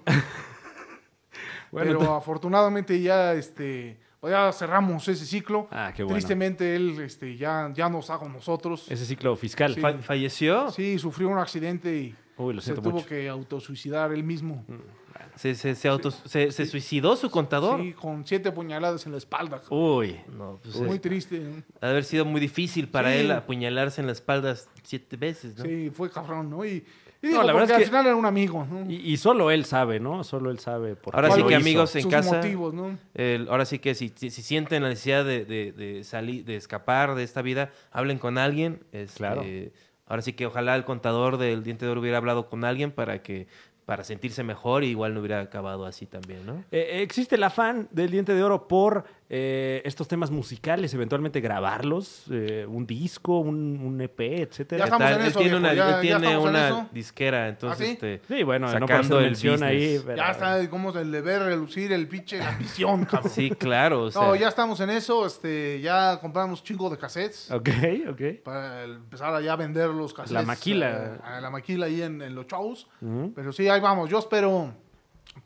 Speaker 1: Bueno,
Speaker 3: pero
Speaker 1: entonces-
Speaker 3: afortunadamente ya este pues ya cerramos ese ciclo.
Speaker 1: Ah, qué bueno.
Speaker 3: Tristemente él este, ya, ya no está con nosotros.
Speaker 1: Ese ciclo fiscal.
Speaker 3: Sí.
Speaker 2: Fa- ¿Falleció?
Speaker 3: Sí, sufrió un accidente y
Speaker 1: Uy, lo
Speaker 3: se
Speaker 1: siento
Speaker 3: tuvo
Speaker 1: mucho.
Speaker 3: que autosuicidar él mismo.
Speaker 2: ¿Se, se, se, auto, se, se suicidó su contador?
Speaker 3: Sí, con siete puñaladas en la espalda.
Speaker 1: Uy.
Speaker 2: No, pues
Speaker 3: Muy
Speaker 2: eh,
Speaker 3: triste. ¿no?
Speaker 2: ha de haber sido muy difícil para
Speaker 3: Sí.
Speaker 2: él apuñalarse en la espalda siete veces, ¿no?
Speaker 3: Sí, fue cabrón, ¿no? Y, y digo,
Speaker 1: la verdad
Speaker 3: porque
Speaker 1: es
Speaker 3: al
Speaker 1: que-
Speaker 3: final era un amigo, ¿no?
Speaker 1: Y, y solo él sabe, ¿no? Solo él sabe por
Speaker 2: Ahora
Speaker 1: qué
Speaker 2: sí
Speaker 1: lo
Speaker 2: que,
Speaker 1: hizo.
Speaker 2: amigos, en
Speaker 3: Sus
Speaker 2: casa-
Speaker 3: motivos, ¿no?
Speaker 2: El- ahora sí que si, si- si sienten la necesidad de, de- de salir, de escapar de esta vida, hablen con alguien. este,
Speaker 1: Claro.
Speaker 2: Ahora sí que ojalá el contador del diente de oro hubiera hablado con alguien para que para sentirse mejor y igual no hubiera acabado así también, ¿no?
Speaker 1: Eh, ¿Existe el afán del Diente de Oro por eh, estos temas musicales, eventualmente grabarlos? Eh, ¿Un disco, un, un EP, etcétera?
Speaker 3: Ya estamos
Speaker 2: Tal-
Speaker 3: en
Speaker 2: él
Speaker 3: eso,
Speaker 2: tiene
Speaker 3: viejo,
Speaker 2: una,
Speaker 3: ya-
Speaker 2: él
Speaker 3: ya
Speaker 2: tiene
Speaker 3: estamos en
Speaker 2: una
Speaker 3: eso. ¿Ah,
Speaker 2: disquera, entonces
Speaker 3: sí?
Speaker 2: este,
Speaker 1: Sí, bueno, no para
Speaker 2: sacando
Speaker 1: hacer
Speaker 2: el
Speaker 1: mención ahí.
Speaker 2: business.
Speaker 1: pero-
Speaker 3: Ya está como el deber relucir el pinche la ambición, cabrón.
Speaker 2: sí, claro, o sea,
Speaker 3: no, ya estamos en eso. Este, ya compramos chingo de cassettes.
Speaker 1: Ok, ok.
Speaker 3: para el- empezar allá a vender los cassettes.
Speaker 1: La maquila.
Speaker 3: eh, A, la maquila ahí en, en los shows.
Speaker 1: Ujú.
Speaker 3: Pero sí, ahí vamos. Yo espero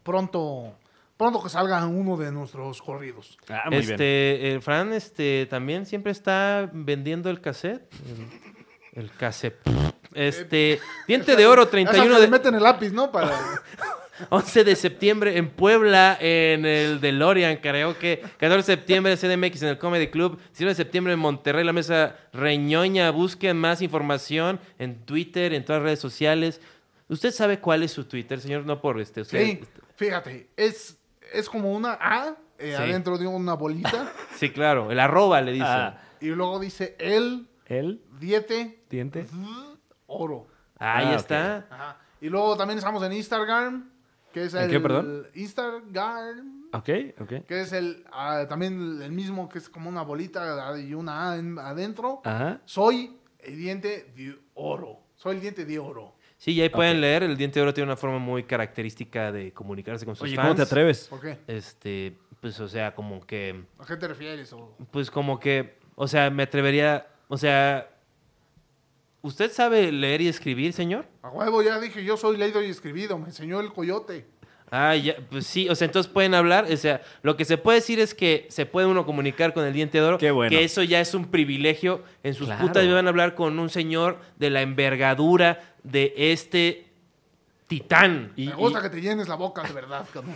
Speaker 3: pronto pronto que salga uno de nuestros corridos.
Speaker 1: Ah, muy bien.
Speaker 2: este, el Fran, este, también siempre está vendiendo el cassette, el, el cassette,
Speaker 3: Eh,
Speaker 2: este, diente de oro,
Speaker 3: Ya
Speaker 2: 31
Speaker 3: sabes,
Speaker 2: de,
Speaker 3: le meten el lápiz, ¿no? Para,
Speaker 2: 11 de septiembre en Puebla, en el DeLorean Karaoke. 14 de septiembre en CDMX, en el Comedy Club. 7 de septiembre en Monterrey, la mesa Reñoña. Busquen más información en Twitter, en todas las redes sociales. ¿Usted sabe cuál es su Twitter, señor? No por este. Usted,
Speaker 3: sí, fíjate, es, es como una A eh,
Speaker 2: Sí.
Speaker 3: adentro de una bolita
Speaker 2: Sí, claro. El arroba le dice.
Speaker 1: Ah,
Speaker 3: y luego dice el
Speaker 1: ¿El
Speaker 3: diete
Speaker 1: diente?
Speaker 3: oro.
Speaker 2: Ahí
Speaker 1: Ah, ok.
Speaker 2: está.
Speaker 3: Ajá. Y luego también estamos en Instagram, que es
Speaker 1: ¿En
Speaker 3: el
Speaker 1: qué, perdón?
Speaker 3: Instagram.
Speaker 1: Ok, ok.
Speaker 3: que es el ah, también el mismo que es como una bolita ah, y
Speaker 1: Ah.
Speaker 3: una A en- adentro.
Speaker 1: Ajá.
Speaker 3: Soy el diente de oro. Soy el diente de oro.
Speaker 2: Sí, y ahí pueden leer. El Diente de Oro tiene una forma muy característica de comunicarse con sus
Speaker 1: Oye,
Speaker 2: fans.
Speaker 1: ¿cómo te atreves?
Speaker 3: ¿Por qué?
Speaker 2: Este, pues, o sea, como que.
Speaker 3: ¿A qué te refieres? O-
Speaker 2: Pues como que. O sea, me atrevería. O sea. ¿Usted sabe leer y escribir, señor?
Speaker 3: A huevo, ya dije, yo soy leído y escribido, me enseñó el coyote.
Speaker 2: Ah, ya, pues sí, o sea, entonces pueden hablar, o sea, lo que se puede decir es que se puede uno comunicar con el diente de oro,
Speaker 1: Qué bueno.
Speaker 2: que eso ya es un privilegio, en sus
Speaker 1: Claro.
Speaker 2: putas van a hablar con un señor de la envergadura de este titán.
Speaker 1: Y-
Speaker 3: me gusta
Speaker 1: y-
Speaker 3: que te llenes la boca, de verdad, cabrón.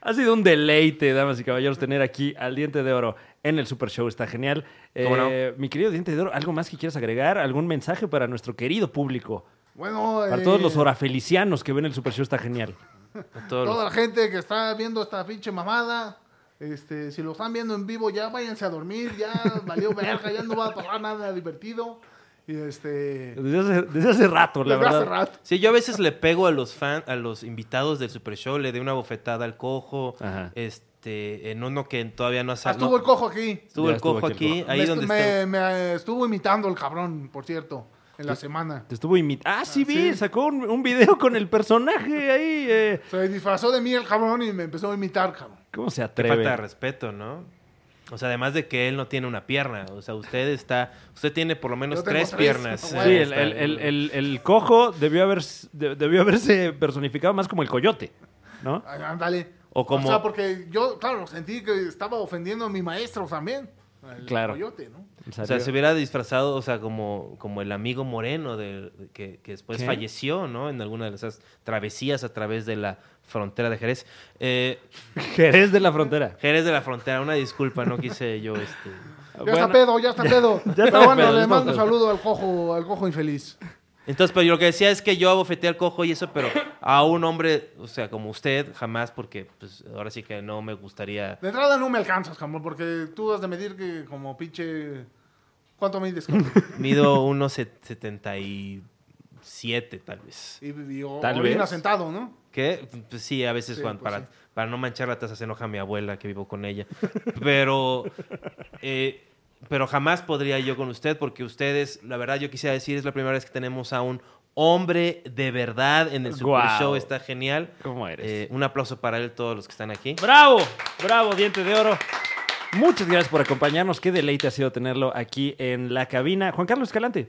Speaker 1: Ha sido un deleite, damas y caballeros, tener aquí al Diente de Oro en el Super Show. Está genial.
Speaker 2: ¿Cómo
Speaker 1: Eh, Mi querido Diente de Oro, ¿algo más que quieras agregar? ¿Algún mensaje para nuestro querido público?
Speaker 3: Bueno,
Speaker 1: Para
Speaker 3: eh,
Speaker 1: todos los orafelicianos que ven el Super Show, está genial.
Speaker 2: A todos los-
Speaker 3: toda la gente que está viendo esta pinche mamada, este, si lo están viendo en vivo, ya váyanse a dormir, ya valió verga, ya no va a pasar nada divertido. Y este.
Speaker 1: Desde hace, desde hace rato, la
Speaker 3: desde hace
Speaker 1: verdad.
Speaker 3: rato.
Speaker 2: Sí, yo a veces le pego a los fan, a los invitados del Super Show, le doy una bofetada al cojo,
Speaker 1: Ajá.
Speaker 2: este, en uno que todavía no ha
Speaker 3: Ah,
Speaker 2: salido.
Speaker 3: estuvo el cojo aquí.
Speaker 2: Estuvo
Speaker 1: Ya
Speaker 2: el
Speaker 1: estuvo
Speaker 2: cojo
Speaker 1: aquí el
Speaker 2: aquí,
Speaker 1: cojo.
Speaker 2: ahí
Speaker 3: me,
Speaker 2: donde
Speaker 3: estu-
Speaker 2: está.
Speaker 3: me- me estuvo imitando el cabrón, por cierto, en la semana.
Speaker 1: Te estuvo imitando. Ah, sí, vi.
Speaker 3: sí.
Speaker 1: Sacó un, un video con el personaje ahí. eh.
Speaker 3: Se disfrazó de mí el cabrón y me empezó a imitar, cabrón.
Speaker 1: ¿Cómo se
Speaker 2: Qué falta de
Speaker 1: atreve?
Speaker 2: respeto, ¿no? O sea, además de que él no tiene una pierna. O sea, usted está. Usted tiene por lo menos
Speaker 3: Yo tengo
Speaker 2: tres,
Speaker 3: tres, Ah,
Speaker 2: piernas.
Speaker 1: Sí,
Speaker 2: eh,
Speaker 3: no, güey.
Speaker 1: el,
Speaker 2: está-
Speaker 1: el- el- el- el cojo debió, haber, de- debió haberse personificado más como el coyote, ¿no?
Speaker 3: Ay, Ah, Ándale.
Speaker 2: O como-
Speaker 3: O sea, porque yo, claro, sentí que estaba ofendiendo a mi maestro también. al
Speaker 1: Claro.
Speaker 3: coyote, ¿no?
Speaker 2: O sea, se hubiera disfrazado, o sea, como, como el amigo moreno de, que, que después
Speaker 1: ¿Qué?
Speaker 2: falleció, ¿no? En alguna de esas travesías a través de la frontera de Jerez. Eh,
Speaker 1: Jerez de la frontera.
Speaker 2: Jerez de la frontera, una disculpa, no quise yo este.
Speaker 3: Ya
Speaker 1: Bueno,
Speaker 3: está pedo, ya está pedo.
Speaker 1: está
Speaker 3: Pero
Speaker 1: pedo,
Speaker 3: bueno,
Speaker 1: ya
Speaker 3: le
Speaker 1: está
Speaker 3: mando un
Speaker 1: pedo.
Speaker 3: saludo al cojo, al cojo infeliz.
Speaker 2: Entonces, pero yo lo que decía es que yo abofeteé al cojo y eso, pero a un hombre, o sea, como usted, jamás, porque pues, ahora sí que no me gustaría.
Speaker 3: De entrada no me alcanzas, cabrón, porque tú has de medir que como pinche... ¿Cuánto mides, cabrón?
Speaker 2: Mido unos set- 77, tal vez.
Speaker 3: Y, y o-
Speaker 1: Tal
Speaker 3: orina
Speaker 1: vez.
Speaker 3: sentado, ¿no?
Speaker 2: ¿Qué? Pues sí, a veces
Speaker 3: Sí,
Speaker 2: Juan,
Speaker 3: pues
Speaker 2: para,
Speaker 3: sí.
Speaker 2: para no manchar la taza se enoja mi abuela que vivo con ella. Pero, eh, pero jamás podría yo con usted porque ustedes, la verdad yo quisiera decir, es la primera vez que tenemos a un hombre de verdad en el Super
Speaker 1: Guau.
Speaker 2: Show. Está genial.
Speaker 1: ¿Cómo eres?
Speaker 2: Eh, un aplauso para él, todos los que están aquí.
Speaker 1: Bravo, bravo, diente de oro. Muchas gracias por acompañarnos. Qué deleite ha sido tenerlo aquí en la cabina. Juan Carlos Escalante.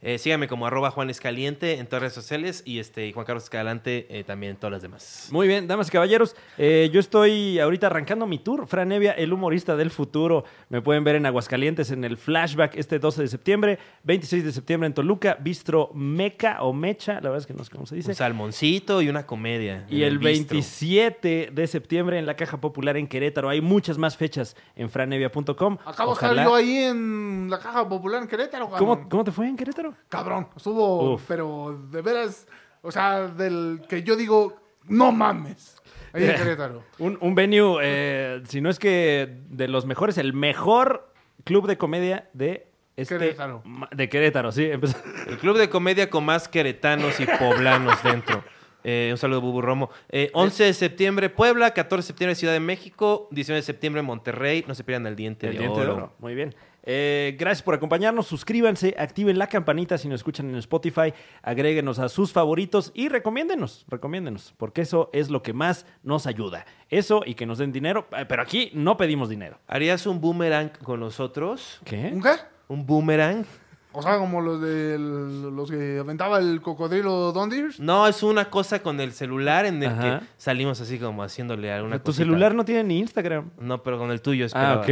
Speaker 2: Eh, síganme como arroba Juan Escaliente en todas las redes sociales y este y Juan Carlos Escalante eh, también en todas las demás.
Speaker 1: Muy bien, damas y caballeros, eh, yo estoy ahorita arrancando mi tour. Fran Evia, el humorista del futuro. Me pueden ver en Aguascalientes en el flashback este 12 de septiembre, 26 de septiembre en Toluca, Bistro Meca o Mecha, la verdad es que no sé cómo se dice.
Speaker 2: Un salmoncito y una comedia. en
Speaker 1: Y el
Speaker 2: bistro.
Speaker 1: 27 de septiembre en la Caja Popular en Querétaro. Hay muchas más fechas en franevia.com.
Speaker 3: Acabo de estar
Speaker 1: Ojalá-
Speaker 3: yo ahí en la caja popular en Querétaro, cabrón.
Speaker 1: ¿Cómo, ¿Cómo te fue en Querétaro?
Speaker 3: Cabrón, estuvo,
Speaker 1: Uf.
Speaker 3: pero de veras, o sea, del que yo digo, no mames. Ahí en Querétaro.
Speaker 1: Un, un venue, eh, si no es que de los mejores, el mejor club de comedia de este,
Speaker 3: Querétaro.
Speaker 1: ma- De Querétaro, sí. empezó-
Speaker 2: El club de comedia con más queretanos y poblanos dentro. Eh, un saludo, Bubu Romo. Eh, 11 de septiembre, Puebla. 14 de septiembre, Ciudad de México. 19 de septiembre, Monterrey. No se pierdan el diente,
Speaker 1: El
Speaker 2: de,
Speaker 1: diente
Speaker 2: oro.
Speaker 1: de oro. Muy bien. Eh, gracias por acompañarnos. Suscríbanse, activen la campanita si nos escuchan en Spotify, agréguenos a sus favoritos y recomiéndenos, recomiéndenos, porque eso es lo que más nos ayuda. Eso y que nos den dinero, eh, pero aquí no pedimos dinero.
Speaker 2: ¿Harías un boomerang con nosotros?
Speaker 1: ¿Qué?
Speaker 3: ¿Un qué?
Speaker 2: ¿Un boomerang?
Speaker 3: O sea, como los de los que aventaba el cocodrilo Don Deers.
Speaker 2: No, es una cosa con el celular en el
Speaker 1: Ajá.
Speaker 2: que salimos así como haciéndole alguna
Speaker 1: Tu
Speaker 2: cosita.
Speaker 1: celular no tiene ni Instagram.
Speaker 2: No, pero con el tuyo,
Speaker 1: Ah,
Speaker 2: esperaba.
Speaker 1: ok.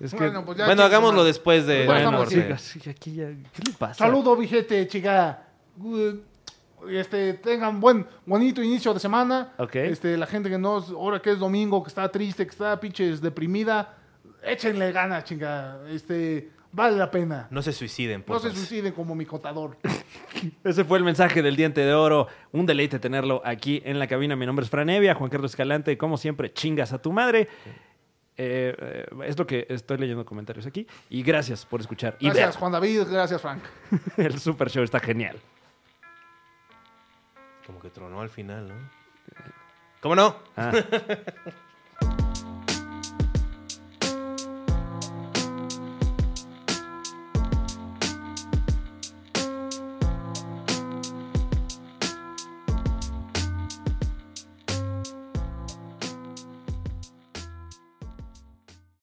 Speaker 1: Es que...
Speaker 3: Bueno, pues ya
Speaker 2: bueno,
Speaker 3: chingue
Speaker 2: hagámoslo
Speaker 3: su madre.
Speaker 2: después de...
Speaker 3: Bueno,
Speaker 2: del
Speaker 3: estamos
Speaker 2: corte.
Speaker 1: Chicas, sí, aquí ya- ¿Qué le pasa?
Speaker 3: Saludo, vigente, chica. Gu- Este, tengan buen, bonito inicio de semana.
Speaker 1: Ok.
Speaker 3: Este, la gente que no, es- ahora que es domingo, que está triste, que está pinches deprimida, échenle ganas, chinga. Este, vale la pena.
Speaker 2: No se suiciden, por
Speaker 3: No se
Speaker 2: favor.
Speaker 3: suiciden como mi contador.
Speaker 1: Ese fue el mensaje del diente de oro. Un deleite tenerlo aquí en la cabina. Mi nombre es Fran Evia, Juan Carlos Escalante. Como siempre, chingas a tu madre. Eh, eh, es lo que estoy leyendo comentarios aquí. Y gracias por escuchar. Y
Speaker 3: Gracias, Juan David. Gracias, Frank.
Speaker 1: ver. El super show está genial.
Speaker 2: Como que tronó al final, ¿no? ¿Cómo no?
Speaker 1: Ah.